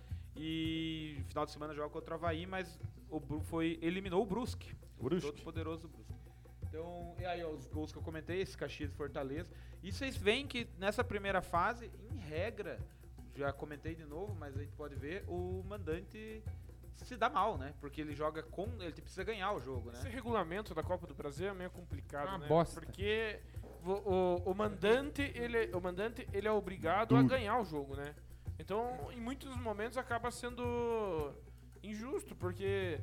Speaker 1: e final de semana joga contra o Havaí, mas o Bru- foi, eliminou o Brusque,
Speaker 2: Brusque.
Speaker 1: todo poderoso Brusque. Então, e aí ó, os gols que eu comentei, esse Caxias e Fortaleza. E vocês veem que nessa primeira fase, em regra, já comentei de novo, mas a gente pode ver, o mandante se dá mal, né? Porque ele joga com, ele precisa ganhar o jogo, né?
Speaker 3: Esse regulamento da Copa do Brasil é meio complicado,
Speaker 4: Uma
Speaker 3: né?
Speaker 4: bosta.
Speaker 3: Porque o, o- o mandante, ele, o mandante, ele é obrigado a ganhar o jogo, né? Então, em muitos momentos acaba sendo injusto, porque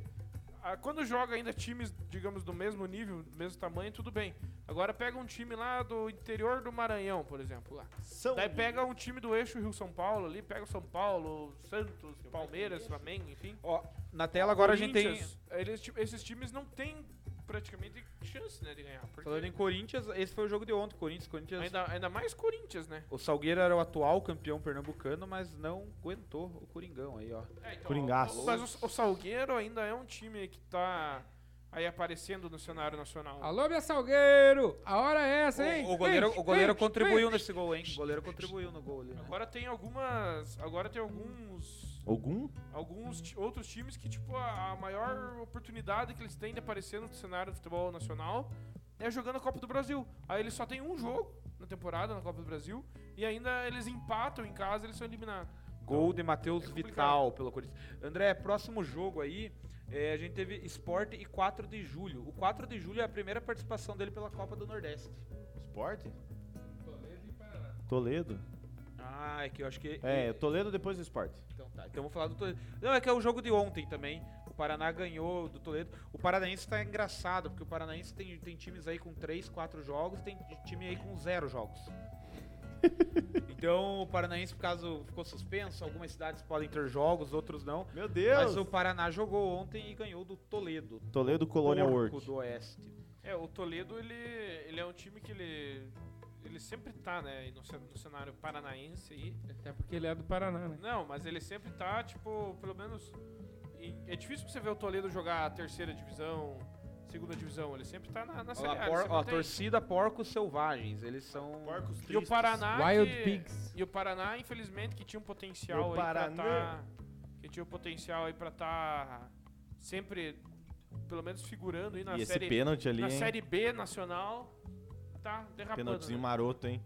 Speaker 3: ah, quando joga ainda times, digamos, do mesmo nível, do mesmo tamanho, tudo bem. Agora pega um time lá do interior do Maranhão, por exemplo, lá.
Speaker 2: São
Speaker 3: Daí pega um time do eixo Rio-São Paulo ali, pega o São Paulo, Santos, Palmeiras, Flamengo, enfim.
Speaker 6: Ó, na tela agora a gente tem.
Speaker 3: Corinthians, eles ti- esses times não têm praticamente chance né, de ganhar. porque
Speaker 1: Falando em Corinthians, esse foi o jogo de ontem, Corinthians, Corinthians.
Speaker 3: ainda, ainda mais Corinthians, né?
Speaker 1: O Salgueiro era o atual campeão pernambucano, mas não aguentou o Coringão aí, ó.
Speaker 3: É, então,
Speaker 2: Coringaço.
Speaker 3: o- Mas o, o Salgueiro ainda é um time que tá aí aparecendo no cenário nacional.
Speaker 4: Alô, minha Salgueiro! A hora é essa, hein?
Speaker 1: O, o goleiro, o goleiro
Speaker 4: Ei,
Speaker 1: contribuiu
Speaker 4: ei.
Speaker 1: nesse gol, hein? O goleiro contribuiu no gol ali. né?
Speaker 3: Agora tem algumas. Agora tem alguns.
Speaker 2: Algum?
Speaker 3: Alguns ti- outros times que, tipo, a, a maior oportunidade que eles têm de aparecer no cenário do futebol nacional é jogando a Copa do Brasil. Aí eles só têm um jogo na temporada na Copa do Brasil e ainda eles empatam em casa eles são eliminados.
Speaker 1: Gol de Matheus
Speaker 3: é complicado.
Speaker 1: Vital pelo Corinthians. André, próximo jogo aí, é, a gente teve Sport e 4 de julho. O 4 de julho é a primeira participação dele pela Copa do Nordeste.
Speaker 2: Esporte? Toledo.
Speaker 1: Ah, é que eu acho que.
Speaker 2: É, Toledo depois do esporte.
Speaker 1: Então tá, então vou falar do Toledo. Não, é que é o jogo de ontem também. O Paraná ganhou do Toledo. O Paranaense tá engraçado, porque o Paranaense tem, tem times aí com 3, 4 jogos, tem time aí com 0
Speaker 2: <laughs>
Speaker 1: jogos. Então o Paranaense, por caso, ficou suspenso. Algumas cidades podem ter jogos, outros não.
Speaker 2: Meu Deus!
Speaker 1: Mas o Paraná jogou ontem e ganhou do Toledo.
Speaker 2: Toledo Colônia
Speaker 1: Porco
Speaker 2: Work.
Speaker 1: do Oeste.
Speaker 3: É, o Toledo, ele, ele é um time que ele, ele sempre tá, né, no, cen- no cenário paranaense aí.
Speaker 4: Até porque ele é do Paraná, né?
Speaker 3: Não, mas ele sempre tá, tipo, pelo menos... e- É difícil você ver o Toledo jogar a terceira divisão, segunda divisão, ele sempre tá na, na
Speaker 1: Ó,
Speaker 3: Série
Speaker 1: lá,
Speaker 3: A.
Speaker 1: por-
Speaker 3: ele sempre
Speaker 1: ó,
Speaker 3: tem.
Speaker 1: torcida Porcos Selvagens. Eles são.
Speaker 3: E o Paraná...
Speaker 4: Wild
Speaker 3: que-
Speaker 4: Pigs.
Speaker 3: E o Paraná, infelizmente, que tinha um potencial
Speaker 2: O
Speaker 3: aí
Speaker 2: Paraná.
Speaker 3: pra tá... Que tinha um potencial aí pra tá sempre, pelo menos, figurando aí na
Speaker 2: E esse
Speaker 3: Série...
Speaker 2: pênalti ali,
Speaker 3: na
Speaker 2: hein?
Speaker 3: Série B nacional, tá derrapando.
Speaker 2: Pênaltizinho
Speaker 3: né?
Speaker 2: maroto, hein?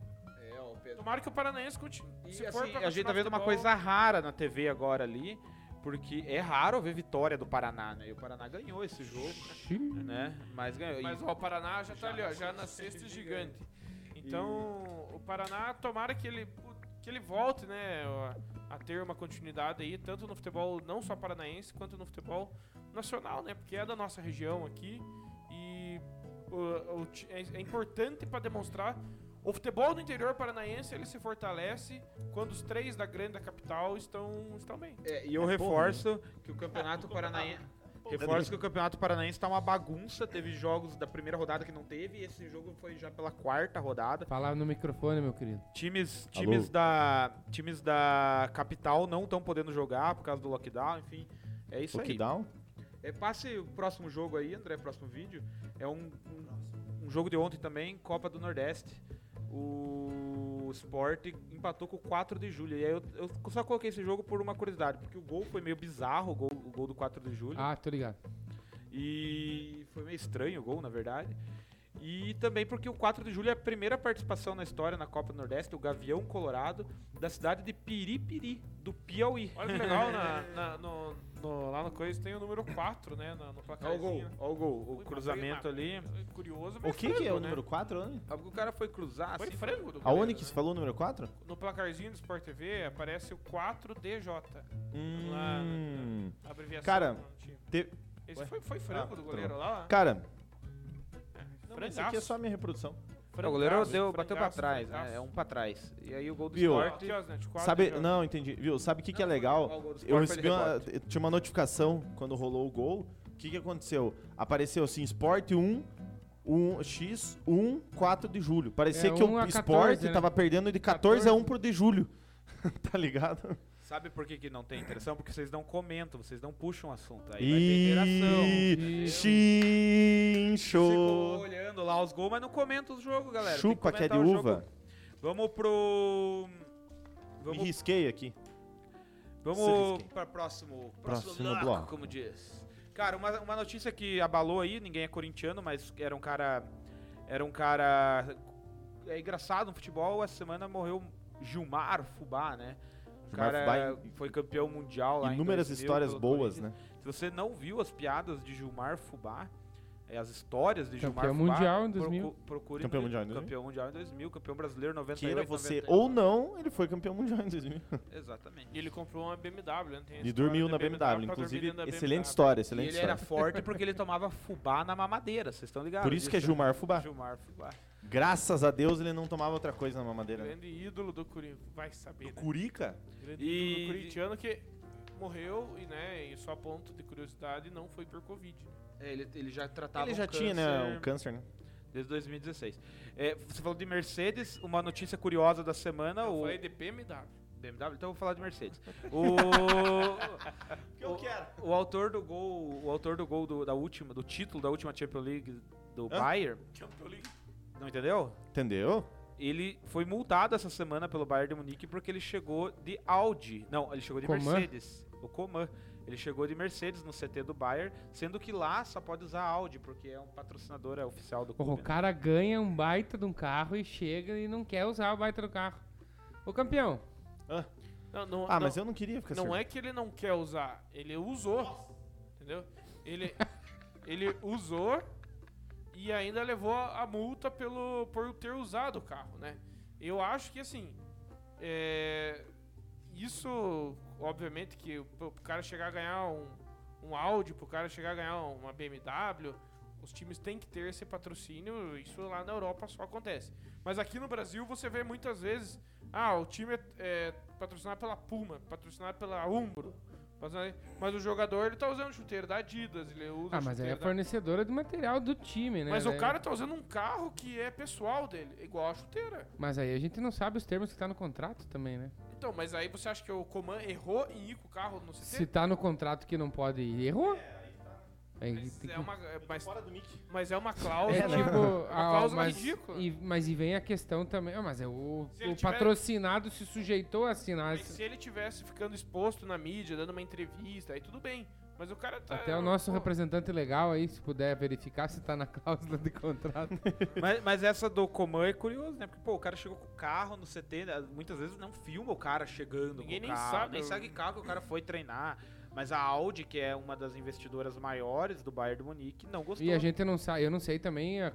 Speaker 1: É, ó, Pedro.
Speaker 3: Tomara que o Paranaense continue.
Speaker 1: E, assim, a gente tá vendo uma coisa rara na TV agora ali, porque é raro ver vitória do Paraná, né? E o Paraná ganhou esse jogo, né? Mas ganhou. E-
Speaker 3: Mas ó, o Paraná já tá ali, ó, já na sexta e gigante. Então, o Paraná, tomara que ele, que ele volte, né, ó, a ter uma continuidade aí, tanto no futebol não só paranaense, quanto no futebol nacional, né? Porque é da nossa região aqui e o- o ti- é, é importante para demonstrar o futebol do interior paranaense ele se fortalece quando os três da grande da capital estão, estão bem.
Speaker 1: é, e eu
Speaker 3: né?
Speaker 1: reforço que o
Speaker 3: <laughs>
Speaker 1: Campeonato Paranaense. Reforço que o Campeonato Paranaense tá uma bagunça. Teve jogos da primeira rodada que não teve, e esse jogo foi já pela quarta rodada.
Speaker 4: Falar no microfone, meu querido.
Speaker 1: Times, times, da, times da capital não estão podendo jogar por causa do lockdown, enfim. É isso aí.
Speaker 2: Lockdown?
Speaker 1: É, passe o próximo jogo aí, André, próximo vídeo. É um, um, um jogo de ontem também, Copa do Nordeste. O Sport empatou com o 4 de julho. E aí eu, eu só coloquei esse jogo por uma curiosidade, porque o gol foi meio bizarro, o gol, o gol do 4 de julho.
Speaker 4: Ah, tô ligado.
Speaker 1: E foi meio estranho o gol, na verdade. E também porque o 4 de julho é a primeira participação na história na Copa do Nordeste, o Gavião Colorado, da cidade de Piripiri, do Piauí.
Speaker 3: Olha que legal, na- na- no- no- lá no Coisa tem o número 4, né?
Speaker 2: É
Speaker 3: na-
Speaker 1: <laughs>
Speaker 3: No
Speaker 1: Olha o
Speaker 3: placarzinho.
Speaker 1: gol,
Speaker 3: né?
Speaker 1: olha o gol,
Speaker 3: Ui,
Speaker 1: o cruzamento
Speaker 3: mas foi
Speaker 1: ali.
Speaker 3: É Curioso, mas
Speaker 2: O que, que é o
Speaker 3: frango, né?
Speaker 2: número 4, Oni?
Speaker 1: Ah, porque O cara foi cruzar,
Speaker 3: Foi
Speaker 1: assim,
Speaker 3: frango do
Speaker 2: A
Speaker 3: goleiro,
Speaker 2: Oni que
Speaker 3: né?
Speaker 2: se falou o número 4?
Speaker 3: No placarzinho do Sport TV aparece o 4DJ, né?
Speaker 2: Hum.
Speaker 3: a abreviação
Speaker 2: Cara,
Speaker 3: do time.
Speaker 2: te-
Speaker 3: Esse
Speaker 2: Ué?
Speaker 3: foi, foi frango
Speaker 2: Ah,
Speaker 3: do goleiro lá.
Speaker 2: Cara,
Speaker 3: Não,
Speaker 2: isso aqui é só a minha reprodução.
Speaker 1: O goleiro deu, bateu pra trás, né? É um pra trás. E aí o gol do
Speaker 2: Viu?
Speaker 1: Sport.
Speaker 2: Sabe, não, entendi. Viu, sabe o que, que é legal? Eu recebi uma, tinha uma notificação quando rolou o gol. O que, que aconteceu? Apareceu assim, Sport 1, 1 X 1, 4 de julho. Parecia
Speaker 4: É,
Speaker 2: que
Speaker 4: 1
Speaker 2: o
Speaker 4: a
Speaker 2: Sport
Speaker 4: 14, né?
Speaker 2: tava perdendo de 14, a 1
Speaker 4: 14.
Speaker 2: pro de julho. <laughs> tá ligado?
Speaker 1: Sabe por que, que não tem interação? Porque vocês não comentam, vocês não puxam o assunto. Aí vai ter interação.
Speaker 4: Ih,
Speaker 1: Ficou
Speaker 2: Chincho!
Speaker 1: olhando lá os gols, mas não comenta o jogo, galera. Tem
Speaker 2: Chupa que é de
Speaker 1: comentar o jogo.
Speaker 2: uva.
Speaker 1: Vamos pro.
Speaker 2: Me
Speaker 1: Vamos,
Speaker 2: risquei aqui. se
Speaker 1: vamos
Speaker 2: risquei.
Speaker 1: para próximo, próximo,
Speaker 2: Próximo
Speaker 1: bloco,
Speaker 2: bloco.
Speaker 1: como diz. Cara, uma, uma notícia que abalou aí, ninguém é corintiano, mas era um cara. Era um cara. É engraçado no futebol, essa semana morreu Gilmar Fubá, né? O
Speaker 2: Gilmar
Speaker 1: cara
Speaker 2: Fubá
Speaker 1: foi campeão mundial lá em
Speaker 2: Inúmeras
Speaker 1: 2000
Speaker 2: histórias
Speaker 1: então, pelo
Speaker 2: boas,
Speaker 1: Corinthians.
Speaker 2: né?
Speaker 1: Se você não viu as piadas de Gilmar Fubá, é, as histórias de Gilmar
Speaker 4: Campeão
Speaker 1: Fubá,
Speaker 4: mundial em 2000.
Speaker 1: procu- procure
Speaker 2: Campeão
Speaker 1: no-
Speaker 2: mundial em 2000.
Speaker 1: Campeão mundial em 2000, campeão brasileiro em 98.
Speaker 2: Queira você um.
Speaker 1: 99.
Speaker 2: ou não, ele foi campeão mundial em 2000.
Speaker 1: um. Exatamente.
Speaker 3: E ele comprou uma BMW, né? Tem a
Speaker 2: E
Speaker 3: história
Speaker 2: dormiu
Speaker 3: da
Speaker 2: na BMW.
Speaker 3: BMW, pra dormir
Speaker 2: Inclusive,
Speaker 3: dentro da
Speaker 2: excelente
Speaker 3: BMW.
Speaker 2: história,
Speaker 1: E
Speaker 2: excelente
Speaker 1: ele era
Speaker 2: história. <laughs>
Speaker 1: forte porque ele tomava fubá na mamadeira, vocês estão ligados?
Speaker 2: Por isso que é
Speaker 1: disso, né?
Speaker 2: Gilmar Fubá.
Speaker 1: Gilmar Fubá.
Speaker 2: Graças a Deus ele não tomava outra coisa na mamadeira. né?
Speaker 3: Grande ídolo do Corinthians, vai saber, né?
Speaker 2: Curica?
Speaker 3: Grande
Speaker 1: E-
Speaker 3: ídolo do corintiano que morreu e, né, e só a ponto de curiosidade, não foi por Covid. né?
Speaker 1: É, ele, ele já tratava
Speaker 2: ele já
Speaker 1: um
Speaker 2: tinha, né?
Speaker 1: câncer
Speaker 2: Um câncer, né?
Speaker 1: Desde 2016. É, você falou de Mercedes, uma notícia curiosa da semana.
Speaker 3: Eu
Speaker 1: o
Speaker 3: falei de BMW.
Speaker 1: BMW, então eu vou falar de Mercedes. <laughs> O, eu
Speaker 2: quero.
Speaker 1: o autor do gol, o autor do gol do, da última, do título da última Champions League do
Speaker 2: Hã?
Speaker 1: Bayern, não entendeu?
Speaker 2: Entendeu?
Speaker 1: Ele foi multado essa semana pelo Bayern de Munique porque ele chegou de Audi. Não, ele chegou de
Speaker 4: Coman?
Speaker 1: Mercedes. O Coman. Ele chegou de Mercedes no CT do Bayern, sendo que lá só pode usar Audi, porque é um patrocinador é oficial do
Speaker 4: Porra, o
Speaker 1: clube. né?
Speaker 4: cara ganha um baita de um carro e chega e não quer usar o baita do carro. Ô campeão,
Speaker 3: Não, não,
Speaker 2: Ah,
Speaker 3: não,
Speaker 2: mas eu não queria ficar
Speaker 3: não
Speaker 2: surdo.
Speaker 3: é que ele não quer usar, ele usou. Entendeu?
Speaker 2: <laughs>
Speaker 3: Ele, ele usou e ainda levou a multa pelo, por ter usado o carro, né? Eu acho que assim. é, isso, obviamente, que o- pro cara chegar a ganhar um, um Audi, pro cara chegar a ganhar uma BMW, os times têm que ter esse patrocínio, isso lá na Europa só acontece. Mas aqui no Brasil você vê muitas vezes, ah, o time é, é patrocinado pela Puma, patrocinado pela Umbro, patrocinado- mas o jogador ele tá usando chuteiro da Adidas, ele usa
Speaker 4: ah, mas aí é
Speaker 3: chuteiro da-
Speaker 4: fornecedora de material do time, né?
Speaker 3: Mas o
Speaker 4: velho?
Speaker 3: cara tá usando um carro que é pessoal dele, igual a chuteira.
Speaker 4: Mas aí a gente não sabe os termos que tá no contrato também, né?
Speaker 3: Então, mas aí você acha que o Coman errou em ir com o carro no CT?
Speaker 4: Se tá no contrato que não pode ir, errou. Aí
Speaker 3: É, Mas
Speaker 4: tem
Speaker 3: é
Speaker 4: que-
Speaker 3: uma, é- mas,
Speaker 2: tá Fora do Mickey.
Speaker 3: mas é uma
Speaker 4: É,
Speaker 3: cláusula.
Speaker 4: <laughs> tipo,
Speaker 3: uma
Speaker 4: ah,
Speaker 3: cláusula
Speaker 4: mas,
Speaker 3: ridícula.
Speaker 4: e, mas e vem a questão também. ah, Mas é o,
Speaker 3: Se ele
Speaker 4: o
Speaker 3: tiver-
Speaker 4: patrocinado se sujeitou a assinar.
Speaker 3: Mas
Speaker 4: esse-
Speaker 3: se ele tivesse ficando exposto na mídia, dando uma entrevista, aí tudo bem. Mas o cara tá.
Speaker 4: Até o nosso
Speaker 3: pô,
Speaker 4: representante legal aí, se puder verificar se tá na <laughs> cláusula de contrato.
Speaker 1: Mas, mas essa do Coman é curioso, né? Porque, pô, o cara chegou com o carro no CT, né? muitas vezes não filma o cara chegando
Speaker 3: Ninguém
Speaker 1: com o
Speaker 3: nem
Speaker 1: carro,
Speaker 3: sabe.
Speaker 1: nem sabe que carro que o cara foi treinar. Mas a Audi, que é uma das investidoras maiores do Bayern de Munique, não gostou.
Speaker 4: E a gente não sabe, eu não sei também a-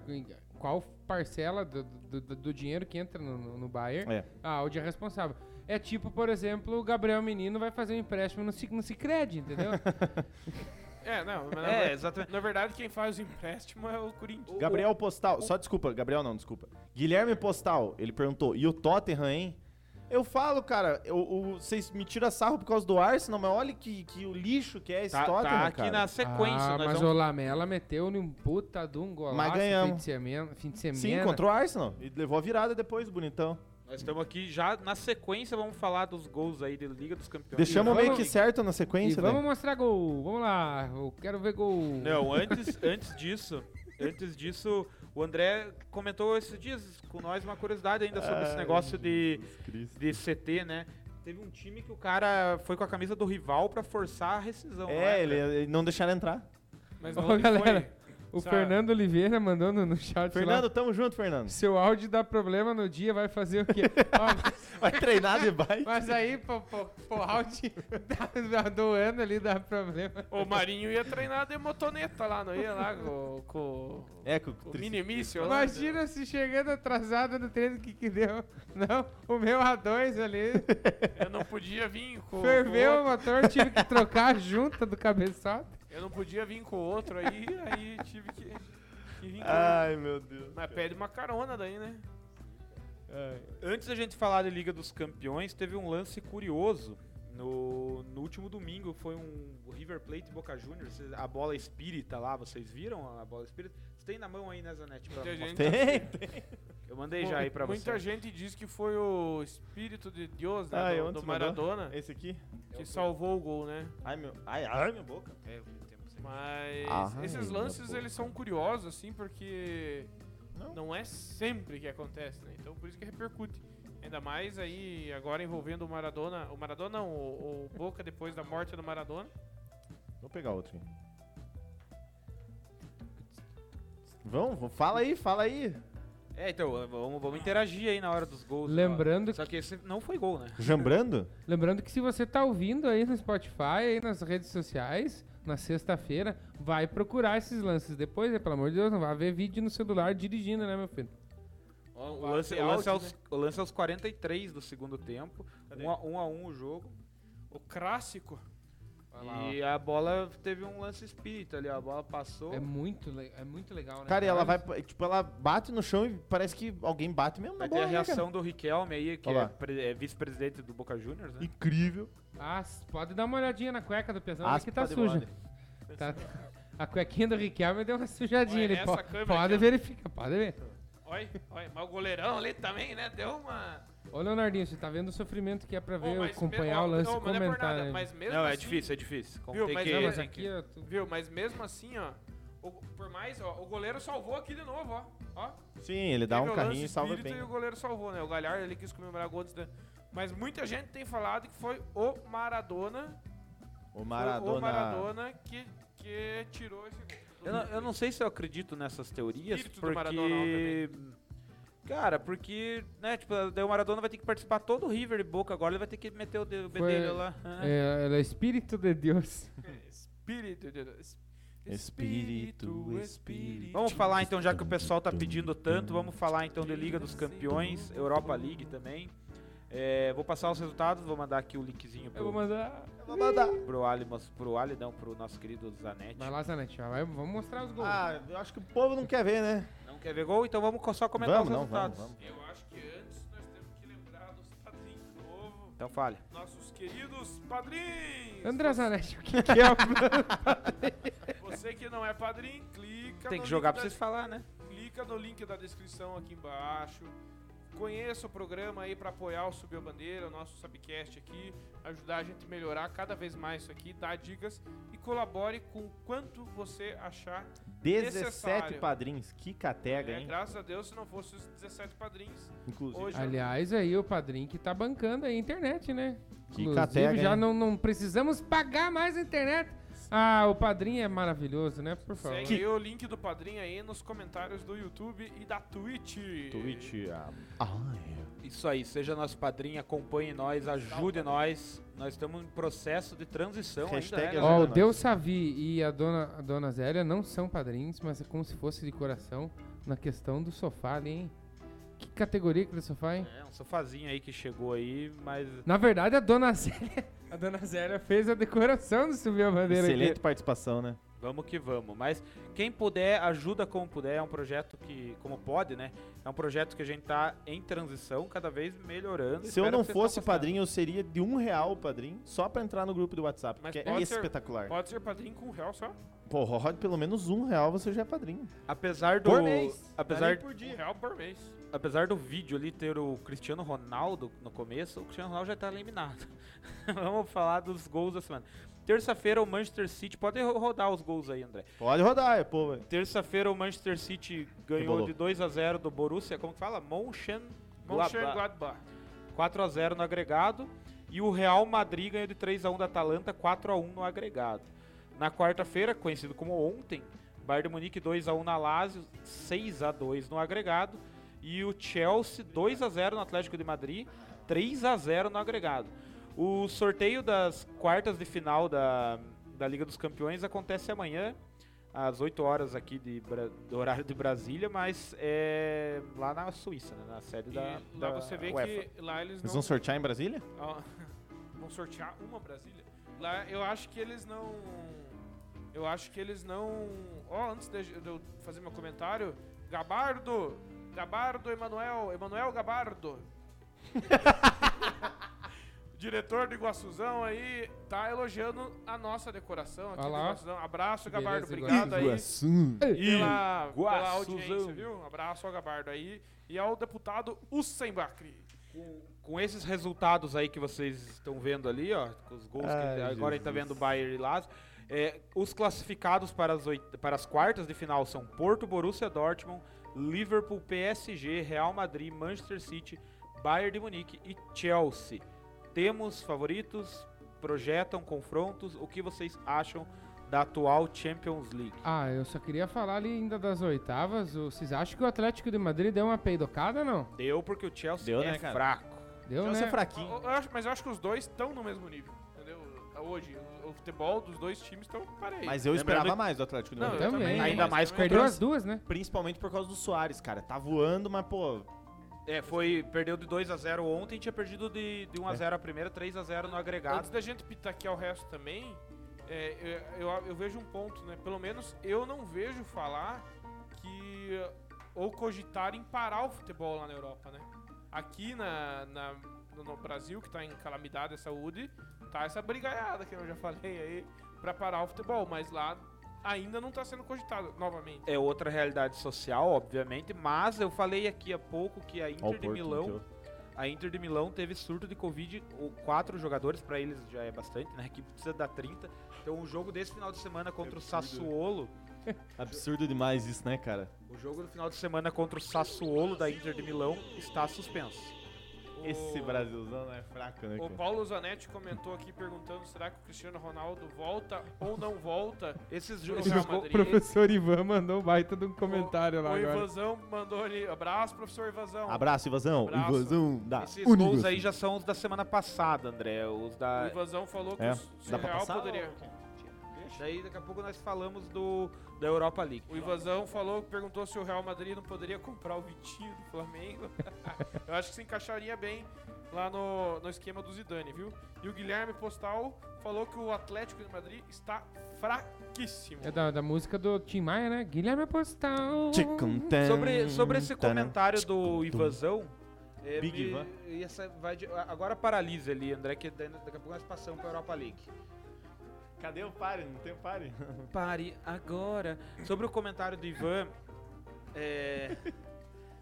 Speaker 4: qual parcela do, do- do- do dinheiro que entra no, no, no Bayern,
Speaker 2: É.
Speaker 4: a Audi é responsável. É tipo, por exemplo, o Gabriel Menino vai fazer um empréstimo no, Ci- no Cicred, entendeu?
Speaker 3: É, não. mas na
Speaker 1: É,
Speaker 3: verdade-
Speaker 1: exatamente.
Speaker 3: Na verdade, quem faz o empréstimo é o Corinthians.
Speaker 2: Gabriel Postal, só desculpa, Gabriel não, desculpa. Guilherme Postal, ele perguntou, e o Tottenham, hein? Eu falo, cara, eu- o- vocês me tiram sarro por causa do Arsenal, mas olha que, que o lixo que é esse
Speaker 1: Tá,
Speaker 2: Tottenham,
Speaker 1: tá aqui
Speaker 2: cara.
Speaker 1: na sequência.
Speaker 4: né, Ah,
Speaker 1: nós
Speaker 4: mas o
Speaker 1: vamos-
Speaker 4: Lamela meteu um puta de um golaço
Speaker 2: Mas ganhamos.
Speaker 4: fim de semana. Fim de semana.
Speaker 2: Sim, contra o Arsenal. E levou a virada depois, bonitão.
Speaker 1: Nós estamos aqui já na sequência, vamos falar dos gols aí da Liga dos Campeões.
Speaker 2: Deixamos
Speaker 4: E
Speaker 2: meio que
Speaker 4: vamos-
Speaker 2: certo na
Speaker 4: E
Speaker 2: sequência, né?
Speaker 4: vamos mostrar gol. Vamos lá. Eu quero ver gol.
Speaker 1: Não, antes, antes disso, antes disso, o André comentou esses dias com nós uma curiosidade ainda sobre esse
Speaker 2: Ai,
Speaker 1: negócio de,
Speaker 2: Cristo.
Speaker 1: de CT, né? Teve um time que o cara foi com a camisa do rival pra forçar a rescisão. não
Speaker 2: É, ele,
Speaker 1: Então cara?
Speaker 2: ele não deixaram entrar.
Speaker 3: Mas
Speaker 4: Ô,
Speaker 3: não é foi-
Speaker 4: galera, O
Speaker 3: sabe?
Speaker 4: Fernando Oliveira mandou no, no chat
Speaker 2: Fernando,
Speaker 4: lá.
Speaker 2: tamo junto, Fernando.
Speaker 4: Seu áudio dá problema no dia, vai fazer o quê? Ó,
Speaker 2: <laughs> Vai treinar de bike.
Speaker 4: mas aí, pô, pô, pô, áudio <laughs> da- da- do ano ali dá problema.
Speaker 3: O Marinho ia treinar de motoneta lá, não ia lá com, com
Speaker 2: É, com
Speaker 3: com o
Speaker 2: tri-
Speaker 3: mini míssil lá.
Speaker 4: Imagina se chegando atrasado no treino, o que que deu? <laughs> Não, o meu A2 ali,
Speaker 3: Eu não podia vir com. com
Speaker 4: ferveu o
Speaker 3: outro-
Speaker 4: motor, tive que trocar a junta do cabeçote.
Speaker 3: Eu não podia vir com outro aí, aí tive que, que vir com.
Speaker 1: Ah.
Speaker 2: Ai, meu Deus.
Speaker 3: Mas pede uma carona daí, né?
Speaker 2: é-
Speaker 1: Antes da gente falar de Liga dos Campeões, teve um lance curioso. No, no último domingo foi um River Plate e Boca Juniors, a bola espírita lá, vocês viram a bola espírita? Você tem na mão aí, né, Zanetti? pra
Speaker 3: Muita gente-
Speaker 1: mostrar?
Speaker 2: Tem,
Speaker 1: Eu mandei já aí pra
Speaker 3: Muita
Speaker 1: você.
Speaker 3: gente diz que foi o espírito de Deus, né?
Speaker 2: Ai,
Speaker 3: do- do,
Speaker 2: onde você mandou?
Speaker 3: Maradona, <laughs>
Speaker 2: Esse aqui?
Speaker 3: que salvou o gol, né?
Speaker 2: Ai, meu. Ai, ai, minha boca.
Speaker 1: É, eu tenho que ser-
Speaker 3: Mas
Speaker 1: Ah,
Speaker 2: Ai,
Speaker 3: esses
Speaker 1: é,
Speaker 2: minha
Speaker 3: lances,
Speaker 2: boca.
Speaker 3: eles são curiosos, assim, porque
Speaker 2: Não.
Speaker 3: não. é sempre que acontece, né? Então por isso que repercute. Ainda mais aí, agora envolvendo o Maradona... O Maradona não, o, o Boca depois da morte do Maradona.
Speaker 2: Vou pegar outro. hein. Vamos, vamos, fala aí, fala aí.
Speaker 1: É, então, eh, vamos, vamos interagir aí na hora dos gols.
Speaker 4: Lembrando
Speaker 1: Só que esse não foi gol, né?
Speaker 2: Jambrando?
Speaker 4: Lembrando que se você tá ouvindo aí no Spotify, aí nas redes sociais, na sexta-feira, vai procurar esses lances depois, né? Pelo amor de Deus, não vai ver vídeo no celular dirigindo, né, meu filho?
Speaker 1: O lance, o lance é
Speaker 3: né?
Speaker 1: aos, o lance aos 43 do segundo tempo. 1 a 1 um a um o jogo.
Speaker 3: O clássico.
Speaker 1: E a bola teve um lance espírita ali, ó, a bola passou.
Speaker 4: É muito, le- é muito legal, né?
Speaker 2: Cara, e ela vai.
Speaker 4: Vários-
Speaker 2: Tipo, ela bate no chão e parece que alguém bate mesmo
Speaker 1: Vai
Speaker 2: na
Speaker 1: ter a
Speaker 2: bola, né, cara?
Speaker 1: reação do Riquelme aí, que
Speaker 2: Olha lá.
Speaker 1: é, pre- é vice-presidente do Boca Juniors, né?
Speaker 2: Incrível.
Speaker 4: Ah, pode dar uma olhadinha na cueca do Pesão,
Speaker 2: Aspa
Speaker 4: aqui tá
Speaker 2: de
Speaker 4: suja.
Speaker 2: mole.
Speaker 4: Tá- <laughs> a cuequinha do Riquelme deu uma sujadinha.
Speaker 3: Olha,
Speaker 4: Ele
Speaker 3: essa
Speaker 4: pode,
Speaker 3: câmera
Speaker 4: pode
Speaker 3: aqui, ó.
Speaker 4: verificar, pode ver.
Speaker 3: Olha, olha, mas o goleirão ali também, né? Deu uma.
Speaker 4: Ô, Leonardinho, você tá vendo o sofrimento que é pra ver,
Speaker 3: Pô, mas
Speaker 4: acompanhar
Speaker 3: mesmo-
Speaker 4: o lance
Speaker 3: não,
Speaker 4: e
Speaker 3: mas não é por
Speaker 4: comentar.
Speaker 3: nada,
Speaker 4: né?
Speaker 3: mas mesmo
Speaker 1: Não,
Speaker 3: assim,
Speaker 1: é difícil, é difícil. Com-
Speaker 3: Viu,
Speaker 1: tem
Speaker 3: mas
Speaker 1: que-
Speaker 4: Não,
Speaker 3: é-
Speaker 4: mas aqui, ó, tu-
Speaker 3: Viu, mas mesmo assim, ó. o- por mais, ó, o goleiro salvou aqui de novo, ó. ó
Speaker 2: Sim, ele dá
Speaker 3: Teve
Speaker 2: um
Speaker 3: o
Speaker 2: carrinho
Speaker 3: lance
Speaker 2: e salva
Speaker 3: espírita
Speaker 2: bem.
Speaker 3: E o goleiro salvou, né? O Galhardo ele quis comemorar gol antes da... Mas muita gente tem falado que foi o Maradona,
Speaker 2: O
Speaker 3: foi
Speaker 2: Maradona.
Speaker 3: o Maradona que, que tirou esse gol.
Speaker 1: Eu não, eu não sei se eu acredito nessas teorias,
Speaker 3: Espírito do Maradona,
Speaker 1: porque. Cara, porque, né, tipo, daí o Maradona vai ter que participar todo o River e Boca agora, ele vai ter que meter o dedo o
Speaker 4: Foi-
Speaker 1: bedelho lá. né?
Speaker 4: É, ela é espírito de Deus.
Speaker 3: Espírito de Deus.
Speaker 2: Espírito, espírito.
Speaker 1: Vamos falar então, já que o pessoal tá pedindo tanto, vamos falar então de Liga dos Campeões, Europa League também. É, vou passar os resultados, vou mandar aqui o linkzinho
Speaker 4: Eu vou
Speaker 1: pro,
Speaker 4: mandar.
Speaker 1: pro Ali, mas pro Ali não, pro nosso querido Zanetti.
Speaker 4: Vai lá, Zanetti, vai, vai- vamos mostrar os gols.
Speaker 2: Ah, eu acho que o povo não quer ver, <laughs> né?
Speaker 1: Não quer ver gol? Então vamos co- só comentar
Speaker 2: vamos,
Speaker 1: os
Speaker 2: não,
Speaker 1: resultados.
Speaker 2: vamos, vamos.
Speaker 3: Eu acho que antes nós temos que lembrar dos padrinhos de novo.
Speaker 1: Então fale.
Speaker 3: Nossos queridos padrinhos.
Speaker 4: André Zanetti, o que, que é
Speaker 2: um
Speaker 3: <laughs>
Speaker 4: o.
Speaker 3: Você que não é padrinho, clica
Speaker 1: Tem
Speaker 3: no
Speaker 1: que jogar
Speaker 3: link
Speaker 1: pra
Speaker 3: da
Speaker 1: vocês falar, né?
Speaker 3: clica no link da descrição aqui embaixo. Conheça o programa aí para apoiar o Subiu a Bandeira, o nosso subcast aqui, ajudar a gente a melhorar cada vez mais isso aqui, dar dicas e colabore com o quanto você achar.
Speaker 2: 17
Speaker 3: Necessário.
Speaker 2: padrinhos. Que catega,
Speaker 3: É,
Speaker 2: hein?
Speaker 3: graças a Deus, se não fosse os 17 padrinhos,
Speaker 2: Inclusive.
Speaker 3: hoje
Speaker 4: Aliás, aí o padrinho que tá bancando aí a internet, né?
Speaker 2: Que
Speaker 4: Inclusive,
Speaker 2: catega,
Speaker 4: já
Speaker 2: hein?
Speaker 4: não, não precisamos pagar mais a internet. Ah, o padrinho é maravilhoso, né? Por favor.
Speaker 3: segue o link do padrinho aí nos comentários do YouTube e da Twitch.
Speaker 2: Twitch. Ah,
Speaker 1: Isso aí, seja nosso padrinho, acompanhe nós, ajude nós. Nós estamos em processo de transição
Speaker 2: Hashtag
Speaker 1: ainda, né?
Speaker 4: Ó,
Speaker 2: ajuda
Speaker 4: o
Speaker 2: nós.
Speaker 4: Deus Savi e a dona, a dona Zélia não são padrinhos, mas é como se fosse de coração na questão do sofá ali, hein? Que categoria que do sofá, hein?
Speaker 1: É, um sofazinho aí que chegou aí, mas
Speaker 4: Na verdade, a dona Zélia, a dona Zélia fez a decoração do Subir a Bandeira
Speaker 2: Excelente
Speaker 4: aqui.
Speaker 2: participação, né?
Speaker 1: Vamos que vamos. Mas quem puder, ajuda como puder. É um projeto que, como pode, né? É um projeto que a gente tá em transição, cada vez melhorando.
Speaker 2: Se eu
Speaker 1: Espero que
Speaker 2: não
Speaker 1: vocês tão
Speaker 2: fosse
Speaker 1: gostando.
Speaker 2: padrinho, eu seria de um real o padrinho, só pra entrar no grupo do WhatsApp,
Speaker 3: Mas
Speaker 2: porque é
Speaker 3: pode ser-
Speaker 2: espetacular.
Speaker 3: Pode ser padrinho com um real só?
Speaker 2: Pô, roda pelo menos um real, você já é padrinho.
Speaker 1: Apesar do.
Speaker 2: Por mês.
Speaker 1: Apesar,
Speaker 3: Um real por mês.
Speaker 1: apesar do vídeo ali ter o Cristiano Ronaldo no começo, o Cristiano Ronaldo já tá eliminado. <laughs> vamos falar dos gols da semana. Terça-feira, o Manchester City. Pode ro- rodar os gols aí, André.
Speaker 2: Pode rodar, é pô. velho.
Speaker 1: Terça-feira, o Manchester City
Speaker 2: Rebolou.
Speaker 1: ganhou de 2 a 0 do Borussia. Como que fala? Monchen.
Speaker 3: Mönchengladbach.
Speaker 1: 4 a 0 no agregado e o Real Madrid ganhou de 3 a 1 da Atalanta, 4 a 1 no agregado. Na quarta-feira, conhecido como ontem, Bayern de Munique 2 a 1 na Lazio, 6 a 2 no agregado e o Chelsea 2 a 0 no Atlético de Madrid, 3 a 0 no agregado. O sorteio das quartas de final da, da Liga dos Campeões acontece amanhã às 8 horas aqui de, Bra- do horário de Brasília, mas é lá na Suíça, né, na sede
Speaker 3: E
Speaker 1: da,
Speaker 3: lá
Speaker 1: da
Speaker 3: você vê
Speaker 1: UEFA.
Speaker 3: que lá eles
Speaker 2: Eles
Speaker 3: não
Speaker 2: vão sortear em Brasília?
Speaker 3: Ó, <laughs> Vão sortear uma Brasília. Lá eu acho que eles não. Eu acho que eles não. Ó, antes de de eu fazer meu comentário, Gabardo! Gabardo Emanuel! Emanuel
Speaker 4: <laughs>
Speaker 3: Gabardo! Diretor do Iguaçuzão aí tá elogiando a nossa decoração aqui
Speaker 4: Olha
Speaker 3: do
Speaker 4: lá.
Speaker 3: Iguaçuzão. Abraço, Gabardo.
Speaker 4: Beleza,
Speaker 3: Obrigado aí pela, pela
Speaker 1: Iguaçuzão.
Speaker 3: audiência, viu? Um abraço ao Gabardo aí e ao deputado Hussein Bakri.
Speaker 1: Com esses resultados aí que vocês estão vendo ali, ó, com os gols
Speaker 2: Ai,
Speaker 1: que agora a gente tá
Speaker 2: Jesus.
Speaker 1: vendo Bayern e Lazio, é, os classificados para as, oit- para as quartas de final são Porto, Borussia Dortmund, Liverpool, PSG, Real Madrid, Manchester City, Bayern de Munique e Chelsea. Temos favoritos, projetam confrontos, o que vocês acham da atual Champions League?
Speaker 4: Ah, eu só queria falar ali ainda das oitavas. o- Vocês acham que o Atlético de Madrid deu uma peidocada ou não?
Speaker 1: Deu porque o Chelsea
Speaker 2: Deu,
Speaker 1: é
Speaker 2: né, cara?
Speaker 1: fraco.
Speaker 4: deu,
Speaker 3: Então
Speaker 2: Chelsea
Speaker 4: né?
Speaker 2: é fraquinho.
Speaker 3: Eu- eu acho- mas eu acho que os dois estão no mesmo nível, entendeu? Hoje, o, o futebol dos dois times estão parei.
Speaker 2: Mas eu
Speaker 1: Lembrando
Speaker 2: esperava
Speaker 1: que-
Speaker 2: mais do Atlético de
Speaker 3: Não,
Speaker 2: Madrid.
Speaker 3: eu
Speaker 4: também.
Speaker 3: também.
Speaker 1: Ainda mais
Speaker 3: também-
Speaker 4: Perdeu as duas, né?
Speaker 2: Principalmente por causa do Soares, cara. Tá voando, mas, pô,
Speaker 1: É, foi, perdeu de 2x0 ontem, tinha perdido de, de
Speaker 2: É.
Speaker 1: 1x0 a, primeira, 3x0 no agregado.
Speaker 3: Antes da gente pitaquear o resto também, é, eu, eu- eu vejo um ponto, né? Pelo menos eu não vejo falar que. uh, ou cogitar em parar o futebol lá na Europa, né? Aqui na, na- no, no Brasil, que tá em calamidade a saúde, tá essa brigaiada que eu já falei aí pra parar o futebol, mas lá ainda não tá sendo cogitado novamente.
Speaker 1: É outra realidade social, obviamente, mas eu falei aqui há pouco que a
Speaker 2: ó o
Speaker 1: Inter de
Speaker 2: Porto.
Speaker 1: Milão,
Speaker 2: meteu.
Speaker 1: a Inter de Milão teve surto de Covid, o- quatro jogadores pra eles já é bastante, né? Que precisa dar 30. Então o jogo desse final de semana contra o
Speaker 2: É né?
Speaker 1: Sassuolo,
Speaker 2: Absurdo demais isso, né, cara?
Speaker 1: o jogo do final de semana contra o Sassuolo da Inter de Milão está suspenso.
Speaker 3: O-
Speaker 2: Esse Brasilzão é fraco, né,
Speaker 3: O
Speaker 2: cara?
Speaker 3: Paulo Zanetti comentou aqui perguntando será que o Cristiano Ronaldo volta ou não volta.
Speaker 1: Esses
Speaker 3: Pro
Speaker 1: jogos
Speaker 3: Real
Speaker 4: O
Speaker 3: Madrid.
Speaker 4: professor Ivan mandou um baita de um <laughs> comentário lá
Speaker 3: o
Speaker 4: agora.
Speaker 3: Ivanzão mandou ali. Abraço, professor Ivanzão.
Speaker 2: Abraço, Ivazão.
Speaker 3: Abraço.
Speaker 2: Ivazão, dá.
Speaker 1: Esses
Speaker 4: Unidos.
Speaker 1: gols aí já são os da semana passada, André. Os
Speaker 3: O
Speaker 1: da.
Speaker 3: Ivanzão falou que
Speaker 2: É,
Speaker 3: o se
Speaker 2: dá
Speaker 3: o
Speaker 2: pra
Speaker 3: Real
Speaker 2: passar?
Speaker 3: poderia.
Speaker 1: Daí daqui a pouco nós falamos do da Europa League.
Speaker 3: O Ivanzão falou, perguntou se o Real Madrid não poderia comprar o Vitinho do Flamengo. <laughs> Eu acho que se encaixaria bem lá no, no esquema do Zidane, viu? E o Guilherme Postal falou que o Atlético de Madrid está fraquíssimo.
Speaker 4: É da, da música do Tim Maia, né? Guilherme Postal.
Speaker 1: Sobre, sobre esse comentário
Speaker 2: comentário.
Speaker 1: do Ivanzão. é,
Speaker 2: Big
Speaker 1: me-
Speaker 2: Ivan.
Speaker 1: e essa vai de- a- agora paralisa ali, André, que daí- daqui a pouco nós passamos pra Europa League.
Speaker 2: Cadê o pare? Não tem o pare.
Speaker 1: Pare agora. Sobre o comentário do Ivan. é,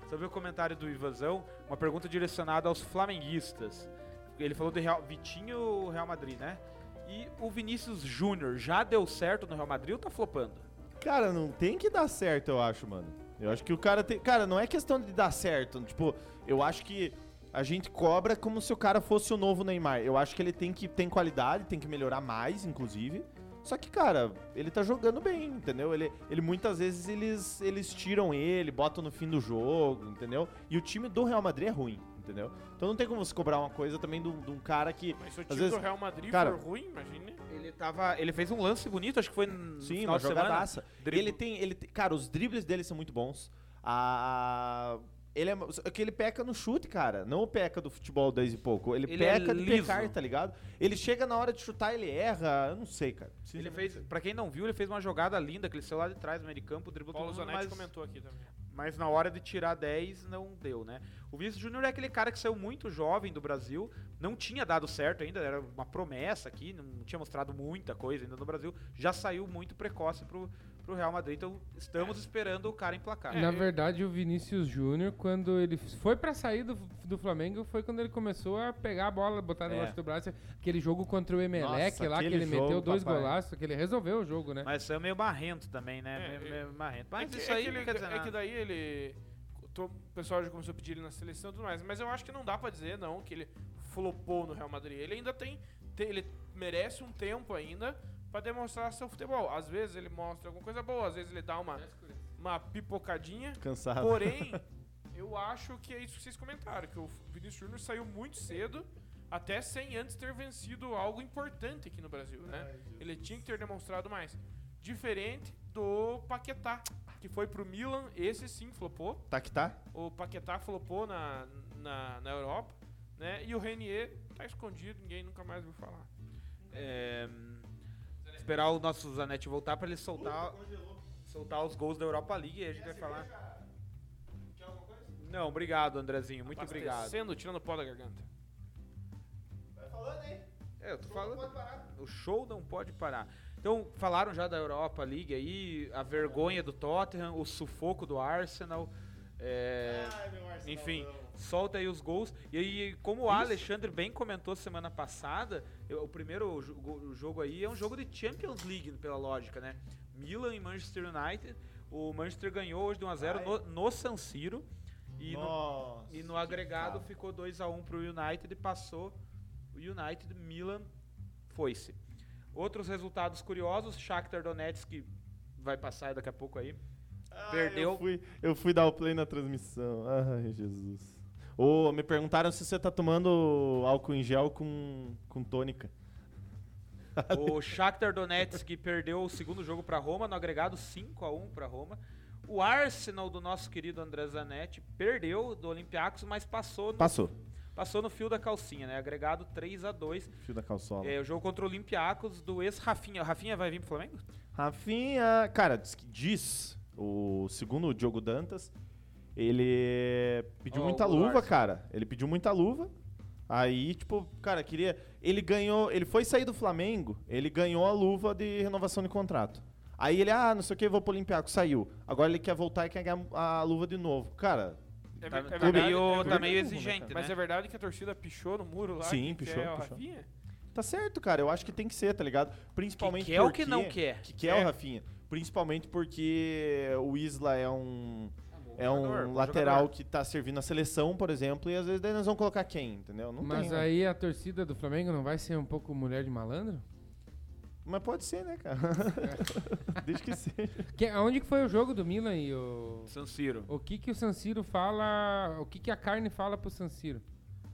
Speaker 1: sobre o comentário do Ivanzão, uma pergunta direcionada aos flamenguistas. Ele falou de Real, Vitinho Real Madrid, né? E o Vinícius Júnior já deu certo no Real Madrid ou tá flopando?
Speaker 2: Cara, não tem que dar certo, eu acho, mano. Eu acho que o cara tem. Cara, não é questão de dar certo. Tipo, eu acho que a gente cobra como se o cara fosse o novo Neymar. Eu acho que ele tem que tem qualidade, tem que melhorar mais, inclusive. Só que, cara, ele tá jogando bem, entendeu? Ele, ele muitas vezes eles, eles tiram ele, botam no fim do jogo, entendeu? E o time do Real Madrid é ruim, entendeu? Então não tem como você cobrar uma coisa também de um de um cara que.
Speaker 3: Mas se o
Speaker 2: Às
Speaker 3: time
Speaker 2: vezes-
Speaker 3: do Real Madrid
Speaker 2: cara-
Speaker 3: for ruim, imagine.
Speaker 1: Ele tava, ele fez um lance bonito, acho que foi no
Speaker 2: Sim,
Speaker 1: final
Speaker 2: uma
Speaker 1: de semana. né?
Speaker 2: jogadaça.
Speaker 1: Dribla-
Speaker 2: Ele tem, ele tem- cara, os dribles dele são muito bons. A ele é, é que ele peca no chute, cara. Não peca do futebol 10 e pouco. Ele,
Speaker 1: Ele
Speaker 2: peca
Speaker 1: é
Speaker 2: de
Speaker 1: liso.
Speaker 2: pecar, tá ligado? Ele chega na hora de chutar, ele erra. Eu não sei, cara.
Speaker 1: Ele
Speaker 2: Sinceramente,
Speaker 1: fez,
Speaker 2: não sei.
Speaker 1: pra quem não viu, ele fez uma jogada linda, que ele saiu lá de trás, no meio de campo, driblou
Speaker 3: Paulo
Speaker 1: todo mundo,
Speaker 3: Zanetti
Speaker 1: mas,
Speaker 3: comentou aqui também.
Speaker 1: mas na hora de tirar 10 não deu, né? O Vinícius Júnior é aquele cara que saiu muito jovem do Brasil, não tinha dado certo ainda, era uma promessa aqui, não tinha mostrado muita coisa ainda no Brasil, já saiu muito precoce pro, pro Real Madrid, então estamos
Speaker 3: É.
Speaker 1: esperando o cara emplacar.
Speaker 4: Na verdade, o Vinícius Júnior, quando ele foi pra sair do, do Flamengo, foi quando ele começou a pegar a bola, botar no
Speaker 2: É.
Speaker 4: negócio do braço. Aquele jogo contra o Emelec
Speaker 2: Nossa,
Speaker 4: lá, que
Speaker 2: aquele
Speaker 4: ele meteu
Speaker 2: jogo,
Speaker 4: dois
Speaker 2: papai.
Speaker 4: golaços, que ele resolveu o jogo, né?
Speaker 1: Mas saiu meio marrento também, né?
Speaker 3: É,
Speaker 1: meio,
Speaker 3: é-
Speaker 1: meio marrento. Mas
Speaker 3: é que,
Speaker 1: isso
Speaker 3: é
Speaker 1: aí
Speaker 3: que ele-
Speaker 1: não quer dizer
Speaker 3: é que
Speaker 1: nada.
Speaker 3: daí ele. to- O pessoal já começou a pedir ele na seleção e tudo mais. Mas eu acho que não dá pra dizer, não, que ele flopou no Real Madrid. Ele ainda tem. tem- ele merece um tempo ainda pra demonstrar seu futebol. Às vezes ele mostra alguma coisa boa, às vezes ele dá uma, uma pipocadinha.
Speaker 2: cansado.
Speaker 3: Porém, eu acho que é isso que vocês comentaram, que o Vinícius Júnior saiu muito cedo, até sem antes ter vencido algo importante aqui no Brasil, né? Ele tinha que ter demonstrado mais. Diferente do Paquetá, que foi pro Milan, esse sim flopou.
Speaker 2: Tá que tá?
Speaker 3: O Paquetá flopou na, na, na Europa, né? E o Renier tá escondido, ninguém nunca mais ouviu falar.
Speaker 1: É, esperar o nosso Zanetti voltar pra ele soltar, soltar os gols da Europa League e a gente vai falar. Não, obrigado, Andrezinho. Muito obrigado.
Speaker 3: Sendo tirando o pó da garganta.
Speaker 1: É, eu tô falando. O show não pode parar. Então, falaram já da Europa League aí, a vergonha do Tottenham, o sufoco do Arsenal. é, enfim, solta aí os gols. E aí, como o Alexandre bem comentou semana passada, eu- o primeiro jo- go- jogo aí é um jogo de Champions League, pela lógica, né? Milan e Manchester United. O Manchester ganhou hoje de 1x0 no, no San Siro. E no
Speaker 2: Nossa,
Speaker 1: e
Speaker 2: que
Speaker 1: no agregado
Speaker 2: tá.
Speaker 1: ficou 2x1 pro United e passou o United, Milan, foi-se. Outros resultados curiosos, Shakhtar Donetsk que vai passar daqui a pouco aí.
Speaker 2: Ah,
Speaker 1: perdeu.
Speaker 2: Eu fui, eu fui dar o play na transmissão. Ai, Jesus. Ô, me perguntaram se você tá tomando álcool em gel com, com tônica.
Speaker 1: O Shakhtar Donetsk que perdeu o segundo jogo para Roma, no agregado 5 a 1 para Roma. O Arsenal do nosso querido André Zanetti perdeu do Olympiacos, mas passou no,
Speaker 2: Passou.
Speaker 1: passou no fio da calcinha, né? Agregado 3 a 2.
Speaker 2: Fio da calçola.
Speaker 1: É, o jogo contra o Olympiacos do ex-Rafinha. O Rafinha vai vir pro Flamengo?
Speaker 2: Rafinha, cara, diz, que- diz o segundo Diogo Dantas, ele pediu
Speaker 1: Ó,
Speaker 2: muita
Speaker 1: o
Speaker 2: luva,
Speaker 1: Arsenal.
Speaker 2: cara. Ele pediu muita luva. Aí, tipo, cara, queria. Ele ganhou. Ele foi sair do Flamengo, ele ganhou a luva de renovação de contrato. Aí ele, ah, não sei o que, vou pro Olympiacos, saiu. Agora ele quer voltar e quer ganhar a luva de novo. Cara,
Speaker 3: É,
Speaker 1: Tá,
Speaker 3: ver-
Speaker 1: tá
Speaker 3: é verdade, é
Speaker 1: meio, tá
Speaker 3: verdade.
Speaker 1: meio
Speaker 2: né,
Speaker 1: exigente,
Speaker 3: Mas
Speaker 1: né?
Speaker 3: é verdade que a torcida pichou no muro lá?
Speaker 2: Sim,
Speaker 3: que
Speaker 2: pichou,
Speaker 3: quer o
Speaker 2: pichou.
Speaker 3: Rafinha?
Speaker 2: tá certo, cara. Eu acho que tem que ser, tá ligado? Principalmente
Speaker 1: Que quer ou que
Speaker 2: porque-
Speaker 1: não quer?
Speaker 2: Que quer
Speaker 3: É.
Speaker 2: o Rafinha. Principalmente porque o Isla é um. É
Speaker 1: jogador,
Speaker 2: um
Speaker 1: bom
Speaker 2: lateral
Speaker 1: jogador.
Speaker 2: que tá servindo a seleção, por exemplo, e às vezes daí nós vamos colocar quem, entendeu? Não
Speaker 4: Mas
Speaker 2: tem. né?
Speaker 4: aí a torcida do Flamengo não vai ser um pouco mulher de malandro?
Speaker 2: Mas pode ser,
Speaker 1: <laughs>
Speaker 2: né, cara? Deixa que seja.
Speaker 4: Que, aonde que foi o jogo do Milan e o...
Speaker 1: San Siro.
Speaker 4: O que que o San Siro fala... O que que a carne fala pro San Siro?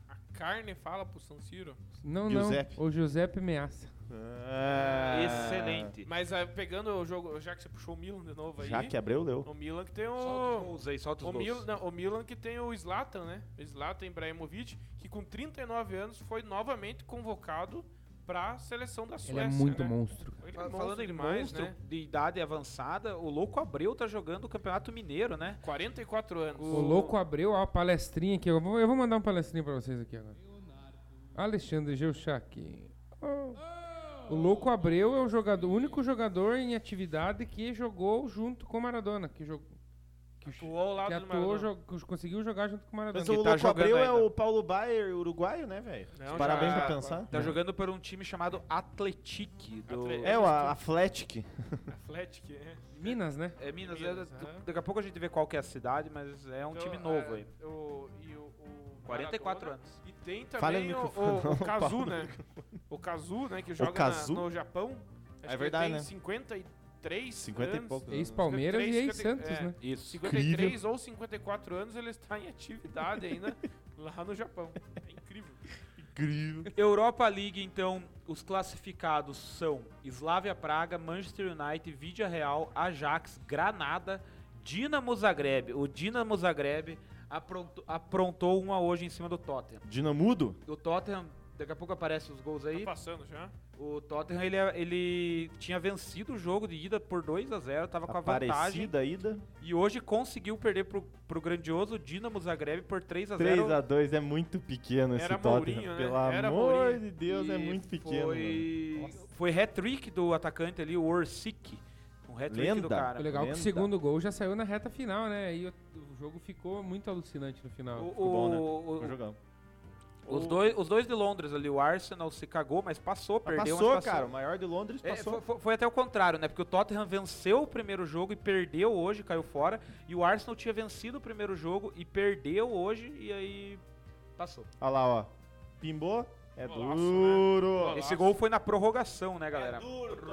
Speaker 3: A carne fala pro San Siro.
Speaker 4: Não,
Speaker 2: Giuseppe.
Speaker 4: não. O Giuseppe Meaça.
Speaker 1: Ah, É. Excelente.
Speaker 3: Mas ah, pegando o jogo, já que você puxou o Milan de novo aí.
Speaker 2: Já que abriu,
Speaker 4: é-
Speaker 2: leu.
Speaker 3: O Milan que tem
Speaker 1: Solta os
Speaker 3: o.
Speaker 1: gols aí, solta os
Speaker 3: O
Speaker 1: gols.
Speaker 3: Milan, não, o Milan que tem o Zlatan, né? O Zlatan Ibrahimovic, que com 39 anos foi novamente convocado pra seleção da
Speaker 4: Ele
Speaker 3: Suécia.
Speaker 4: é muito
Speaker 3: né?
Speaker 4: monstro.
Speaker 3: Ele é
Speaker 1: Mas
Speaker 3: monstro
Speaker 1: Falando em
Speaker 3: demais,
Speaker 1: monstro
Speaker 3: né?
Speaker 1: de idade avançada, o Louco Abreu tá jogando o Campeonato Mineiro, né?
Speaker 3: 44 anos.
Speaker 4: O louco abriu ó, a palestrinha aqui. Eu vou, eu vou mandar uma palestrinha pra vocês aqui agora. Alexandre Geuchac. Oh. O louco Abreu é o, jogador, o único jogador em atividade que jogou junto com o Maradona, que jogou que, jo-
Speaker 3: Atuou ao lado
Speaker 4: que
Speaker 3: Tá do
Speaker 4: atuou,
Speaker 3: Maradona.
Speaker 4: jo- que conseguiu jogar junto com o Maradona.
Speaker 2: Mas o
Speaker 1: tá
Speaker 2: Louco
Speaker 1: jogando
Speaker 2: Abreu é
Speaker 1: ainda.
Speaker 2: o Paulo Baier uruguaio, né, velho?
Speaker 3: Não,
Speaker 2: Parabéns
Speaker 3: já-
Speaker 2: pra pensar.
Speaker 1: Tá jogando por um time chamado Atletique do
Speaker 3: É. Atle-
Speaker 2: É,
Speaker 1: é,
Speaker 2: o a- Athletic.
Speaker 3: Atlético, é.
Speaker 1: um
Speaker 4: Minas, né?
Speaker 1: Minas.
Speaker 3: Minas,
Speaker 1: é-
Speaker 3: aham.
Speaker 1: Daqui a pouco a gente vê qual que é a cidade, mas é um
Speaker 3: Então,
Speaker 1: time novo
Speaker 3: é,
Speaker 1: aí.
Speaker 3: O, e o, o
Speaker 1: 44
Speaker 3: Maradona.
Speaker 1: anos.
Speaker 3: E tem
Speaker 2: Fala
Speaker 3: também
Speaker 2: no
Speaker 3: o,
Speaker 2: microfone,
Speaker 3: o, o
Speaker 2: não, <laughs>
Speaker 3: Kazu,
Speaker 2: Paulo.
Speaker 3: né? O Kazu, né? Que joga na-
Speaker 2: Kazu?
Speaker 3: no Japão. Acho que
Speaker 2: verdade,
Speaker 3: ele tem
Speaker 2: né?
Speaker 3: 53
Speaker 2: 50 e
Speaker 3: anos.
Speaker 2: pouco.
Speaker 4: Ex-Palmeiras e
Speaker 3: 53,
Speaker 4: ex-Santos,
Speaker 3: é.
Speaker 4: né?
Speaker 1: Isso.
Speaker 3: 53
Speaker 2: Incrível.
Speaker 3: ou 54 anos, ele está em atividade ainda <laughs> lá no Japão. É incrível.
Speaker 2: Incrível.
Speaker 1: <laughs> Europa League, então, os classificados são Slavia Praga, Manchester United, Vidia Real, Ajax, Granada, Dinamo Zagreb. O Dinamo Zagreb apronto- aprontou uma hoje em cima do Tottenham.
Speaker 2: Dinamudo?
Speaker 1: O Tottenham, daqui a pouco aparecem os gols aí.
Speaker 3: Tá passando já.
Speaker 1: O Tottenham, ele, é- ele tinha vencido o jogo de ida por 2 a 0 tava com a vantagem.
Speaker 2: Aparecida ida.
Speaker 1: E hoje conseguiu perder pro, pro grandioso Dinamo Zagreb por 3 a 0
Speaker 2: 3x2 é muito pequeno esse
Speaker 3: Era
Speaker 2: Tottenham.
Speaker 3: Mourinho, né?
Speaker 2: Pelo
Speaker 3: Era
Speaker 2: amor
Speaker 3: Mourinho.
Speaker 2: de Deus, é
Speaker 1: E
Speaker 2: muito pequeno. mano.
Speaker 1: Foi, foi hat-trick do atacante ali, o Orsic. Um hat-trick do
Speaker 2: Lenda.
Speaker 1: cara.
Speaker 4: O legal é que o
Speaker 2: lenda.
Speaker 4: segundo gol já saiu na reta final, né? E o, o jogo ficou muito alucinante no
Speaker 1: O-
Speaker 4: final.
Speaker 1: o-
Speaker 2: bom, né?
Speaker 1: o-
Speaker 2: Vou jogar.
Speaker 1: os, dois, os dois de Londres ali, o Arsenal se cagou, mas passou,
Speaker 2: Mas
Speaker 1: perdeu.
Speaker 2: passou,
Speaker 1: mas passou.
Speaker 2: cara. O maior de Londres
Speaker 1: É,
Speaker 2: passou.
Speaker 1: fo- fo- foi até o contrário, né? Porque o Tottenham venceu o primeiro jogo e perdeu hoje, caiu fora. E o Arsenal tinha vencido o primeiro jogo e perdeu hoje e aí passou.
Speaker 2: Olha lá, ó. Pimbou. É
Speaker 3: Golaço, né?
Speaker 2: duro.
Speaker 3: Golaço.
Speaker 1: Esse gol foi na prorrogação, né, galera?
Speaker 2: É duro,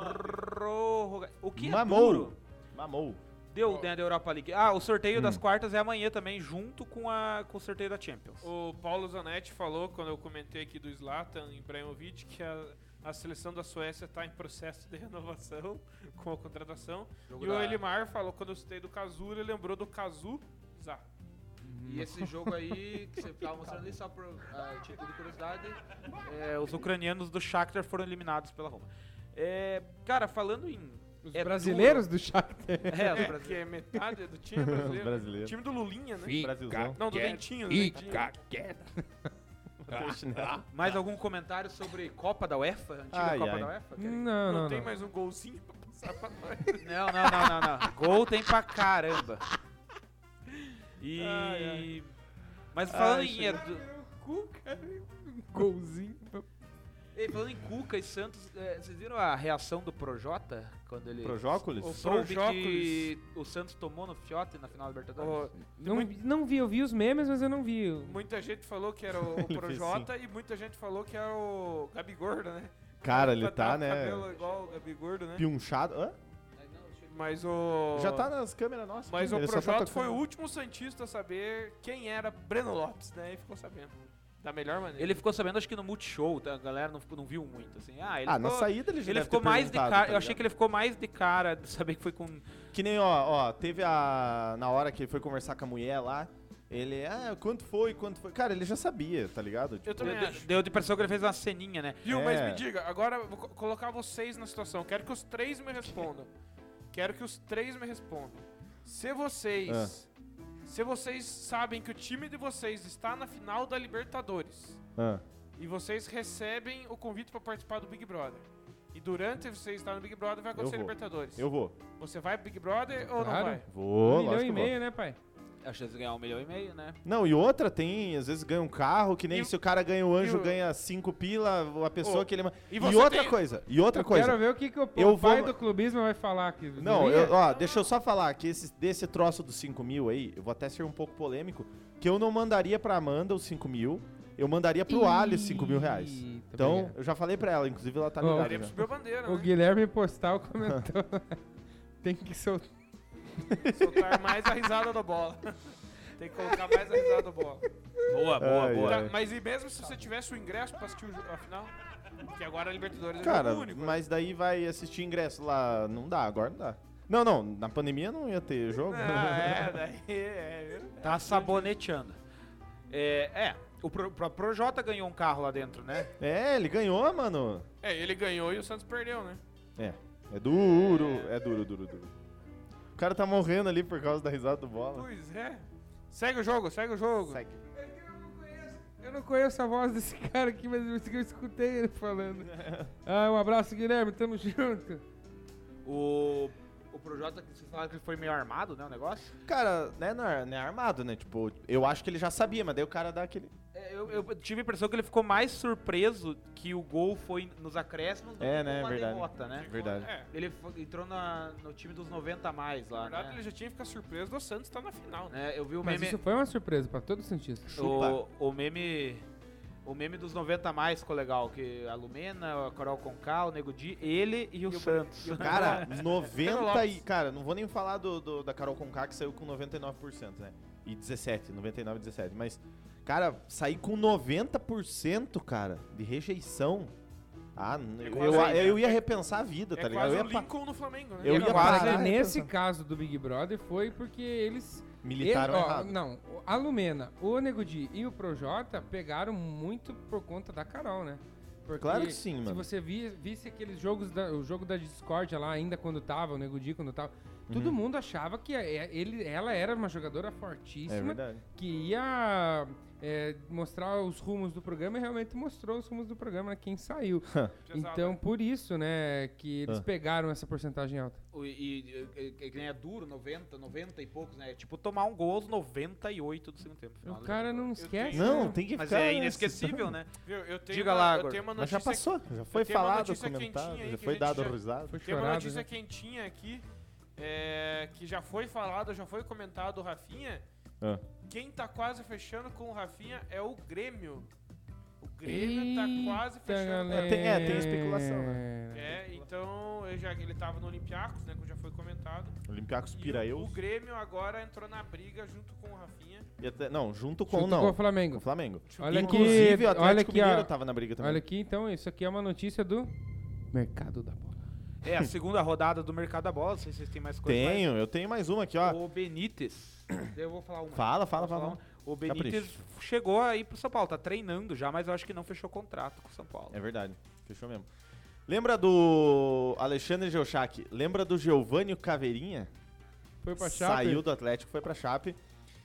Speaker 1: Prorroga... O que
Speaker 2: Mamou.
Speaker 1: é duro?
Speaker 2: Mamou.
Speaker 1: Deu dentro da Europa League. Ah, o sorteio
Speaker 2: Hum.
Speaker 1: das quartas é amanhã também, junto com, a, com o sorteio da Champions.
Speaker 3: O Paulo Zanetti falou, quando eu comentei aqui do Zlatan Ibrahimovic, que a, a seleção da Suécia está em processo de renovação <laughs> com a contratação.
Speaker 1: Jogo
Speaker 3: e o
Speaker 1: da-
Speaker 3: Elimar falou, quando eu citei do Kazu, ele lembrou do Kazu Zá.
Speaker 1: E esse jogo aí, que você tava mostrando ali só por ah, título de curiosidade, é, os ucranianos do Shakhtar foram eliminados pela Roma. É, cara, falando em...
Speaker 4: Os
Speaker 1: é
Speaker 4: brasileiros do Shakhtar.
Speaker 1: duro- <laughs> É, os
Speaker 3: Que
Speaker 1: brasileiros.
Speaker 3: é metade do time brasileiro.
Speaker 2: Brasileiro.
Speaker 3: Time do Lulinha, né?
Speaker 2: Brasilzão.
Speaker 3: Não, do
Speaker 7: Quer-
Speaker 3: Dentinho. do Dentinho.
Speaker 7: Ica, queda.
Speaker 1: Mais algum comentário sobre Copa da UEFA? Antiga
Speaker 2: Ai,
Speaker 1: Copa
Speaker 2: ai.
Speaker 1: da UEFA?
Speaker 4: Não,
Speaker 1: Kaique?
Speaker 4: não,
Speaker 3: Não,
Speaker 4: não.
Speaker 3: tem mais um golzinho pra passar pra nós.
Speaker 1: Não, não, não, não, não. Gol tem pra caramba. E...
Speaker 3: Ai,
Speaker 1: Mas falando
Speaker 2: Ai,
Speaker 1: em... Edu-
Speaker 4: Golzinho.
Speaker 1: Ei, falando em Cuca e Santos, é, vocês viram a reação do Projota? Quando ele
Speaker 2: Projócolis?
Speaker 1: o soube que
Speaker 3: Projócolis.
Speaker 1: o Santos tomou no Fiote na final da
Speaker 3: Ó,
Speaker 1: Libertadores?
Speaker 4: Não, não vi, eu vi os memes, mas eu não vi.
Speaker 3: Muita gente falou que era
Speaker 2: <laughs>
Speaker 3: o, o
Speaker 2: fez
Speaker 3: Projota e muita gente falou que era o Gabigordo, né?
Speaker 2: Cara, ele
Speaker 3: Pra dar
Speaker 2: tá,
Speaker 3: o
Speaker 2: né?
Speaker 3: Cabelo igual o Gabigordo, né?
Speaker 2: Pinchado. Hã?
Speaker 3: Mas o.
Speaker 2: Já tá nas câmeras nossas.
Speaker 3: Mas
Speaker 2: aqui,
Speaker 3: o
Speaker 2: ele só tá
Speaker 3: Projota foi o
Speaker 2: tocando.
Speaker 3: último Santista a saber quem era Breno Lopes, daí ficou sabendo. Da melhor maneira.
Speaker 1: Ele ficou sabendo, acho que no Multishow, tá? a galera não, ficou- não viu muito, assim. Ah, ele
Speaker 2: Ah, na
Speaker 1: ficou,
Speaker 2: saída ele já
Speaker 1: ele
Speaker 2: deve
Speaker 1: ficou
Speaker 2: ter
Speaker 1: mais de
Speaker 2: perguntado,
Speaker 1: cara.
Speaker 2: tá
Speaker 1: eu achei
Speaker 2: ligado?
Speaker 1: que ele ficou mais de cara de saber que foi com.
Speaker 2: Que nem, ó, ó, teve a. Na hora que ele foi conversar com a mulher lá, ele. Ah, quanto foi? Quanto foi? Cara, ele já sabia, tá ligado?
Speaker 3: Eu também
Speaker 1: Deu,
Speaker 3: acho.
Speaker 1: deu de impressão que ele fez uma ceninha, né?
Speaker 3: Viu, mas
Speaker 2: É.
Speaker 3: me diga, agora eu vou co- colocar vocês na situação. Quero que os três me respondam. Quero que os três me respondam. Se vocês.
Speaker 2: Ah.
Speaker 3: Se vocês sabem que o time de vocês está na final da Libertadores
Speaker 2: Ah,
Speaker 3: e vocês recebem o convite para participar do Big Brother. E durante você estar no Big Brother vai acontecer
Speaker 2: vou.
Speaker 3: Libertadores.
Speaker 2: eu vou.
Speaker 3: Você vai pro Big Brother ou não
Speaker 4: Claro.
Speaker 3: vai?
Speaker 2: Vou,
Speaker 4: um milhão
Speaker 2: lógico
Speaker 4: e
Speaker 2: que eu vou.
Speaker 4: meio, né, pai?
Speaker 1: A chance de ganhar um milhão e meio, né?
Speaker 2: Não, e outra tem, às vezes ganha um carro, que nem
Speaker 3: E-
Speaker 2: se o cara ganha o anjo,
Speaker 3: e o-
Speaker 2: ganha cinco pila, a pessoa
Speaker 3: Ô,
Speaker 2: que ele. ma-
Speaker 3: e
Speaker 2: E,
Speaker 3: você
Speaker 2: outra
Speaker 3: tem-
Speaker 2: coisa, e outra
Speaker 4: Eu
Speaker 2: coisa.
Speaker 4: Quero ver o que, que o
Speaker 2: Eu
Speaker 4: o pai
Speaker 2: vou-
Speaker 4: do clubismo vai falar aqui.
Speaker 2: Não,
Speaker 4: ia?
Speaker 2: eu- ó, deixa eu só falar que esse, desse troço dos 5 mil aí, eu vou até ser um pouco polêmico, que eu não mandaria pra Amanda os 5 mil, eu mandaria pro Ali os 5 mil reais.
Speaker 4: Eita,
Speaker 2: Então,
Speaker 4: obrigado.
Speaker 2: eu já falei pra ela, inclusive ela tá
Speaker 4: Ó,
Speaker 2: ligada
Speaker 3: Daria
Speaker 2: já.
Speaker 3: pra subir a bandeira,
Speaker 4: tá O
Speaker 3: né?
Speaker 4: Guilherme Postal
Speaker 2: <laughs>
Speaker 4: comentou. Tem que soltar.
Speaker 2: é-
Speaker 3: Soltar mais a risada da bola. <laughs> Tem que colocar mais a risada da bola.
Speaker 1: Boa,
Speaker 2: boa, Ai, boa.
Speaker 3: Tá,
Speaker 2: ai.
Speaker 3: mas e mesmo se você tivesse o ingresso pra assistir o jogo, afinal? Que agora a Libertadores é
Speaker 2: Cara,
Speaker 3: jogo
Speaker 2: <laughs>
Speaker 3: único.
Speaker 2: mas daí vai assistir ingresso lá, não dá, agora não dá. Não, não, na pandemia não ia ter jogo.
Speaker 3: Ah, é, daí é.
Speaker 1: Tá saboneteando. É, é, o Pro, Pro- Projota ganhou um carro lá dentro, né?
Speaker 2: <laughs> é, ele ganhou, mano.
Speaker 3: É, ele ganhou e o Santos perdeu, né?
Speaker 2: É, é duro, é duro, duro, duro. O cara tá morrendo ali por causa da risada do bola.
Speaker 3: Pois é. Segue o jogo, segue o jogo.
Speaker 2: Segue.
Speaker 4: Eu não conheço a voz desse cara aqui, mas eu, eu escutei ele
Speaker 2: <laughs>
Speaker 4: falando. Ah, um abraço, Guilherme. Tamo junto.
Speaker 1: O, o Projota, vocês falaram que ele foi meio armado, né? O negócio?
Speaker 2: Cara, né, não é, não é armado, né? Tipo, eu acho que ele já sabia, mas daí o cara dá aquele.
Speaker 1: É, Eu, eu tive a impressão que ele ficou mais surpreso que o gol foi nos acréscimos do
Speaker 2: É,
Speaker 1: que
Speaker 2: né,
Speaker 1: com a
Speaker 2: verdade.
Speaker 1: derrota, né?
Speaker 2: Verdade.
Speaker 3: É.
Speaker 1: Ele fo- entrou na- no time dos 90 a mais
Speaker 3: Na
Speaker 1: lá,
Speaker 3: verdade,
Speaker 1: né?
Speaker 3: ele já tinha que ficar surpreso do Santos estar na final, né?
Speaker 1: Né, Eu vi o
Speaker 4: Mas
Speaker 1: meme...
Speaker 4: isso foi uma surpresa pra todo Santista.
Speaker 1: O, o meme. O meme dos 90 a mais ficou legal, que a Lumena, a Coral Conká, o Nego Di, ele e o Santos.
Speaker 2: <laughs> Cara, 90 e. Cara, não vou nem falar do, do- da Carol Conká que saiu com 99%, né? E 17, 99, 17. Mas, cara, sair com 90%, cara, de rejeição. Ah, n-
Speaker 3: É
Speaker 2: eu,
Speaker 3: quase
Speaker 2: eu,
Speaker 3: aí,
Speaker 2: eu ia repensar a vida,
Speaker 3: é
Speaker 2: tá
Speaker 1: um
Speaker 2: ligado?
Speaker 3: quase
Speaker 2: Eu
Speaker 3: o
Speaker 2: ia pa-
Speaker 3: Lincoln no Flamengo, né?
Speaker 2: Eu
Speaker 3: É
Speaker 2: ia
Speaker 3: quase-
Speaker 2: parar.
Speaker 4: Mas nesse caso do Big Brother foi porque eles.
Speaker 2: militaram
Speaker 4: ele- ó, um
Speaker 2: errado.
Speaker 4: Não, a Lumena, o Nego Di e o Projota pegaram muito por conta da Carol, né? Porque
Speaker 2: Claro que sim,
Speaker 4: Se
Speaker 2: mano.
Speaker 4: você vi- visse aqueles jogos, da, o jogo da discórdia lá ainda quando tava, o Nego Di quando tava, todo
Speaker 2: Uhum.
Speaker 4: mundo achava que é- ele, ela era uma jogadora
Speaker 2: É
Speaker 4: fortíssima,
Speaker 2: verdade.
Speaker 4: que ia é, mostrar os rumos do programa e realmente mostrou os rumos do programa, né, quem saiu.
Speaker 3: Pesado,
Speaker 4: então, por isso, né, que eles
Speaker 2: Ah.
Speaker 4: pegaram essa porcentagem alta.
Speaker 1: O- E, e, e, e é duro, 90, 90 e poucos, né? É tipo tomar um gol aos 98 do segundo tempo. final
Speaker 4: o
Speaker 1: do
Speaker 4: cara
Speaker 1: jogo.
Speaker 4: não esquece.
Speaker 2: Não,
Speaker 4: né?
Speaker 2: tem que
Speaker 1: Mas
Speaker 2: ficar.
Speaker 1: é
Speaker 2: nessa.
Speaker 1: inesquecível, né?
Speaker 3: Viu, eu tenho
Speaker 1: Diga
Speaker 3: uma,
Speaker 1: lá,
Speaker 3: eu
Speaker 1: Gordon.
Speaker 3: tenho uma
Speaker 2: Mas já
Speaker 3: notícia
Speaker 2: passou, já foi
Speaker 3: tenho uma
Speaker 2: falado,
Speaker 3: notícia quentinha
Speaker 2: comentado,
Speaker 3: aí
Speaker 2: já
Speaker 3: que a
Speaker 2: foi
Speaker 3: gente
Speaker 2: dado
Speaker 3: já-
Speaker 2: risada.
Speaker 4: Foi
Speaker 3: Tem uma
Speaker 4: chorado,
Speaker 3: notícia
Speaker 4: né?
Speaker 3: quentinha aqui, é, que já foi falado, já foi comentado o Rafinha.
Speaker 2: Ah.
Speaker 3: Quem tá quase fechando com o Rafinha é o Grêmio. O Grêmio tá quase
Speaker 4: Eita,
Speaker 3: fechando. com-
Speaker 4: galera.
Speaker 2: tem- é, tem especulação, né?
Speaker 3: É, então eu já, ele tava no Olympiacos, né, como já foi comentado.
Speaker 2: Olympiacos
Speaker 3: E
Speaker 2: Piraeus.
Speaker 3: o Grêmio agora entrou na briga junto com o Rafinha.
Speaker 2: E até- não, junto com
Speaker 4: Junto
Speaker 2: não.
Speaker 4: com o Flamengo.
Speaker 2: Com o Flamengo.
Speaker 4: Olha aqui,
Speaker 2: Inclusive, o Atlético
Speaker 4: olha aqui,
Speaker 2: Mineiro
Speaker 4: ó.
Speaker 2: tava na briga também.
Speaker 4: Olha aqui, então, isso aqui é uma notícia do mercado da bola.
Speaker 1: É a segunda rodada do mercado da bola, não sei se vocês têm mais coisa.
Speaker 2: tenho, eu tenho mais uma aqui, ó.
Speaker 1: mas O Benítez. Eu vou falar uma.
Speaker 2: Fala, fala,
Speaker 1: Vou
Speaker 3: Tá
Speaker 1: falar
Speaker 2: fala. Tá
Speaker 1: uma. O Benítez chegou aí pro São Paulo, tá treinando já, mas eu acho que não fechou contrato com o São Paulo.
Speaker 2: É verdade. Fechou mesmo. Lembra do Alexandre Geuchac? Lembra do Giovanni Caveirinha?
Speaker 4: Foi pra Chape?
Speaker 2: Saiu do Atlético, foi pra Chape.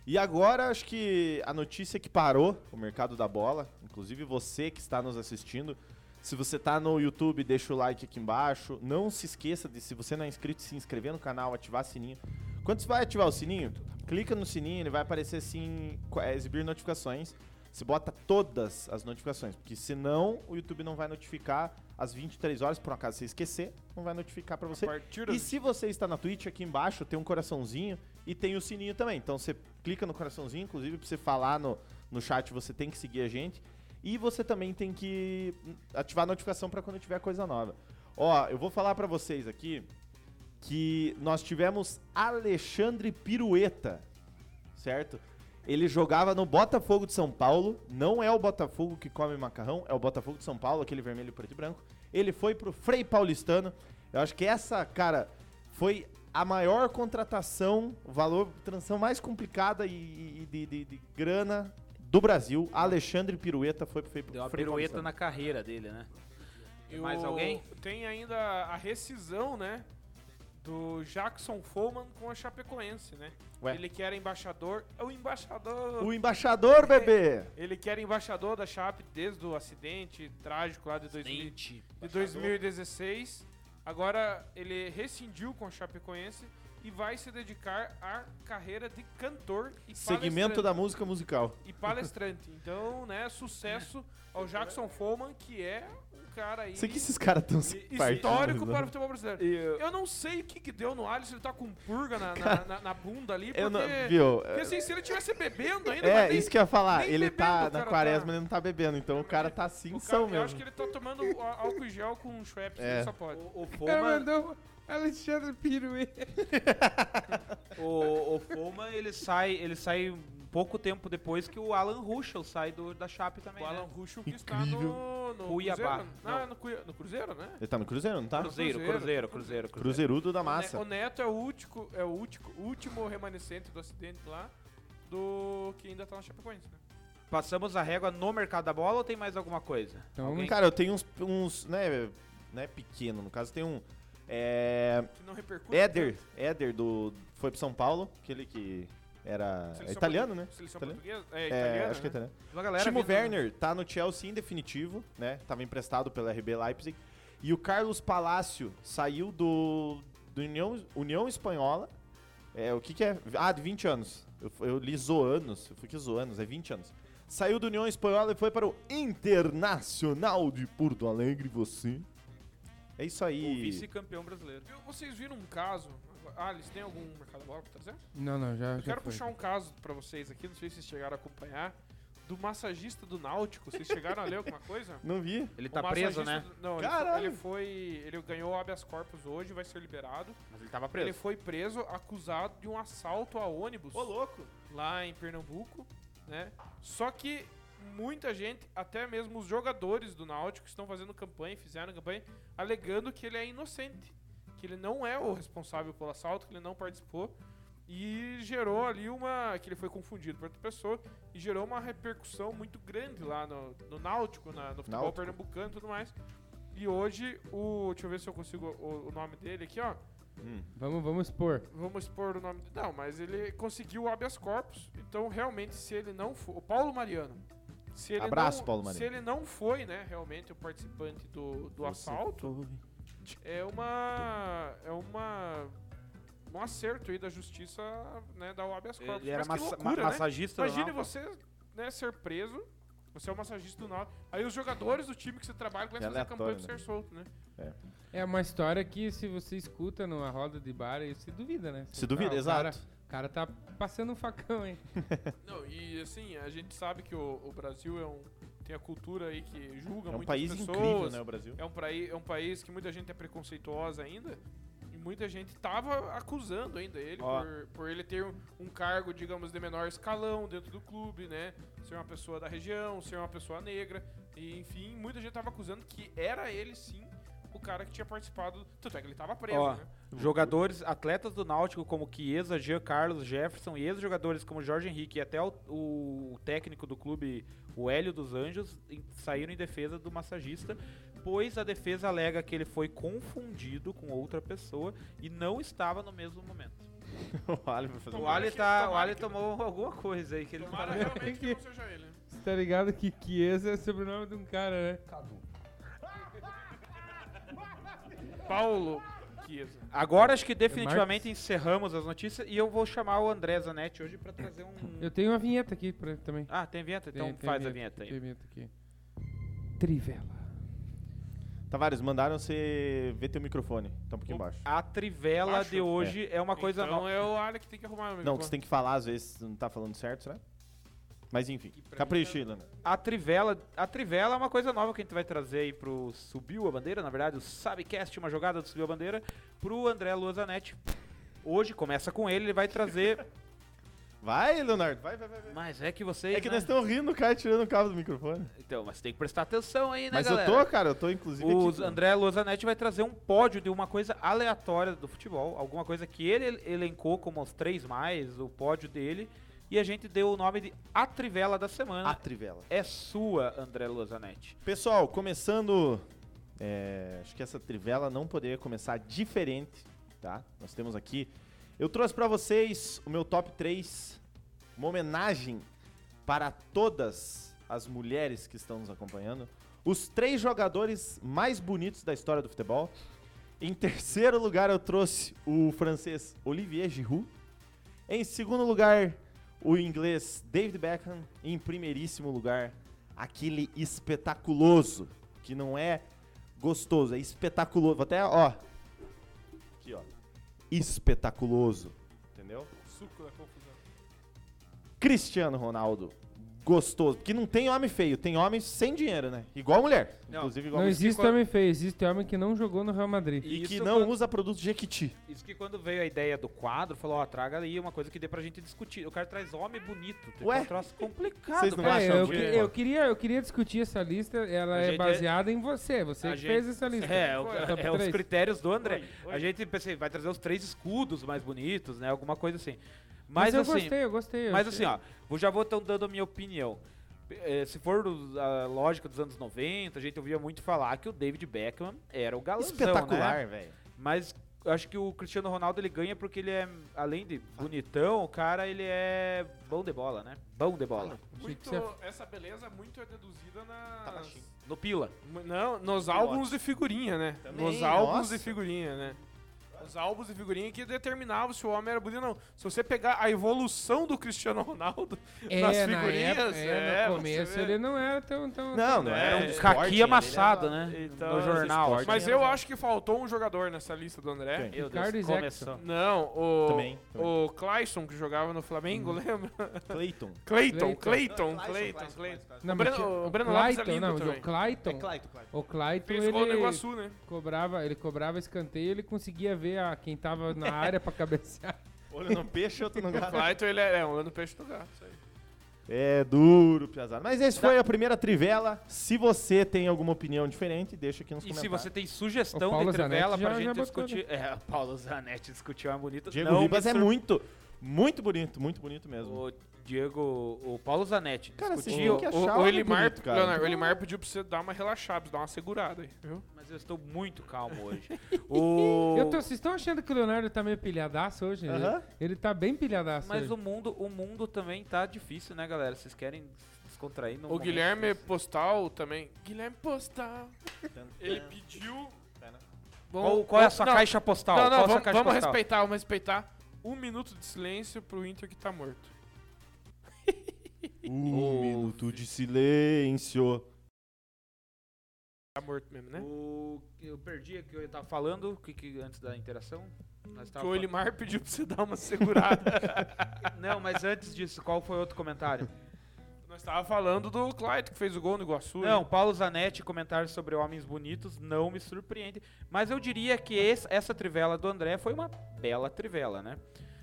Speaker 2: E agora, acho que a notícia que parou o mercado da bola, inclusive você que está nos assistindo, se você tá no YouTube, deixa o like aqui embaixo. Não se esqueça de, se você não é inscrito, se inscrever no canal, ativar o sininho. Quando você vai ativar o sininho, clica no sininho, ele vai aparecer assim, co- é, exibir notificações. Você bota todas as notificações, porque senão o YouTube não vai notificar às 23 horas, por um acaso você esquecer, não vai notificar pra você.
Speaker 3: A partir
Speaker 2: E
Speaker 3: das-
Speaker 2: se você está na Twitch, aqui embaixo tem um coraçãozinho e tem o sininho também. Então você clica no coraçãozinho, inclusive pra você falar no, no chat, você tem que seguir a gente. E você também tem que hum, ativar a notificação para quando tiver coisa nova. Ó, eu vou falar para vocês aqui que nós tivemos Alexandre Pirueta, certo? Ele jogava no Botafogo de São Paulo, não é o Botafogo que come macarrão, é o Botafogo de São Paulo, aquele vermelho, preto e branco. Ele foi pro Frei Paulistano. Eu acho que essa, cara, foi a maior contratação, o valor, transação mais complicada e, e- e de, de- de grana do Brasil. Alexandre Pirueta foi pro Frei
Speaker 1: Deu uma
Speaker 2: Frei
Speaker 1: pirueta
Speaker 2: Paulistano.
Speaker 1: na carreira dele, né?
Speaker 3: E
Speaker 1: Mais
Speaker 3: o-
Speaker 1: alguém?
Speaker 3: Tem ainda a rescisão, né? Do Jackson Foman com a Chapecoense, né?
Speaker 2: Ué.
Speaker 3: Ele que era embaixador. é O embaixador.
Speaker 2: O embaixador, bebê!
Speaker 3: Ele que era embaixador da Chape desde o acidente trágico lá de 2000,
Speaker 1: Gente.
Speaker 3: de 2016. Agora ele rescindiu com a Chapecoense e vai se dedicar à carreira de cantor e
Speaker 2: Segmento
Speaker 3: palestrante.
Speaker 2: da música musical.
Speaker 3: E palestrante. Então, né, sucesso ao Jackson Foman, que é um cara aí
Speaker 2: Sei que esses caras estão se partindo,
Speaker 3: histórico
Speaker 2: né?
Speaker 3: para o futebol brasileiro.
Speaker 1: E,
Speaker 3: Eu não sei o que, que deu no Alisson, ele tá com purga na, na, na- na bunda ali, porque,
Speaker 2: Eu não, viu?
Speaker 3: porque assim, se ele estivesse bebendo ainda,
Speaker 2: É,
Speaker 3: mas nem-
Speaker 2: isso que eu ia falar.
Speaker 3: nem
Speaker 2: Ele tá
Speaker 3: bebendo o
Speaker 2: na
Speaker 3: cara
Speaker 2: quaresma,
Speaker 3: tá.
Speaker 2: ele não tá bebendo, então o cara tá assim
Speaker 3: o cara,
Speaker 2: são
Speaker 3: eu acho
Speaker 2: mesmo.
Speaker 3: que ele tá tomando ó- álcool em gel com um Schweppes,
Speaker 2: É.
Speaker 3: ele só pode.
Speaker 1: o, o
Speaker 4: cara
Speaker 1: Foma,
Speaker 4: mandou Alexandre Pirueta.
Speaker 1: o, o Foma, ele sai, ele sai um pouco tempo depois que o Alan Ruschel sai do, da Chape também,
Speaker 3: O Alan
Speaker 1: né?
Speaker 3: Ruschel que está no, no
Speaker 1: Cuiabá.
Speaker 3: Cruzeiro. Não, é no, Cui- no Cruzeiro, né?
Speaker 2: Ele tá no Cruzeiro, não tá?
Speaker 1: Cruzeiro,
Speaker 3: Cruzeiro.
Speaker 1: Cruzeiro, Cruzeiro, Cruzeiro.
Speaker 2: Cruzeirudo da
Speaker 3: O
Speaker 2: massa.
Speaker 3: Ne- o Neto é o último, é o último, último remanescente do acidente lá, do que ainda tá na Chapecoense, né?
Speaker 1: Passamos a régua no mercado da bola ou tem mais alguma coisa?
Speaker 4: Então,
Speaker 1: Alguém?
Speaker 2: Cara, eu tenho uns, uns né, né, pequeno, no caso tem um, é,
Speaker 3: Que não repercute.
Speaker 2: Éder, Éder do, foi pro São Paulo, aquele que era é
Speaker 3: Seleção
Speaker 2: italiano,
Speaker 3: portu-
Speaker 2: né?
Speaker 3: Seleção
Speaker 2: Italiano?
Speaker 3: portuguesa? É,
Speaker 2: É,
Speaker 3: italiana,
Speaker 2: acho que é
Speaker 3: né?
Speaker 2: italiano.
Speaker 1: Uma galera
Speaker 2: Timo
Speaker 1: vindo-
Speaker 2: Werner tá no Chelsea em definitivo, né? Tava emprestado pela RB Leipzig. E o Carlos Palacio saiu do, do União, União Espanhola. É, o que que é? Ah, de 20 anos. Eu, f- eu li Zoanos. Eu fui que Zoanos, é 20 anos. Saiu do União Espanhola e foi para o Internacional de Porto Alegre, você. É isso
Speaker 1: O
Speaker 2: aí.
Speaker 1: vice-campeão brasileiro.
Speaker 3: Viu, Vocês viram um caso? Ah, eles têm algum mercado bola pra trazer?
Speaker 4: Não, não, já,
Speaker 3: Eu
Speaker 4: já
Speaker 3: quero
Speaker 4: foi.
Speaker 3: puxar um caso pra vocês aqui, não sei se vocês chegaram a acompanhar, do massagista do Náutico. Vocês chegaram a ler alguma coisa?
Speaker 2: Não vi.
Speaker 1: Ele
Speaker 3: O
Speaker 1: tá preso, né?
Speaker 3: massagista do- Não, ele foi,
Speaker 2: Caralho!
Speaker 3: ele foi. Ele ganhou habeas corpus hoje, vai ser liberado.
Speaker 1: Mas ele tava
Speaker 3: Ele
Speaker 1: preso.
Speaker 3: foi preso, acusado de um assalto a ônibus
Speaker 2: louco.
Speaker 3: lá em Pernambuco, né? Só que muita gente, até mesmo os jogadores do Náutico, estão fazendo campanha, fizeram campanha, alegando que ele é inocente, que ele não é o responsável pelo assalto, que ele não participou. E gerou ali uma. que ele foi confundido por outra pessoa, e gerou uma repercussão muito grande lá no, no Náutico, na- no futebol
Speaker 2: Náutico.
Speaker 3: pernambucano e tudo mais. E hoje, o. deixa eu ver se eu consigo o- o nome dele aqui, ó.
Speaker 2: Hum,
Speaker 3: um-
Speaker 4: Vamos, vamos expor.
Speaker 3: Vamos expor o nome. Não, mas ele conseguiu o habeas corpus. Então, realmente, se ele não for. O Paulo Mariano. Se ele
Speaker 2: Abraço,
Speaker 3: não,
Speaker 2: Paulo Mariano.
Speaker 3: Se ele não foi, né, realmente, o participante do, do assalto, é uma. É uma. Um acerto aí da justiça, né, da habeas corpus.
Speaker 1: Ele era
Speaker 3: mas que
Speaker 1: massa-
Speaker 3: loucura, né?
Speaker 1: massagista do
Speaker 3: Imagine
Speaker 1: Náutico.
Speaker 3: você, né, ser preso. Você é o massagista do Náutico. Aí os jogadores do time que você trabalha começam a fazer campanha
Speaker 2: aleatório,
Speaker 3: pra
Speaker 2: né?
Speaker 3: ser solto, né?
Speaker 4: É uma história que se você escuta numa roda de bar, aí você duvida, né? Você
Speaker 2: Se duvida,
Speaker 4: fala, "Ah, o cara-
Speaker 2: exato.
Speaker 4: O cara tá passando um facão, hein?
Speaker 3: Não, e assim, a gente sabe que o, o Brasil é um, tem a cultura aí que julga
Speaker 2: É um
Speaker 3: muitas
Speaker 2: país
Speaker 3: pessoas.
Speaker 2: incrível, né, o
Speaker 3: <laughs>
Speaker 2: Brasil?
Speaker 3: É um, praí, é um país que muita gente é preconceituosa ainda. E muita gente tava acusando ainda ele
Speaker 2: Ó.
Speaker 3: por, por ele ter um, um cargo, digamos, de menor escalão dentro do clube, né? Ser uma pessoa da região, ser uma pessoa negra. E, enfim, muita gente tava acusando que era ele sim o cara que tinha participado. Tanto é que ele tava preso,
Speaker 1: Ó.
Speaker 3: né?
Speaker 1: Jogadores, atletas do Náutico como Chiesa, Jean Carlos, Jefferson e ex-jogadores como Jorge Henrique e até o, o técnico do clube, o Hélio dos Anjos, em- saíram em defesa do massagista, pois a defesa alega que ele foi confundido com outra pessoa e não estava no mesmo momento.
Speaker 2: o Ali vai fazer um
Speaker 1: O
Speaker 3: Tomara
Speaker 1: Ali,
Speaker 3: que-
Speaker 1: tá, o
Speaker 3: tomara
Speaker 1: Ali
Speaker 3: que-
Speaker 1: tomou alguma coisa aí que ele não
Speaker 3: Tomara
Speaker 1: tá-
Speaker 3: realmente que não seja ele. né?
Speaker 4: Você tá ligado que Chiesa é sobrenome de um cara, né?
Speaker 3: Paulo Chiesa.
Speaker 1: Agora acho que definitivamente encerramos as notícias e eu vou chamar o André Zanetti hoje pra trazer um.
Speaker 4: Eu tenho uma vinheta aqui pra, também.
Speaker 1: Ah, tem vinheta? Então
Speaker 4: Tem- tem
Speaker 1: faz a vinheta aí.
Speaker 4: Tem vinheta aqui. Trivela.
Speaker 2: Tavares, mandaram você ver teu microfone. Tá um pouquinho embaixo.
Speaker 1: A trivela
Speaker 3: Baixo?
Speaker 1: de hoje é, uma coisa
Speaker 3: então
Speaker 1: nova.
Speaker 3: é o Ali que tem que arrumar o
Speaker 2: Não,
Speaker 3: microfone.
Speaker 2: que você tem que falar, às vezes não tá falando certo, né? Mas enfim,
Speaker 4: Que pra mim
Speaker 2: capricha,
Speaker 4: tá-
Speaker 2: aí, Leonardo.
Speaker 1: A trivela, a trivela é uma coisa nova que a gente vai trazer aí pro Subiu a Bandeira, na verdade, o Sabcast, uma jogada do Subiu a Bandeira, pro André Luazanetti. Hoje começa com ele, ele vai trazer.
Speaker 2: Vai, Leonardo, vai, vai, vai.
Speaker 1: <laughs>
Speaker 2: vai.
Speaker 1: Mas é que vocês.
Speaker 2: É que
Speaker 1: né?
Speaker 2: nós estamos rindo, cara, tirando o cabo do microfone.
Speaker 1: Então, mas tem que prestar atenção aí, né,
Speaker 2: Mas
Speaker 1: galera?
Speaker 2: eu tô, cara, eu tô inclusive né?
Speaker 1: O
Speaker 2: aqui.
Speaker 1: André Lozanetti vai trazer um pódio de uma coisa aleatória do futebol, alguma coisa que ele elencou como os três mais, o pódio dele, e a gente deu o nome de A Trivela da Semana.
Speaker 2: A trivela.
Speaker 1: É sua, André Lozanetti.
Speaker 2: Pessoal, começando. é, acho que essa trivela não poderia começar diferente, tá? Nós temos aqui. Eu trouxe pra vocês o meu top 3, uma homenagem para todas as mulheres que estão nos acompanhando. Os três jogadores mais bonitos da história do futebol. Em terceiro lugar, eu trouxe o francês Olivier Giroud. Em segundo lugar, o inglês David Beckham. E em primeiríssimo lugar, aquele espetaculoso, que não é gostoso, é espetaculoso. Vou até, ó. Aqui, ó. Espetaculoso. Entendeu?
Speaker 3: Suco da confusão.
Speaker 2: Cristiano Ronaldo. Gostoso. Porque não tem homem feio, tem homem sem dinheiro, né? Igual mulher.
Speaker 1: Não,
Speaker 2: inclusive, igual
Speaker 4: Não
Speaker 2: mulher.
Speaker 4: existe
Speaker 1: quando-
Speaker 4: homem feio, existe homem que não jogou no Real Madrid.
Speaker 2: E que
Speaker 1: Isso
Speaker 2: não
Speaker 1: quando-
Speaker 2: usa produto Jequiti.
Speaker 1: Isso que quando veio a ideia do quadro, falou, ó, traga aí uma coisa que dê pra gente discutir. O cara traz homem bonito. tem
Speaker 2: Ué?
Speaker 1: um troço complicado.
Speaker 2: Vocês não
Speaker 1: cara.
Speaker 2: acham
Speaker 4: É, eu,
Speaker 2: que-
Speaker 4: que- eu queria, eu queria discutir essa lista, ela
Speaker 1: A
Speaker 4: é
Speaker 1: gente é-
Speaker 4: baseada em você, você
Speaker 1: a
Speaker 4: que
Speaker 1: gente-
Speaker 4: fez essa lista.
Speaker 1: É, o-
Speaker 4: Top
Speaker 1: é os
Speaker 4: três.
Speaker 1: critérios do André.
Speaker 2: Oi, oi.
Speaker 1: A gente pensei, vai trazer os três escudos mais bonitos, né? Alguma coisa assim.
Speaker 4: Mas,
Speaker 1: Mas,
Speaker 4: eu
Speaker 1: assim,
Speaker 4: gostei, eu gostei. eu
Speaker 1: Mas assim,
Speaker 4: achei-
Speaker 1: ó, vou- já vou tão dando a minha opinião. Eh, Se for do- a lógica dos anos 90, a gente ouvia muito falar que o David Beckham era o galãozão, né?
Speaker 2: Espetacular, velho.
Speaker 1: Mas eu acho que o Cristiano Ronaldo ele ganha porque ele é, além de bonitão, o cara ele é bom de bola, né? Bom de bola.
Speaker 3: Muito,
Speaker 4: Achei que
Speaker 3: essa beleza muito é deduzida na.
Speaker 2: Tá baixinho.
Speaker 1: No Pila.
Speaker 3: Não, nos álbuns de figurinha, né?
Speaker 2: Também,
Speaker 3: nos álbuns
Speaker 2: nossa.
Speaker 3: de figurinha, né? Os álbuns de figurinha que determinavam se o homem era bonito ou não. Se você pegar a evolução do Cristiano
Speaker 4: <laughs>
Speaker 3: Ronaldo
Speaker 4: É,
Speaker 3: nas
Speaker 4: na
Speaker 3: figurinhas,
Speaker 4: época, é,
Speaker 3: é,
Speaker 4: no
Speaker 3: você
Speaker 4: começo
Speaker 3: vê.
Speaker 4: ele não era tão... tão
Speaker 2: Não, não
Speaker 3: É,
Speaker 2: era um
Speaker 3: é.
Speaker 2: esporte, ele
Speaker 1: Caqui
Speaker 2: era-
Speaker 1: amassado, né?
Speaker 3: Então,
Speaker 1: no
Speaker 3: esse
Speaker 1: jornal.
Speaker 2: esporte-
Speaker 3: Mas
Speaker 2: Tinha
Speaker 3: eu
Speaker 2: razão.
Speaker 3: acho que faltou um jogador nessa lista do André.
Speaker 2: Quem?
Speaker 1: Meu
Speaker 4: Ricardo e
Speaker 1: Deus,
Speaker 4: Jackson.
Speaker 1: começou.
Speaker 3: Não, o.
Speaker 2: Também, também.
Speaker 3: O Clayson, que jogava no
Speaker 4: Hum.
Speaker 3: Flamengo, lembra? <laughs>
Speaker 2: Clayton.
Speaker 3: Clayton,
Speaker 2: Não, Clayson,
Speaker 3: Clayton, Clayton,
Speaker 2: Clayson,
Speaker 3: Clayton.
Speaker 4: assim.
Speaker 3: O
Speaker 4: Não, Ah, mas
Speaker 3: Breno-
Speaker 4: tinha-
Speaker 3: o Breno Lopes é lindo
Speaker 4: não,
Speaker 3: também.
Speaker 4: o
Speaker 2: Clayton,
Speaker 4: Clayton,
Speaker 2: Clayton.
Speaker 4: o Clayton,
Speaker 3: Fez gol no
Speaker 4: ele
Speaker 3: Iguaçu, né?
Speaker 4: cobrava, ele cobrava escanteio, ele conseguia ver a, quem tava na área pra cabecear.
Speaker 2: Olho no peixe, outro no <laughs>
Speaker 3: O
Speaker 2: gato.
Speaker 3: Clayton, ele é, é um ano peixe do gato. isso aí.
Speaker 2: É duro, Piazada. Mas esse
Speaker 1: Tá.
Speaker 2: foi a primeira trivela. Se você tem alguma opinião diferente, deixa aqui nos
Speaker 1: E se
Speaker 2: comentários.
Speaker 1: você tem
Speaker 4: O
Speaker 1: sugestão
Speaker 4: Paulo
Speaker 1: de trivela
Speaker 4: Zanetti
Speaker 1: pra
Speaker 4: já- já
Speaker 1: gente
Speaker 4: botou,
Speaker 1: discutir. É, o Paulo Zanetti discutiu uma bonita.
Speaker 2: Diego
Speaker 1: tá- não me
Speaker 2: Ribas é
Speaker 1: surpre-
Speaker 2: muito, muito bonito, muito bonito mesmo.
Speaker 1: O Diego, o Paulo Zanetti
Speaker 2: Cara, vocês
Speaker 1: discutiu,
Speaker 2: têm que achar
Speaker 3: O, o
Speaker 2: algo
Speaker 3: Elimar,
Speaker 2: bonito, cara.
Speaker 3: Leonardo, o Elimar pediu pra você dar uma relaxada, pra você dar uma segurada
Speaker 1: Então
Speaker 3: aí, viu?
Speaker 1: mas eu estou muito calmo <laughs> hoje. O-
Speaker 4: Eu tô, vocês estão achando que o Leonardo tá meio pilhadaço hoje? né?
Speaker 2: Aham.
Speaker 4: Ele tá bem pilhadaço
Speaker 1: Mas
Speaker 4: hoje.
Speaker 1: o mundo, o mundo também tá difícil, né, galera? Vocês querem descontrair no
Speaker 3: O Guilherme Postal também. Guilherme Postal. Ele pediu.
Speaker 1: É. Qual, qual é a sua
Speaker 3: não,
Speaker 1: caixa postal?
Speaker 3: Não,
Speaker 1: Qual é a
Speaker 3: não,
Speaker 1: sua
Speaker 3: vamos,
Speaker 1: caixa
Speaker 3: vamos
Speaker 1: postal?
Speaker 3: respeitar, vamos respeitar. Um minuto de silêncio pro Inter que tá morto.
Speaker 2: Um minuto de silêncio.
Speaker 3: Tá morto mesmo, né?
Speaker 1: O- eu perdi aqui, eu tava falando que, que antes da interação. Nós
Speaker 3: Que
Speaker 1: tava
Speaker 3: o
Speaker 1: falando-
Speaker 3: Elimar pediu pra você dar
Speaker 1: <laughs>
Speaker 3: uma segurada.
Speaker 1: Não, mas antes disso, qual foi outro
Speaker 3: <laughs>
Speaker 1: comentário?
Speaker 3: Nós tava falando do Clyde que fez o gol no Iguaçu.
Speaker 1: Não,
Speaker 3: né?
Speaker 1: Paulo Zanetti, comentários sobre homens bonitos, não me surpreende. Mas eu diria que esse- essa trivela do André foi uma bela trivela, né?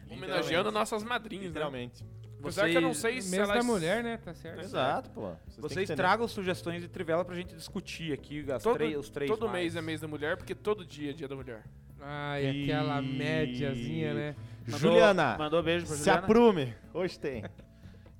Speaker 3: Homenageando nossas madrinhas, né?
Speaker 2: Literalmente.
Speaker 3: Apesar que eu não
Speaker 1: Vocês-
Speaker 3: sei se
Speaker 4: Mesmo da
Speaker 3: elas-
Speaker 4: mulher, né? Tá certo.
Speaker 2: Exato, pô. Vocês, têm
Speaker 1: Vocês
Speaker 2: que entender.
Speaker 1: tragam sugestões de trivela pra gente discutir aqui as
Speaker 3: Todo-
Speaker 1: três- os três
Speaker 3: Todo
Speaker 1: mais.
Speaker 3: mês é mês da mulher, porque todo dia é dia da mulher.
Speaker 4: Ai, aquela
Speaker 2: E-
Speaker 4: médiazinha, né?
Speaker 1: Mandou-
Speaker 2: Juliana,
Speaker 1: Mandou beijo pra
Speaker 2: se
Speaker 1: Juliana.
Speaker 2: aprume. Hoje tem.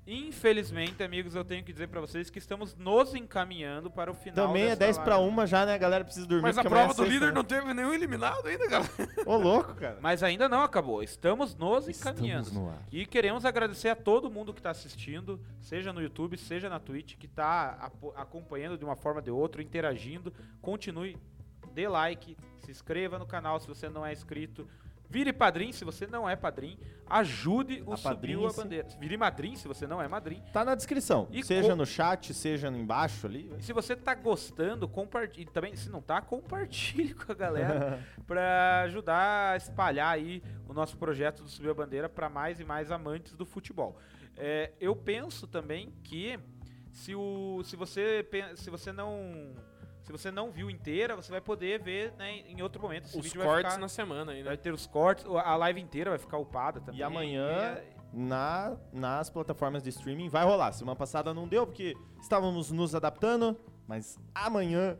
Speaker 1: Infelizmente, amigos, eu tenho que dizer pra vocês que estamos nos encaminhando para o final.
Speaker 2: Também é
Speaker 1: desta
Speaker 2: 10 pra
Speaker 1: live.
Speaker 2: 1 já, né? A galera precisa dormir.
Speaker 3: Mas a
Speaker 2: porque amanhã
Speaker 3: prova do
Speaker 2: é sexta,
Speaker 3: líder
Speaker 2: né?
Speaker 3: não teve nenhum eliminado ainda, galera.
Speaker 2: Ô, louco, cara.
Speaker 1: Mas ainda não acabou. um. Estamos nos encaminhando.
Speaker 2: Estamos no ar.
Speaker 1: E queremos agradecer a todo mundo que está assistindo, seja no YouTube, seja na Twitch, que está apo- acompanhando de uma forma ou de outra, interagindo. Continue, dê like, se inscreva no canal se você não é inscrito. Vire padrinho se você não é padrinho. Ajude o Subiu a
Speaker 2: Apadrinhe-se.
Speaker 1: Bandeira. Vire madrinho se você não é madrinho.
Speaker 2: Tá na descrição.
Speaker 1: E
Speaker 2: seja
Speaker 1: co-
Speaker 2: no chat, seja no embaixo ali.
Speaker 1: E se você tá gostando, compartilhe. Também, se não tá, compartilhe <laughs> com a
Speaker 2: <laughs>
Speaker 1: galera pra ajudar a espalhar aí o nosso projeto do Subir a Bandeira pra mais e mais amantes do futebol. É, eu penso também que se, o, se, você, pen- se você não se você não viu inteira, você vai poder ver né, em outro momento. Esse
Speaker 3: Os
Speaker 1: vídeo vai
Speaker 3: cortes
Speaker 1: ficar-
Speaker 3: na semana aí,
Speaker 1: Vai
Speaker 3: né?
Speaker 1: ter os cortes, a live inteira vai ficar upada também.
Speaker 2: E amanhã, na, nas plataformas de streaming, vai rolar. Semana passada não deu, porque estávamos nos adaptando, mas amanhã,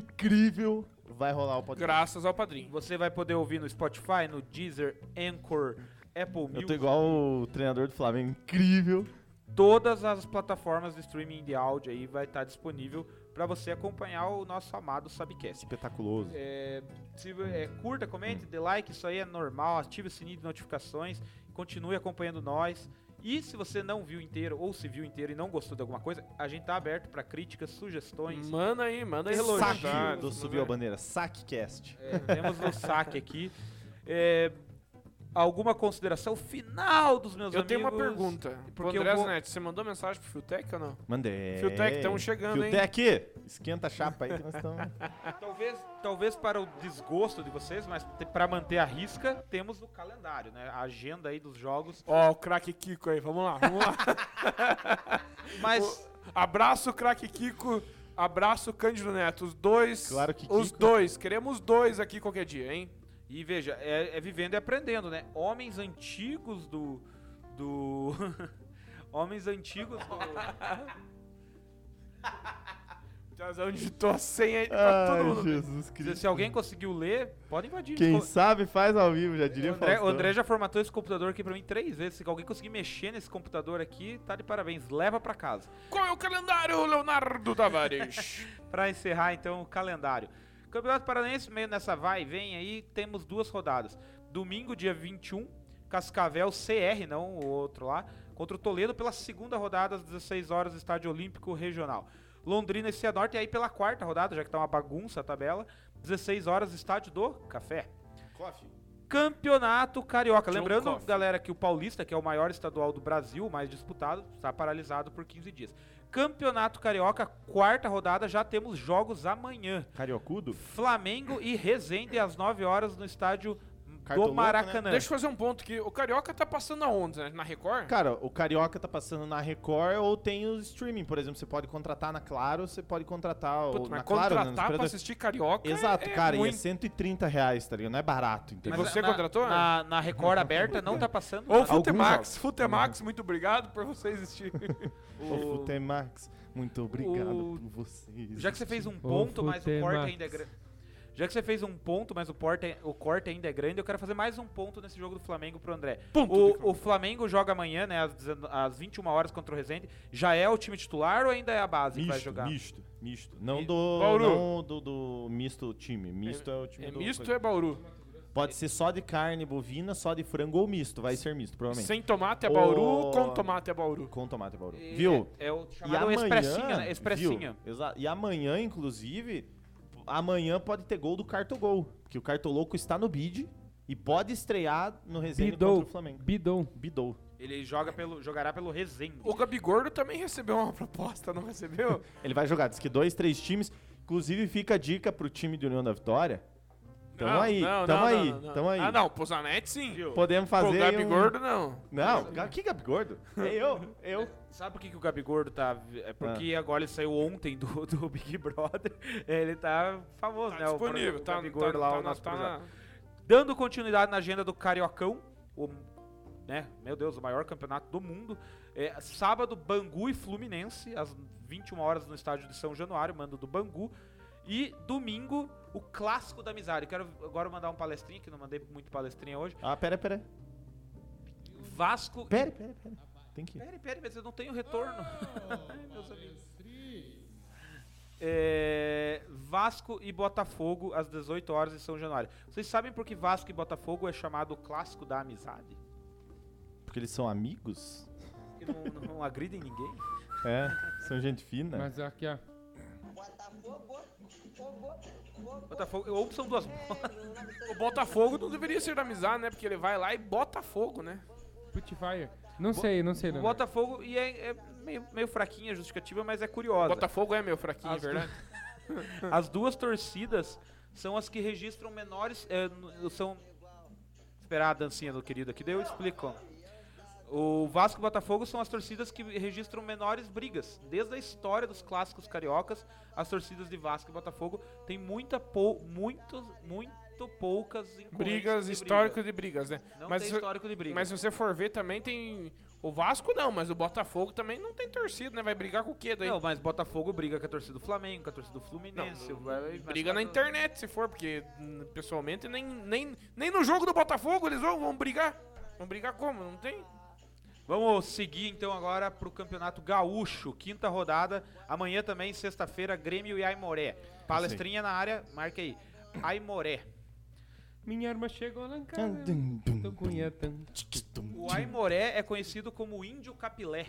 Speaker 2: incrível, vai rolar o podcast.
Speaker 3: Graças ao padrinho.
Speaker 1: Você vai poder ouvir no Spotify, no Deezer, Anchor, Apple
Speaker 2: Eu tô
Speaker 1: Music,
Speaker 2: igual o treinador do Flamengo, incrível.
Speaker 1: todas as plataformas de streaming de áudio aí vai estar disponível para você acompanhar o nosso amado Subcast.
Speaker 2: Espetaculoso.
Speaker 1: É, se, vo- é, curta, comente, dê like, isso aí é normal, ative o sininho de notificações, continue acompanhando nós. E se você não viu inteiro ou se viu inteiro e não gostou de alguma coisa, a gente tá aberto para críticas, sugestões.
Speaker 3: Manda aí, manda aí
Speaker 2: Saque
Speaker 3: elogios.
Speaker 2: do
Speaker 1: né?
Speaker 2: Subiu a Bandeira, SaqueCast.
Speaker 1: É, temos no saque aqui. É, alguma consideração final dos meus
Speaker 3: Eu
Speaker 1: amigos?
Speaker 3: tenho uma pergunta. Pro
Speaker 1: porque eu
Speaker 3: André
Speaker 1: vou-
Speaker 3: Zanetti, você mandou mensagem pro Fiotec ou não?
Speaker 2: Mandei.
Speaker 3: Fiotec, tamo chegando, hein?
Speaker 2: Fiotec, esquenta a chapa aí que nós <laughs> estamos...
Speaker 1: Talvez, talvez para o desgosto de vocês, mas para manter a risca, temos o calendário, né? A agenda aí dos jogos.
Speaker 3: Ó, o craque Kiko aí, vamos lá, vamos <laughs> lá.
Speaker 1: Mas
Speaker 3: Abraço, craque Kiko. Abraço, Cândido Neto. Os dois.
Speaker 2: Claro que
Speaker 3: Os
Speaker 2: Kiko-
Speaker 3: dois. Queremos os dois aqui qualquer dia, hein?
Speaker 1: E veja, é, é vivendo e aprendendo, né? Homens antigos do. do. <laughs> Homens antigos do.
Speaker 3: Tiazão digitou a senha aí pra todo
Speaker 2: Ai,
Speaker 3: mundo. ver. é
Speaker 2: Jesus Cristo.
Speaker 1: Se alguém conseguiu ler, pode invadir.
Speaker 2: Quem
Speaker 1: Co-
Speaker 2: sabe faz ao vivo, já diria
Speaker 1: o André, o
Speaker 2: Faustão.
Speaker 1: André já formatou esse computador aqui pra mim três vezes. Se alguém conseguir mexer nesse computador aqui, tá de parabéns. Leva pra casa.
Speaker 3: Qual é o calendário, Leonardo
Speaker 1: <laughs>
Speaker 3: Tavares?
Speaker 1: Pra encerrar então o calendário. Campeonato Paranaense, meio nessa vai e vem aí, temos duas rodadas. Domingo, dia 21, Cascavel CR, não o outro lá, contra o Toledo pela segunda rodada às 16 horas, Estádio Olímpico Regional. Londrina e Cianorte, e aí pela quarta rodada, já que tá uma bagunça a tabela, 16 horas, Estádio do Café. Campeonato Carioca.
Speaker 3: John
Speaker 1: Lembrando,
Speaker 3: Coffey.
Speaker 1: galera, que o Paulista, que é o maior estadual do Brasil, o mais disputado, está paralisado por 15 dias. Campeonato Carioca, quarta rodada, já temos jogos amanhã.
Speaker 2: Cariocudo?
Speaker 1: Flamengo e Resende às 9 horas no estádio
Speaker 2: Cartoloco,
Speaker 1: do Maracanã.
Speaker 3: Deixa eu fazer um ponto aqui. O Carioca tá passando aonde, né? Na Record?
Speaker 2: Cara, o Carioca tá passando na Record ou tem o streaming, por exemplo. Você pode contratar na Claro, você pode contratar ou
Speaker 3: Puta,
Speaker 2: na
Speaker 3: mas
Speaker 2: Claro. né,
Speaker 3: contratar
Speaker 2: nos
Speaker 3: pra
Speaker 2: operadores.
Speaker 3: assistir Carioca é-
Speaker 2: Exato,
Speaker 3: é
Speaker 2: cara, e é
Speaker 3: muito.
Speaker 2: 130 reais, tá ligado? Não é barato,
Speaker 3: E
Speaker 2: entendeu?
Speaker 1: Mas
Speaker 3: você
Speaker 1: na-
Speaker 3: contratou?
Speaker 1: Na, na Record aberta não tá passando.
Speaker 3: Ou
Speaker 1: nada.
Speaker 3: Futemax. Futemax, muito obrigado por você existir.
Speaker 2: Ô, Futemax, muito obrigado
Speaker 1: o-
Speaker 2: por vocês.
Speaker 1: Já que você fez um ponto, mas o corte
Speaker 4: Futemax.
Speaker 1: ainda é grande. Já que você fez um ponto, mas o, porte- o corte ainda é grande, eu quero fazer mais um ponto nesse jogo do Flamengo pro André.
Speaker 3: Ponto, Bicão.
Speaker 1: o, o Flamengo joga amanhã, né, às, 19 às 21 horas contra o Resende. Já é o time titular ou ainda é a base que vai
Speaker 2: misto,
Speaker 1: jogar?
Speaker 2: misto, misto. Não do,
Speaker 3: Bauru.
Speaker 2: não do, do misto time. Misto é, o time
Speaker 3: É
Speaker 2: do...
Speaker 3: misto, é Bauru.
Speaker 2: Pode ser só de carne bovina, só de frango ou misto. Vai ser misto, provavelmente.
Speaker 3: Sem tomate é Bauru,
Speaker 2: Ô.
Speaker 3: com tomate é Bauru.
Speaker 2: Com tomate, Bauru.
Speaker 1: E-
Speaker 2: Viu?
Speaker 1: É, é o
Speaker 2: E
Speaker 4: um
Speaker 1: chamado
Speaker 2: amanhã,
Speaker 1: expressinha, né? Expressinha.
Speaker 2: viu? Exato. E amanhã, inclusive, amanhã pode ter gol do Cartogol, porque o Cartoloco está no bid e pode estrear no Resende
Speaker 4: Bidou.
Speaker 2: contra o Flamengo.
Speaker 4: Bidon.
Speaker 2: Bidou.
Speaker 1: Ele joga pelo, jogará pelo Resende.
Speaker 3: O Gabigordo também recebeu uma proposta, não recebeu?
Speaker 2: Ele vai jogar, diz que dois, três times. Inclusive, fica a dica pro time do União da Vitória. Tamo
Speaker 3: Não,
Speaker 2: aí,
Speaker 3: não,
Speaker 2: tamo
Speaker 3: não,
Speaker 2: aí,
Speaker 3: não, não.
Speaker 2: tamo aí.
Speaker 3: Ah, não, pro Zanetti sim.
Speaker 1: Viu?
Speaker 2: Podemos
Speaker 3: Pro
Speaker 2: fazer
Speaker 3: Gabigordo não.
Speaker 2: um... Não, Ga- que
Speaker 3: <laughs>
Speaker 2: Gabigordo? É eu, eu.
Speaker 1: Sabe por que, que o Gabigordo tá. vi- É porque agora ele saiu ontem do, <laughs> do Big Brother. Ele tá famoso,
Speaker 3: Tá
Speaker 1: né? o pro-
Speaker 3: disponível,
Speaker 1: o
Speaker 3: tá,
Speaker 1: Gabigordo
Speaker 3: tá,
Speaker 1: lá,
Speaker 3: tá
Speaker 1: o
Speaker 3: na-
Speaker 1: nosso
Speaker 3: tá
Speaker 1: projeto.
Speaker 3: na...
Speaker 1: Dando continuidade na agenda do Cariocão, o, né, meu Deus, o maior campeonato do mundo. É, sábado, Bangu e Fluminense, às 21 horas no estádio de São Januário, mando do Bangu. E domingo, o clássico da amizade. Quero agora mandar um palestrinho, que não mandei muito palestrinha hoje.
Speaker 2: Ah, pera, pera.
Speaker 1: Vasco.
Speaker 2: Pera, pera, pera. Tem que...
Speaker 1: Pera, pera, mas eu não tenho retorno. <laughs> Ai, meus amigos. É, Vasco e Botafogo às 18 horas em São Januário. Vocês sabem por que Vasco e Botafogo é chamado o clássico da amizade?
Speaker 2: Porque eles são amigos?
Speaker 1: que não, não agridem ninguém.
Speaker 2: É, são gente fina.
Speaker 4: Mas aqui, ó.
Speaker 8: Botafogo, Botafogo, Botafogo.
Speaker 1: Botafogo, ou são duas bolas.
Speaker 3: O Botafogo não deveria ser da amizade, né? Porque ele vai lá e bota fogo, né?
Speaker 4: Putfire. Não sei, não sei.
Speaker 1: O
Speaker 4: Leonardo.
Speaker 1: <laughs> Botafogo e é, é meio, meio fraquinha a justificativa, mas é curiosa.
Speaker 3: Botafogo é meu fraquinho, é
Speaker 1: As
Speaker 3: verdade.
Speaker 1: As duas torcidas são as que registram menores. é, n- são. Esperar a dancinha do querido aqui, daí eu explico. O Vasco e o Botafogo são as torcidas que registram menores brigas. Desde a história dos clássicos cariocas, as torcidas de Vasco e Botafogo têm muita pou, muito, muito poucas incorrências
Speaker 3: Brigas,
Speaker 1: de
Speaker 3: histórico de brigas, né?
Speaker 1: briga. Não
Speaker 3: mas
Speaker 1: tem
Speaker 3: se-
Speaker 1: histórico de briga.
Speaker 3: Mas se você for ver, também tem. O Vasco não, mas o Botafogo também não tem torcida, né? Vai brigar com o quê daí?
Speaker 1: Não, mas Botafogo briga com a torcida do Flamengo, com a torcida do Fluminense. vai- vai-
Speaker 3: Briga na
Speaker 1: mas-
Speaker 3: internet, se for, porque hum, pessoalmente nem, nem, nem no jogo do Botafogo eles vão, vão brigar. Vão brigar como? Não tem?
Speaker 2: Então,
Speaker 1: Vamos seguir então agora pro Campeonato Gaúcho, quinta rodada. Amanhã também, sexta-feira, Grêmio e Aimoré. Palestrinha na área, marca aí. Aimoré.
Speaker 4: Minha arma chegou lá em casa. Tô com Iatan.
Speaker 1: O Aimoré é conhecido como Índio Capilé,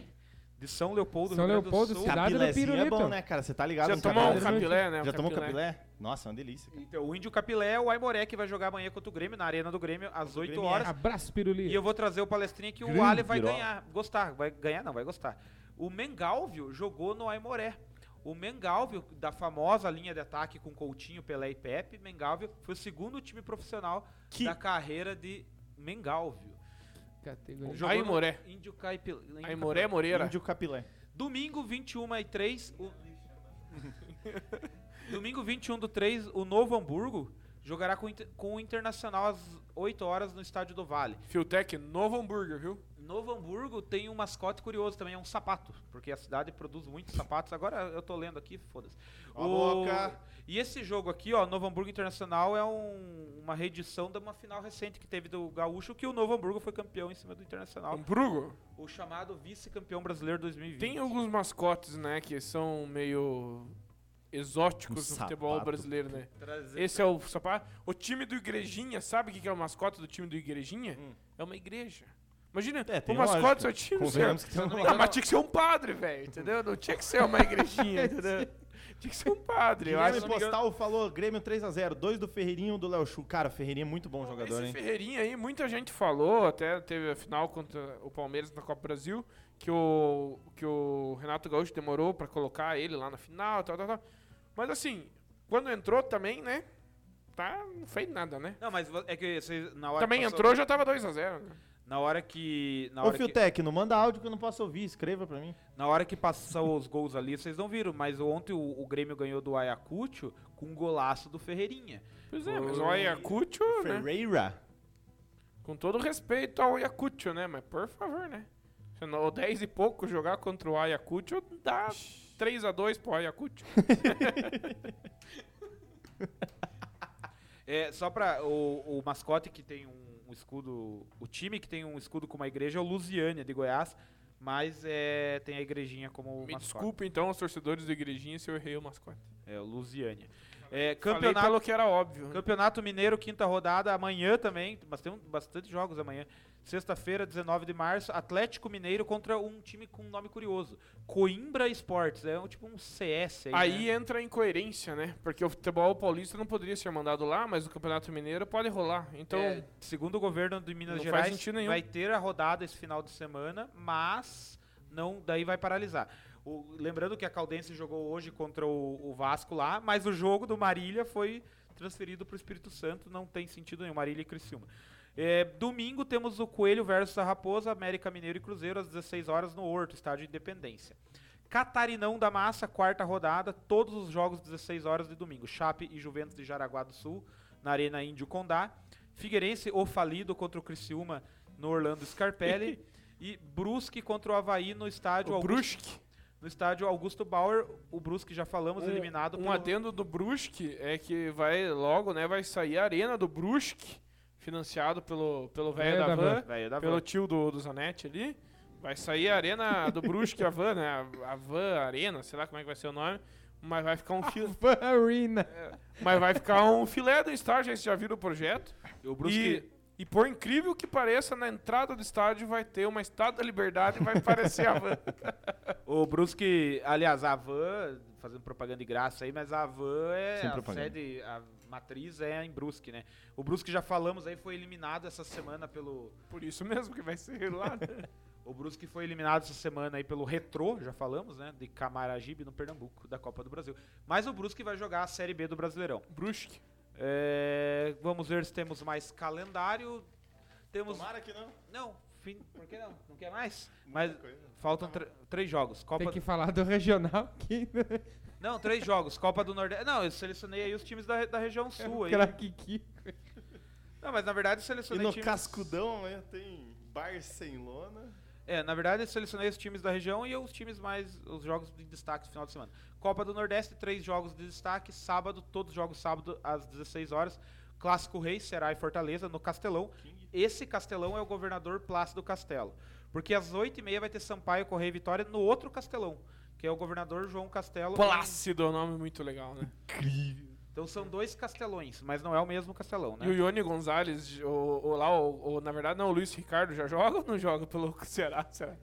Speaker 1: de São Leopoldo,
Speaker 4: São
Speaker 1: Rio Grande
Speaker 4: Leopoldo,
Speaker 1: do Sul.
Speaker 4: Cap- Cuidado do
Speaker 2: Capilézinho é
Speaker 4: pirulito.
Speaker 2: bom, né, cara? Você tá ligado
Speaker 3: Já
Speaker 2: no
Speaker 3: tomou um
Speaker 2: capilé?
Speaker 3: capilé, né?
Speaker 2: Já tomou um capilé? Nossa, é uma delícia. cara.
Speaker 1: Então, o Índio Capilé é o Aimoré que vai jogar amanhã contra o Grêmio, na Arena do Grêmio, às 8
Speaker 2: Grêmio é
Speaker 1: horas.
Speaker 4: Abraço,
Speaker 1: E
Speaker 4: Pirulito.
Speaker 1: eu vou trazer o palestrinha que o
Speaker 2: Grande
Speaker 1: Ale vai
Speaker 2: Virola.
Speaker 1: ganhar, gostar, vai ganhar não, vai gostar. O Mengalvio jogou no Aimoré. O Mengalvio, da famosa linha de ataque com Coutinho, Pelé e Pepe, Mengalvio foi o segundo time profissional
Speaker 2: Que-
Speaker 1: da carreira de Mengalvio.
Speaker 4: Categoria.
Speaker 1: Jogou no
Speaker 3: Aimoré.
Speaker 1: Índio Caipil... Índio
Speaker 3: Aimoré Moreira.
Speaker 2: Índio capilé.
Speaker 1: Domingo 21 e 3. O... <laughs> Domingo 21 do 3, o Novo Hamburgo jogará com, o Inter- com o Internacional às 8 horas no Estádio do Vale.
Speaker 3: Fiotec, Novo Hambúrguer, viu?
Speaker 1: Novo Hamburgo tem um mascote curioso também, é um sapato, porque a cidade produz muitos sapatos. Agora eu tô lendo aqui, foda-se.
Speaker 2: Cala a boca.
Speaker 1: E esse jogo aqui, ó, Novo Hamburgo Internacional é um- uma reedição de uma final recente que teve do Gaúcho, que o Novo Hamburgo foi campeão em cima do Internacional,
Speaker 3: Hambúrguer.
Speaker 1: o chamado vice-campeão brasileiro 2020.
Speaker 3: Tem alguns mascotes, né, que são meio
Speaker 2: Um
Speaker 3: exóticos no futebol
Speaker 2: sapato.
Speaker 3: brasileiro, né?
Speaker 1: Trazer-
Speaker 3: Esse é o sapato. O time do Igrejinha, sabe o que que é o mascote do time do Igrejinha? É uma igreja. Imagina,
Speaker 2: É, tem
Speaker 3: o mascote
Speaker 2: lógica.
Speaker 3: do seu time, senhor.
Speaker 2: Convenhamos que tem
Speaker 3: Ah, mas tinha que ser um padre, velho, entendeu? Não tinha que ser uma igrejinha, entendeu? Tinha que ser um padre, eu acho.
Speaker 2: Guilherme Postal falou Grêmio 3x0, dois do Ferreirinho do Léo Chu. Cara, o Ferreirinho é muito bom jogador,
Speaker 3: Esse
Speaker 2: hein?
Speaker 3: Ferreirinha aí, muita gente falou, até teve a final contra o Palmeiras na Copa Brasil, que o, que o Renato Gaúcho demorou pra colocar ele lá na final, tal, tal, tal. Mas assim, quando entrou também, né? Tá, não fez nada, né?
Speaker 1: Não, mas vo- é que vocês, na hora
Speaker 3: Também
Speaker 1: que passou-
Speaker 3: entrou, já tava 2x0. Né?
Speaker 1: Na hora que. Na
Speaker 2: Ô,
Speaker 1: hora que,
Speaker 2: Fiotec, não manda áudio que eu não posso ouvir, escreva pra mim.
Speaker 1: na hora que passou os gols ali, vocês não viram, mas ontem o, o Grêmio ganhou do Ayacucho com um golaço do Ferreirinha.
Speaker 3: Pois é, mas o Ayacucho, né?
Speaker 2: Ferreira.
Speaker 3: Com todo respeito ao Ayacucho, né? Mas por favor, né? Se não- o 10 e pouco jogar contra o Ayacucho dá 3x2 pro Ayacucho.
Speaker 1: É, só pra. O, o mascote que tem um, um escudo. O time que tem um escudo com uma igreja é o Lusiânia de Goiás, mas é, tem a igrejinha como
Speaker 3: Me
Speaker 1: mascote.
Speaker 3: desculpe então os torcedores do Igrejinha se eu errei o mascote.
Speaker 1: É, o Lusiânia. É,
Speaker 3: Falei
Speaker 1: campeonato,
Speaker 3: <laughs> pelo que era óbvio. né?
Speaker 1: Campeonato Mineiro, quinta rodada, amanhã também, mas tem um- bastante jogos amanhã. Sexta-feira, 19 de março, Atlético Mineiro contra um time com um nome curioso. Coimbra Esportes, é um, tipo um CS aí.
Speaker 3: Aí
Speaker 1: né?
Speaker 3: entra a incoerência, né? Porque o futebol paulista não poderia ser mandado lá, mas o Campeonato Mineiro pode rolar. Então,
Speaker 1: É, segundo o governo de Minas
Speaker 3: não faz
Speaker 1: Gerais,
Speaker 3: sentido nenhum.
Speaker 1: vai ter a rodada esse final de semana, mas não, daí vai paralisar. O- lembrando que a Caldense jogou hoje contra o, o Vasco lá, mas o jogo do Marília foi transferido para o Espírito Santo, não tem sentido nenhum, Marília e Criciúma. É, domingo temos o Coelho versus a Raposa, América Mineiro e Cruzeiro, às 16 horas no Horto, estádio Independência. Catarinão da Massa, quarta rodada, todos os jogos 16 horas de domingo. Chape e Juventus de Jaraguá do Sul, na Arena Índio Condá. Figueirense, o falido, contra o Criciúma no Orlando <laughs> Scarpelli. e Brusque contra o Havaí no estádio,
Speaker 3: o
Speaker 1: Augusto,
Speaker 3: Brusque,
Speaker 1: no estádio Augusto Bauer. O Brusque, já falamos,
Speaker 3: um,
Speaker 1: eliminado
Speaker 3: um adendo do Brusque é que vai logo, né, vai sair a Arena do Brusque, financiado pelo pelo velho É, da, van,
Speaker 1: Velho, dá
Speaker 3: pelo
Speaker 1: van.
Speaker 3: tio do, do Zanetti ali. Vai sair a Arena do Brusque, a van, né, a- a van Arena, sei lá como é que vai ser o nome, mas vai ficar um fil- É,
Speaker 4: Farina.
Speaker 3: mas vai ficar um filé do estádio, vocês já viram o projeto?
Speaker 1: O Brusque,
Speaker 3: E, e por incrível que pareça, na entrada do estádio vai ter uma estátua da liberdade e vai parecer a van.
Speaker 1: o Brusque, aliás, a Van, fazendo propaganda de graça aí, mas a Van é
Speaker 2: Sem
Speaker 1: a
Speaker 2: propaganda.
Speaker 1: sede, a matriz é em Brusque, né? O Brusque, já falamos aí, foi eliminado essa semana pelo...
Speaker 3: <laughs> Por isso mesmo que vai ser lá. né?
Speaker 1: O Brusque foi eliminado essa semana aí pelo Retrô, já falamos, né? De Camaragibe, no Pernambuco, da Copa do Brasil. Mas o Brusque vai jogar a Série B do Brasileirão.
Speaker 3: Brusque.
Speaker 1: É, vamos ver se temos mais calendário. Temos.
Speaker 2: que não.
Speaker 1: Não, fim. Por que não? Não quer mais? Mas faltam tre- três jogos. Copa
Speaker 4: Tem que falar do regional aqui, né?
Speaker 1: Não, três jogos. Copa do Nordeste. Não, eu selecionei aí os times da, da região sul aí.
Speaker 4: Craque Kiko.
Speaker 1: Não, mas na verdade eu
Speaker 2: E
Speaker 1: selecionei
Speaker 2: no
Speaker 1: times.
Speaker 2: Cascudão amanhã tem Barcelona.
Speaker 1: É, na verdade eu selecionei os times da região e os times mais. os jogos de destaque do final de semana. Copa do Nordeste, três jogos de destaque. Sábado, todos os jogos sábado às 16 horas. Clássico Rei, Será e Fortaleza, no Castelão. Esse Castelão é o governador Plácido Castelo. Porque às 8h30 vai ter Sampaio, Correia e Vitória no outro Castelão, que é o governador João Castelo.
Speaker 3: Plácido é um nome muito legal, né?
Speaker 1: Então são dois castelões, mas não é o mesmo castelão, né?
Speaker 3: E o Ione Gonzalez, ou, ou lá, ou, ou, na verdade, não, o Luiz Ricardo já joga ou não joga pelo <laughs> Ceará? Será?
Speaker 2: É.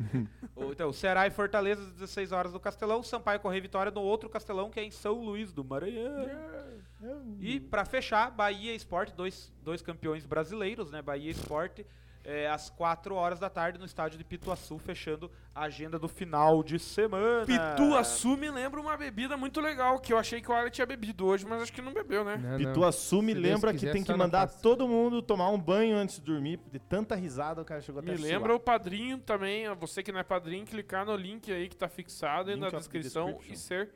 Speaker 1: O- Então, Ceará e Fortaleza, às 16 horas no Castelão. Sampaio Correia e Vitória no outro Castelão, que é em São Luís do Maranhão. E, pra fechar, Bahia Esporte, dois, dois campeões brasileiros, né? Bahia Esporte, é, às 4 horas da tarde no estádio de Pituaçu, fechando a agenda do final de semana.
Speaker 3: Pituaçu me lembra uma bebida muito legal, que eu achei que o Ale tinha bebido hoje, mas acho que não bebeu, né?
Speaker 4: Ah, Não, não.
Speaker 2: Pituaçu me
Speaker 4: Se Deus
Speaker 2: lembra
Speaker 4: quiser,
Speaker 2: que tem que
Speaker 4: só na
Speaker 2: mandar
Speaker 4: pasta.
Speaker 2: todo mundo tomar um banho antes de dormir. De tanta risada o cara chegou até
Speaker 3: Me
Speaker 2: a suar.
Speaker 3: lembra o padrinho também, ó, você que não é padrinho, clicar no link aí que tá fixado aí
Speaker 2: Link
Speaker 3: na
Speaker 2: of the
Speaker 3: descrição
Speaker 2: description.
Speaker 3: e ser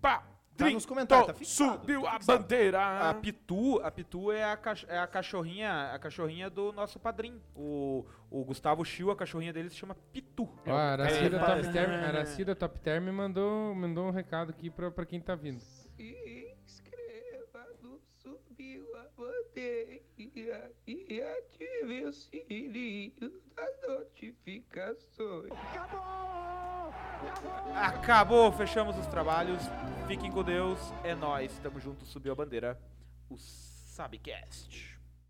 Speaker 2: Tá
Speaker 3: padrinho.
Speaker 2: nos comentários, tá fixado.
Speaker 3: Subiu a
Speaker 2: fixado. Ah,
Speaker 3: bandeira.
Speaker 1: A Pitu, a Pitu é, a cach- é a cachorrinha, a cachorrinha do nosso padrinho. O, o Gustavo Chiu, a cachorrinha dele se chama Pitu.
Speaker 4: Ó, a Aracida,
Speaker 2: É,
Speaker 4: Top
Speaker 2: mas-
Speaker 4: Term, a Aracida Top Term mandou, mandou um recado aqui pra, pra quem tá vindo.
Speaker 9: Se inscreva no Subiu a Bandeira e ative o sininho das notificações.
Speaker 1: Acabou, fechamos os trabalhos. Fiquem com Deus, é nóis. Tamo junto, subiu a bandeira. O Sabcast.